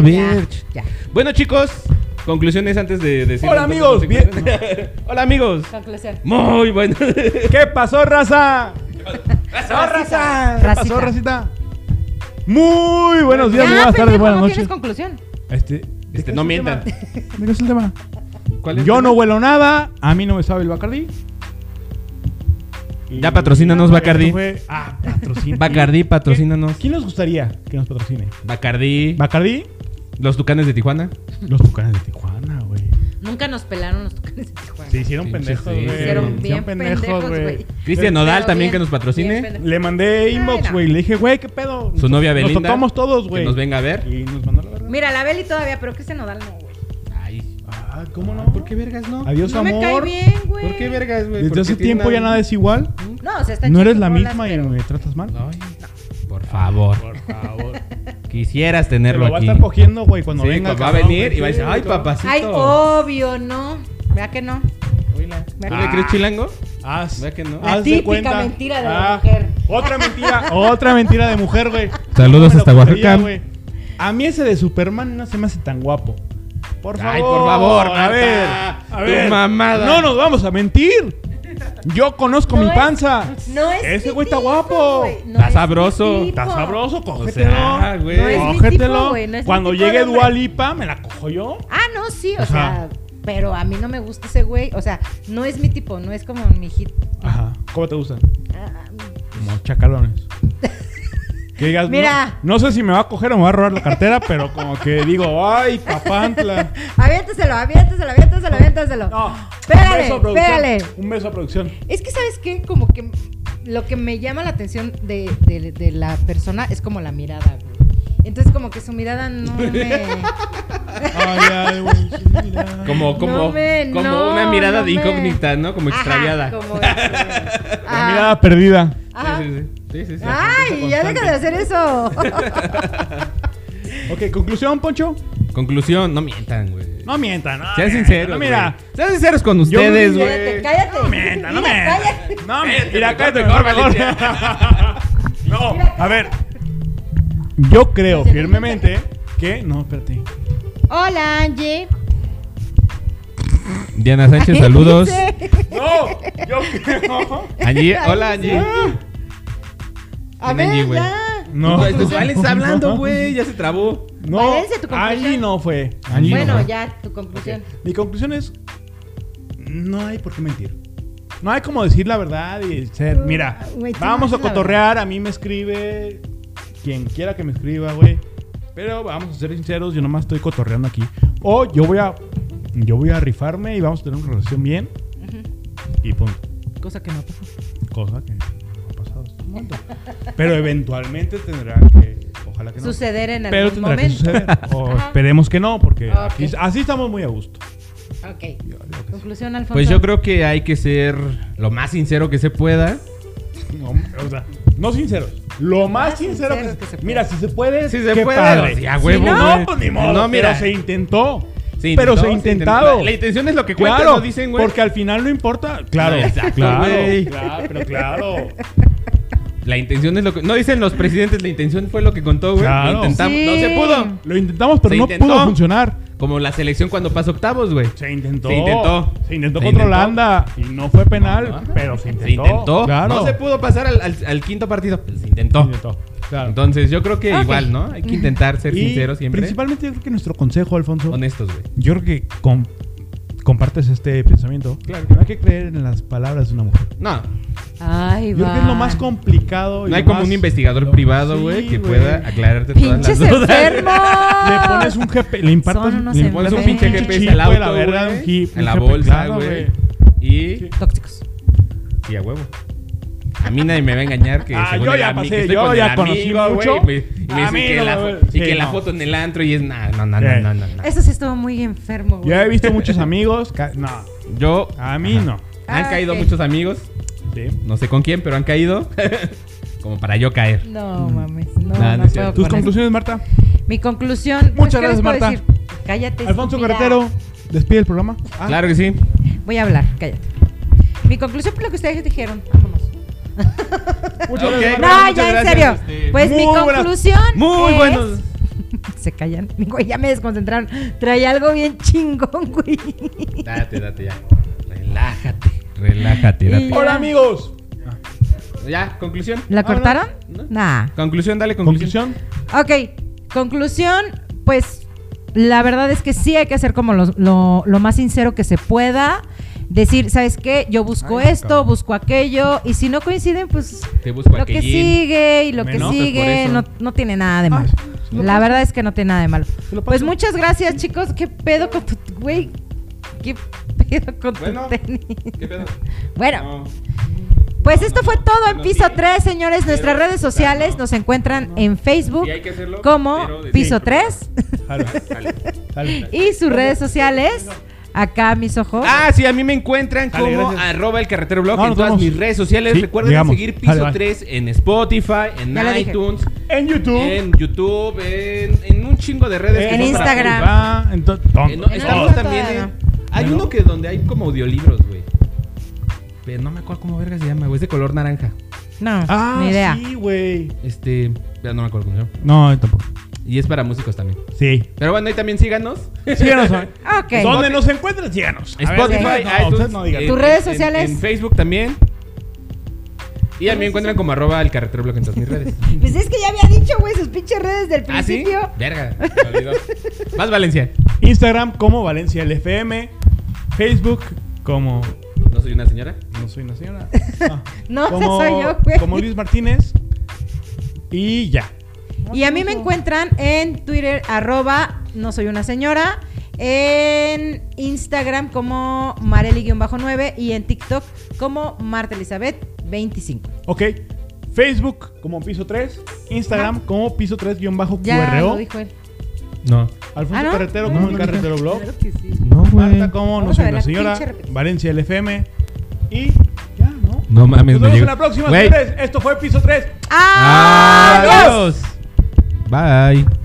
[SPEAKER 4] Ya, ya,
[SPEAKER 3] bitch.
[SPEAKER 4] ya.
[SPEAKER 3] Bueno, chicos, conclusiones antes de decir.
[SPEAKER 2] Hola, amigos, bien-
[SPEAKER 3] Hola, amigos.
[SPEAKER 4] Conclusión.
[SPEAKER 3] Muy bueno.
[SPEAKER 2] ¿Qué pasó, raza? ¿Qué pasó,
[SPEAKER 4] Racita.
[SPEAKER 2] racita? Muy buenos días,
[SPEAKER 4] Ya,
[SPEAKER 2] buenas tardes,
[SPEAKER 4] pendejo,
[SPEAKER 2] buenas
[SPEAKER 4] no tienes
[SPEAKER 2] noches.
[SPEAKER 4] conclusión.
[SPEAKER 2] Este,
[SPEAKER 3] Este, no mientan.
[SPEAKER 2] ¿De qué es el tema?
[SPEAKER 3] ¿Cuál es?
[SPEAKER 2] Yo no huelo nada, a mí no me sabe el Bacardi.
[SPEAKER 3] Ya patrocínanos, Bacardi.
[SPEAKER 2] Esto fue- Ah, patrocina.
[SPEAKER 3] Bacardí, patrocínanos.
[SPEAKER 2] ¿Quién nos gustaría que nos patrocine?
[SPEAKER 3] Bacardí,
[SPEAKER 2] Bacardi,
[SPEAKER 3] los Tucanes de Tijuana.
[SPEAKER 2] los tucanes de Tijuana, güey.
[SPEAKER 4] Nunca nos pelaron los tucanes de Tijuana.
[SPEAKER 2] Se hicieron
[SPEAKER 3] Pinches,
[SPEAKER 2] pendejos,
[SPEAKER 3] sí,
[SPEAKER 2] güey.
[SPEAKER 3] se
[SPEAKER 4] hicieron
[SPEAKER 2] Se
[SPEAKER 4] bien pendejos, güey.
[SPEAKER 3] Cristian Nodal
[SPEAKER 4] Pero
[SPEAKER 3] también
[SPEAKER 4] bien,
[SPEAKER 3] que nos
[SPEAKER 4] bien
[SPEAKER 3] patrocine.
[SPEAKER 4] pendejos.
[SPEAKER 2] Le mandé inbox,
[SPEAKER 4] Bueno.
[SPEAKER 2] güey. Le dije, güey, ¿qué pedo?
[SPEAKER 3] Su novia Belinda.
[SPEAKER 2] Nos tocamos todos,
[SPEAKER 3] que
[SPEAKER 2] güey.
[SPEAKER 3] nos venga a ver.
[SPEAKER 2] Y nos mandó la verdad.
[SPEAKER 4] Mira, la Beli todavía, pero Cristian Nodal no, güey.
[SPEAKER 3] Ay,
[SPEAKER 2] Ah, ¿cómo no?
[SPEAKER 3] ¿por qué vergas no?
[SPEAKER 2] Adiós,
[SPEAKER 4] No
[SPEAKER 2] amor.
[SPEAKER 4] me cae bien, güey.
[SPEAKER 3] ¿Por qué vergas, güey?
[SPEAKER 2] Desde
[SPEAKER 3] Porque
[SPEAKER 2] hace
[SPEAKER 3] tiene
[SPEAKER 2] tiempo ya
[SPEAKER 3] una-
[SPEAKER 2] nada es igual.
[SPEAKER 4] No, o sea, está
[SPEAKER 2] No eres
[SPEAKER 4] chido,
[SPEAKER 2] la
[SPEAKER 4] rolas,
[SPEAKER 2] misma y
[SPEAKER 4] pero-
[SPEAKER 2] me tratas mal.
[SPEAKER 3] Ay, por favor. Por favor. Quisieras tenerlo
[SPEAKER 2] Pero va a
[SPEAKER 3] aquí.
[SPEAKER 2] estar cogiendo, güey, cuando
[SPEAKER 3] Sí,
[SPEAKER 2] venga.
[SPEAKER 3] pues, va a
[SPEAKER 2] cabrón,
[SPEAKER 3] venir
[SPEAKER 2] güey.
[SPEAKER 3] y va a decir, ay, papacito.
[SPEAKER 4] Ay, oh. obvio, no. Vea que no.
[SPEAKER 3] ¿Tú le
[SPEAKER 4] Ah.
[SPEAKER 3] crees chilango?
[SPEAKER 2] Haz,
[SPEAKER 3] Vea que no.
[SPEAKER 4] La
[SPEAKER 2] haz Ah,
[SPEAKER 4] típica mentira de la mujer.
[SPEAKER 2] Otra mentira, otra mentira de mujer, güey.
[SPEAKER 3] Saludos
[SPEAKER 2] No me
[SPEAKER 3] hasta
[SPEAKER 2] lo creía,
[SPEAKER 3] Oaxaca.
[SPEAKER 2] güey. A mí ese de Superman no se me hace tan guapo. Por favor.
[SPEAKER 3] Ay, por favor,
[SPEAKER 2] a
[SPEAKER 3] Marta.
[SPEAKER 2] ver. A
[SPEAKER 3] Tu
[SPEAKER 2] ver.
[SPEAKER 3] mamada.
[SPEAKER 2] No nos vamos a mentir. Yo conozco
[SPEAKER 4] No
[SPEAKER 2] mi
[SPEAKER 4] es-
[SPEAKER 2] panza.
[SPEAKER 4] No es.
[SPEAKER 2] Ese
[SPEAKER 4] mi
[SPEAKER 2] güey está
[SPEAKER 4] tipo,
[SPEAKER 2] guapo.
[SPEAKER 4] güey. No
[SPEAKER 3] Está
[SPEAKER 4] es mi
[SPEAKER 3] sabroso.
[SPEAKER 4] tipo.
[SPEAKER 2] Está sabroso, cógetelo.
[SPEAKER 3] sea, güey.
[SPEAKER 4] No es mi tipo,
[SPEAKER 2] cógetelo.
[SPEAKER 4] güey, no es mi
[SPEAKER 2] Cuando
[SPEAKER 4] tipo de
[SPEAKER 2] llegue
[SPEAKER 4] hombre.
[SPEAKER 2] Dualipa, me la cojo yo.
[SPEAKER 4] Ah, no, sí, o
[SPEAKER 2] Ajá.
[SPEAKER 4] sea, pero a mí no me gusta ese güey. O sea, no es mi tipo, no es como mi hit.
[SPEAKER 2] Ajá. ¿Cómo te gustan?
[SPEAKER 4] Ah,
[SPEAKER 2] Como chacalones. Que digas,
[SPEAKER 4] Mira.
[SPEAKER 2] No, no sé si me va a coger o me va a robar la cartera, pero como que digo, ay, papantla.
[SPEAKER 4] Aviéntaselo, aviéntaselo, aviéntaselo, aviéntaselo.
[SPEAKER 2] No,
[SPEAKER 4] Pégale,
[SPEAKER 2] a producción.
[SPEAKER 4] pégale.
[SPEAKER 2] Un beso a producción.
[SPEAKER 4] Es que, ¿sabes qué? Como que lo que me llama la atención de, de- de la persona es como la mirada, güey. Entonces, como que su mirada no me.
[SPEAKER 2] Ay, ay, güey, sí, mira.
[SPEAKER 3] Como, como,
[SPEAKER 4] No me-
[SPEAKER 3] como
[SPEAKER 4] no,
[SPEAKER 3] una mirada
[SPEAKER 4] no
[SPEAKER 3] de
[SPEAKER 4] me-
[SPEAKER 3] incógnita, ¿no? Como extraviada.
[SPEAKER 4] Ajá, como extraviada.
[SPEAKER 2] La
[SPEAKER 4] Ah,
[SPEAKER 2] mirada perdida.
[SPEAKER 4] ajá.
[SPEAKER 3] Sí, sí, sí. Sí, sí, sí.
[SPEAKER 4] Ay, ya deja de hacer eso.
[SPEAKER 2] Ok, conclusión, Poncho.
[SPEAKER 3] Conclusión, no mientan, güey.
[SPEAKER 2] No mientan, no.
[SPEAKER 3] Sean
[SPEAKER 2] mientan,
[SPEAKER 3] sinceros.
[SPEAKER 2] no,
[SPEAKER 3] güey.
[SPEAKER 2] Mira,
[SPEAKER 3] Sean sinceros con
[SPEAKER 2] Yo no
[SPEAKER 3] ustedes,
[SPEAKER 2] diría
[SPEAKER 3] güey.
[SPEAKER 4] cállate, cállate.
[SPEAKER 2] no mientan, no
[SPEAKER 4] Mira,
[SPEAKER 2] mientan.
[SPEAKER 4] cállate.
[SPEAKER 2] No
[SPEAKER 3] Cállate,
[SPEAKER 2] mientan. Mira,
[SPEAKER 3] mejor,
[SPEAKER 2] cállate,
[SPEAKER 3] mejor,
[SPEAKER 2] mejor, mejor. No, a ver. Yo creo firmemente que. No, espérate.
[SPEAKER 4] Hola, Angie.
[SPEAKER 3] Diana Sánchez, saludos.
[SPEAKER 2] No, yo creo.
[SPEAKER 3] Angie, hola, Angie.
[SPEAKER 4] A
[SPEAKER 3] Ven,
[SPEAKER 4] ver,
[SPEAKER 3] Angie, güey.
[SPEAKER 4] ya.
[SPEAKER 2] No.
[SPEAKER 3] ¿Cuál Pues, está hablando, güey? Ya se trabó.
[SPEAKER 2] No,
[SPEAKER 4] ¿Cuál es tu conclusión?
[SPEAKER 2] allí no fue.
[SPEAKER 3] Angie,
[SPEAKER 4] bueno,
[SPEAKER 3] no.
[SPEAKER 4] ya, tu conclusión.
[SPEAKER 2] Este, Mi conclusión es: no hay por qué mentir. No hay como decir la verdad y ser, mira,
[SPEAKER 4] Güey, tú
[SPEAKER 2] vamos
[SPEAKER 4] no
[SPEAKER 2] a
[SPEAKER 4] dices la
[SPEAKER 2] cotorrear, a mí me escribe quien quiera que me escriba, güey. Pero vamos a ser sinceros, yo nomás estoy cotorreando aquí. O yo voy a yo voy a rifarme y vamos a tener una relación bien. Y punto.
[SPEAKER 4] Cosa que no pasó.
[SPEAKER 2] Cosa que no ha pasado hasta el momento. Pero eventualmente tendrá que, ojalá que no.
[SPEAKER 4] Suceder en
[SPEAKER 2] Pero
[SPEAKER 4] algún
[SPEAKER 2] tendrá que
[SPEAKER 4] momento.
[SPEAKER 2] suceder. O
[SPEAKER 4] Ajá.
[SPEAKER 2] esperemos que no, porque
[SPEAKER 4] Ok.
[SPEAKER 2] aquí- así estamos muy a gusto.
[SPEAKER 4] Ok. Conclusión, Alfonso.
[SPEAKER 3] Pues yo creo que hay que ser lo más sincero que se pueda.
[SPEAKER 2] No, o sea, no sinceros. Lo más, sincero
[SPEAKER 4] sinceros
[SPEAKER 2] que,
[SPEAKER 4] que
[SPEAKER 2] se
[SPEAKER 4] se
[SPEAKER 2] puede. Mira, si se puede,
[SPEAKER 3] Si se
[SPEAKER 2] qué
[SPEAKER 3] puede,
[SPEAKER 2] padre.
[SPEAKER 3] o sea, huevo,
[SPEAKER 2] si no,
[SPEAKER 3] güey.
[SPEAKER 2] pues ni modo.
[SPEAKER 3] No, mira.
[SPEAKER 2] Pero se intentó.
[SPEAKER 3] Se
[SPEAKER 2] pero
[SPEAKER 3] intentó,
[SPEAKER 2] se ha intentado.
[SPEAKER 3] La, la intención es lo que cuenta,
[SPEAKER 2] claro,
[SPEAKER 3] no dicen, güey.
[SPEAKER 2] porque al final no importa. Claro,
[SPEAKER 3] No, exacto,
[SPEAKER 2] claro,
[SPEAKER 3] güey.
[SPEAKER 2] claro, pero claro.
[SPEAKER 3] La intención es lo que. No dicen los presidentes, la intención fue lo que contó, güey.
[SPEAKER 2] Claro.
[SPEAKER 3] Lo intentamos.
[SPEAKER 4] Sí.
[SPEAKER 3] No se pudo.
[SPEAKER 2] Lo intentamos, pero
[SPEAKER 3] Se
[SPEAKER 2] no
[SPEAKER 3] intentó.
[SPEAKER 2] pudo funcionar.
[SPEAKER 3] Como la selección cuando pasa octavos, güey.
[SPEAKER 2] Se intentó.
[SPEAKER 3] Se intentó.
[SPEAKER 2] Se intentó
[SPEAKER 3] Se
[SPEAKER 2] contra
[SPEAKER 3] intentó.
[SPEAKER 2] Holanda y no fue penal,
[SPEAKER 3] Ajá.
[SPEAKER 2] pero se intentó.
[SPEAKER 3] Ah, Se intentó.
[SPEAKER 2] Claro.
[SPEAKER 3] No se pudo pasar al, al- al quinto partido. Pues, se
[SPEAKER 2] Se
[SPEAKER 3] intentó.
[SPEAKER 2] intentó, claro.
[SPEAKER 3] Entonces, yo creo que
[SPEAKER 4] Ok.
[SPEAKER 3] igual, ¿no? Hay que intentar ser
[SPEAKER 2] Y
[SPEAKER 3] sinceros siempre.
[SPEAKER 2] Principalmente yo creo que nuestro consejo, Alfonso,
[SPEAKER 3] Honestos, güey.
[SPEAKER 2] Yo creo que com- compartes este pensamiento.
[SPEAKER 3] Claro.
[SPEAKER 2] No hay que creer en las palabras de una mujer.
[SPEAKER 3] No,
[SPEAKER 4] Ay,
[SPEAKER 2] Yo
[SPEAKER 4] va.
[SPEAKER 2] creo que es lo más complicado. y
[SPEAKER 3] no hay
[SPEAKER 2] lo
[SPEAKER 3] como
[SPEAKER 2] más-
[SPEAKER 3] un investigador
[SPEAKER 2] lo-
[SPEAKER 3] privado,
[SPEAKER 2] Sí,
[SPEAKER 3] güey, que pueda aclararte todas las
[SPEAKER 4] ¡Pinches
[SPEAKER 3] dudas.
[SPEAKER 4] enfermos!
[SPEAKER 2] Le pones un GP, le impartas,
[SPEAKER 4] Son unos
[SPEAKER 2] le
[SPEAKER 3] Le pones un
[SPEAKER 4] Ok.
[SPEAKER 3] pinche
[SPEAKER 4] Un
[SPEAKER 3] GPS
[SPEAKER 2] chip,
[SPEAKER 3] al
[SPEAKER 2] güey,
[SPEAKER 3] auto,
[SPEAKER 2] la verga, un
[SPEAKER 3] güey,
[SPEAKER 2] jeep,
[SPEAKER 3] en la
[SPEAKER 2] un
[SPEAKER 3] bolsa,
[SPEAKER 2] claro,
[SPEAKER 3] güey.
[SPEAKER 2] güey.
[SPEAKER 3] Y,
[SPEAKER 4] Tóxicos.
[SPEAKER 3] y a huevo. A mí nadie me va a engañar que
[SPEAKER 2] Ah,
[SPEAKER 3] según
[SPEAKER 2] yo
[SPEAKER 3] el
[SPEAKER 2] ya
[SPEAKER 3] ami- que
[SPEAKER 2] pasé,
[SPEAKER 3] estoy
[SPEAKER 2] yo
[SPEAKER 3] con el
[SPEAKER 2] ya conocí
[SPEAKER 3] amigo,
[SPEAKER 2] mucho.
[SPEAKER 3] güey, Y me, y me
[SPEAKER 2] A
[SPEAKER 3] dicen
[SPEAKER 2] mí
[SPEAKER 3] que,
[SPEAKER 2] no
[SPEAKER 3] la,
[SPEAKER 2] me
[SPEAKER 3] fo-
[SPEAKER 2] va-
[SPEAKER 3] y
[SPEAKER 2] sí,
[SPEAKER 3] que la
[SPEAKER 2] no. Eh.
[SPEAKER 3] foto en el antro y es nada, no, no, no,
[SPEAKER 2] Sí.
[SPEAKER 3] no, no, no.
[SPEAKER 4] Eso sí estuvo muy enfermo, güey.
[SPEAKER 2] Ya he visto muchos amigos. ca- No,
[SPEAKER 3] Yo,
[SPEAKER 2] a mí
[SPEAKER 3] Ajá.
[SPEAKER 2] no.
[SPEAKER 3] han
[SPEAKER 4] Ah,
[SPEAKER 3] caído
[SPEAKER 4] ok.
[SPEAKER 3] muchos amigos,
[SPEAKER 2] Sí.
[SPEAKER 3] no sé con quién, pero han caído como para yo caer.
[SPEAKER 4] No mames, no,
[SPEAKER 3] Nah, no
[SPEAKER 4] no,
[SPEAKER 3] es
[SPEAKER 4] puedo
[SPEAKER 3] cierto.
[SPEAKER 2] ¿Tus
[SPEAKER 4] con
[SPEAKER 2] conclusiones, Marta?
[SPEAKER 4] esto. Mi conclusión. pues,
[SPEAKER 2] Muchas
[SPEAKER 4] ¿qué les
[SPEAKER 2] gracias,
[SPEAKER 4] puedo
[SPEAKER 2] Marta.
[SPEAKER 4] Cállate.
[SPEAKER 2] Alfonso
[SPEAKER 4] estúpida.
[SPEAKER 2] Carretero. ¿Despide el programa? Ah,
[SPEAKER 3] Claro que sí.
[SPEAKER 4] Voy a hablar, cállate.
[SPEAKER 9] Mi conclusión por lo que ustedes dijeron. Vámonos.
[SPEAKER 2] muchas
[SPEAKER 3] Ok.
[SPEAKER 2] gracias.
[SPEAKER 4] No,
[SPEAKER 3] Bueno,
[SPEAKER 4] ya
[SPEAKER 3] muchas
[SPEAKER 4] en
[SPEAKER 3] gracias,
[SPEAKER 4] serio.
[SPEAKER 3] este,
[SPEAKER 4] Pues mi
[SPEAKER 2] muy buenas-
[SPEAKER 4] conclusión.
[SPEAKER 3] Muy
[SPEAKER 4] es-
[SPEAKER 3] buenos.
[SPEAKER 4] Se callan. Güey, ya me desconcentraron. Traía algo bien chingón, güey.
[SPEAKER 3] Date, date ya. Relájate. Relájate,
[SPEAKER 4] Y-
[SPEAKER 3] date.
[SPEAKER 2] Hola, amigos.
[SPEAKER 3] Ya, conclusión.
[SPEAKER 2] Ah,
[SPEAKER 4] ¿La cortaron?
[SPEAKER 3] no.
[SPEAKER 4] Nah.
[SPEAKER 3] Conclusión, dale conclusión.
[SPEAKER 2] Conclusión.
[SPEAKER 4] Ok, conclusión, pues la verdad es que sí hay que hacer como los- lo, lo más sincero que se pueda. Decir, ¿sabes qué? Yo busco
[SPEAKER 2] Ay,
[SPEAKER 4] esto,
[SPEAKER 2] cabrón.
[SPEAKER 4] busco aquello, y si no coinciden, pues
[SPEAKER 3] Te busco
[SPEAKER 4] lo que
[SPEAKER 3] aquellín.
[SPEAKER 4] sigue y lo
[SPEAKER 2] Me
[SPEAKER 4] que
[SPEAKER 2] enojas
[SPEAKER 4] sigue
[SPEAKER 3] por
[SPEAKER 4] no,
[SPEAKER 3] eso.
[SPEAKER 4] no tiene nada de
[SPEAKER 2] Ay,
[SPEAKER 4] malo.
[SPEAKER 2] se lo
[SPEAKER 4] La
[SPEAKER 2] paso.
[SPEAKER 4] verdad es que no tiene nada de malo.
[SPEAKER 2] Se lo
[SPEAKER 4] Pues
[SPEAKER 2] paso.
[SPEAKER 4] muchas gracias, chicos. ¿Qué pedo con tu. Güey, ¿qué pedo con tu
[SPEAKER 3] Bueno.
[SPEAKER 4] tenis?
[SPEAKER 3] ¿Qué pedo?
[SPEAKER 4] Bueno.
[SPEAKER 3] No.
[SPEAKER 4] Pues
[SPEAKER 3] No,
[SPEAKER 4] esto
[SPEAKER 3] no,
[SPEAKER 4] fue
[SPEAKER 3] no.
[SPEAKER 4] todo en
[SPEAKER 3] Bueno,
[SPEAKER 4] Piso
[SPEAKER 3] sí.
[SPEAKER 4] 3, señores. Nuestras
[SPEAKER 3] Pero,
[SPEAKER 4] redes sociales
[SPEAKER 3] no.
[SPEAKER 4] nos encuentran en Facebook
[SPEAKER 3] Sí, hay que hacerlo,
[SPEAKER 4] como
[SPEAKER 3] pero de-
[SPEAKER 4] Piso
[SPEAKER 3] sí.
[SPEAKER 4] 3
[SPEAKER 2] Jalo,
[SPEAKER 3] Dale.
[SPEAKER 2] jalo.
[SPEAKER 4] y sus redes sociales acá mis ojos.
[SPEAKER 3] Ah, sí, a mí me encuentran
[SPEAKER 2] Dale,
[SPEAKER 3] como
[SPEAKER 2] gracias.
[SPEAKER 3] arroba el carretero blog
[SPEAKER 2] No,
[SPEAKER 3] en
[SPEAKER 2] nos
[SPEAKER 3] todas
[SPEAKER 2] vemos.
[SPEAKER 3] mis redes sociales.
[SPEAKER 2] Sí,
[SPEAKER 3] Recuerden
[SPEAKER 2] llegamos.
[SPEAKER 3] seguir Piso
[SPEAKER 2] Dale, bye.
[SPEAKER 3] 3 en Spotify, en
[SPEAKER 4] Ya lo dije.
[SPEAKER 3] iTunes,
[SPEAKER 2] En YouTube.
[SPEAKER 3] en YouTube, en, en un chingo de redes. que
[SPEAKER 4] En
[SPEAKER 3] son para
[SPEAKER 4] Instagram.
[SPEAKER 2] Ah, en to-
[SPEAKER 3] Eh, no,
[SPEAKER 2] tonto.
[SPEAKER 3] estamos
[SPEAKER 9] no,
[SPEAKER 3] también
[SPEAKER 9] todavía
[SPEAKER 3] en-
[SPEAKER 9] no.
[SPEAKER 3] Hay uno que donde hay como audiolibros, güey. Pero no me acuerdo cómo verga se llama, güey. Es de color naranja.
[SPEAKER 4] No,
[SPEAKER 2] Ah,
[SPEAKER 4] ni idea.
[SPEAKER 2] sí, güey.
[SPEAKER 3] Este, ya no me acuerdo cómo se llama.
[SPEAKER 2] No, yo tampoco.
[SPEAKER 3] Y es para músicos también.
[SPEAKER 2] Sí.
[SPEAKER 3] Pero bueno, ahí también síganos.
[SPEAKER 2] Síganos. ¿eh?
[SPEAKER 4] Ok.
[SPEAKER 2] Donde nos encuentran, síganos. A ver,
[SPEAKER 3] Spotify,
[SPEAKER 2] no,
[SPEAKER 3] iTunes,
[SPEAKER 2] ustedes no digan.
[SPEAKER 3] en-
[SPEAKER 10] Tus redes
[SPEAKER 3] en-
[SPEAKER 10] sociales.
[SPEAKER 3] En, Facebook también. Y a mí me encuentran como arroba el carretero blog en todas mis redes.
[SPEAKER 4] Pues es que ya había dicho, güey, sus pinches redes del
[SPEAKER 3] ¿Ah, sí?
[SPEAKER 4] principio.
[SPEAKER 3] Verga. me olvidó. Más Valencia.
[SPEAKER 2] Instagram como Valencia LFM. Facebook como.
[SPEAKER 3] No soy una señora.
[SPEAKER 2] No soy una señora.
[SPEAKER 4] No, ese soy yo, güey.
[SPEAKER 2] Como Luis Martínez. Y ya.
[SPEAKER 4] Y a mí me encuentran en Twitter, arroba, no soy una señora, en Instagram como Mareli-9 y en TikTok como Marta Elizabeth25.
[SPEAKER 2] Ok. Facebook como piso 3. Instagram como piso 3-QRO.
[SPEAKER 10] Ya lo dijo él.
[SPEAKER 3] No.
[SPEAKER 2] Alfonso
[SPEAKER 4] Ah, ¿no?
[SPEAKER 2] Carretero como el Carretero Blog.
[SPEAKER 3] No,
[SPEAKER 2] Marta como No
[SPEAKER 9] Vamos a
[SPEAKER 2] soy
[SPEAKER 9] ver
[SPEAKER 2] una
[SPEAKER 9] la
[SPEAKER 2] señora.
[SPEAKER 9] pinche repetición.
[SPEAKER 2] Valencia LFM. Y ya, ¿no?
[SPEAKER 3] No mames,
[SPEAKER 2] Nos vemos
[SPEAKER 3] me
[SPEAKER 2] en
[SPEAKER 3] llegó.
[SPEAKER 2] la próxima,
[SPEAKER 3] Güey.
[SPEAKER 4] 啊
[SPEAKER 2] señores. Esto fue piso 3.
[SPEAKER 4] ¡Ah!
[SPEAKER 3] Adiós. Bye.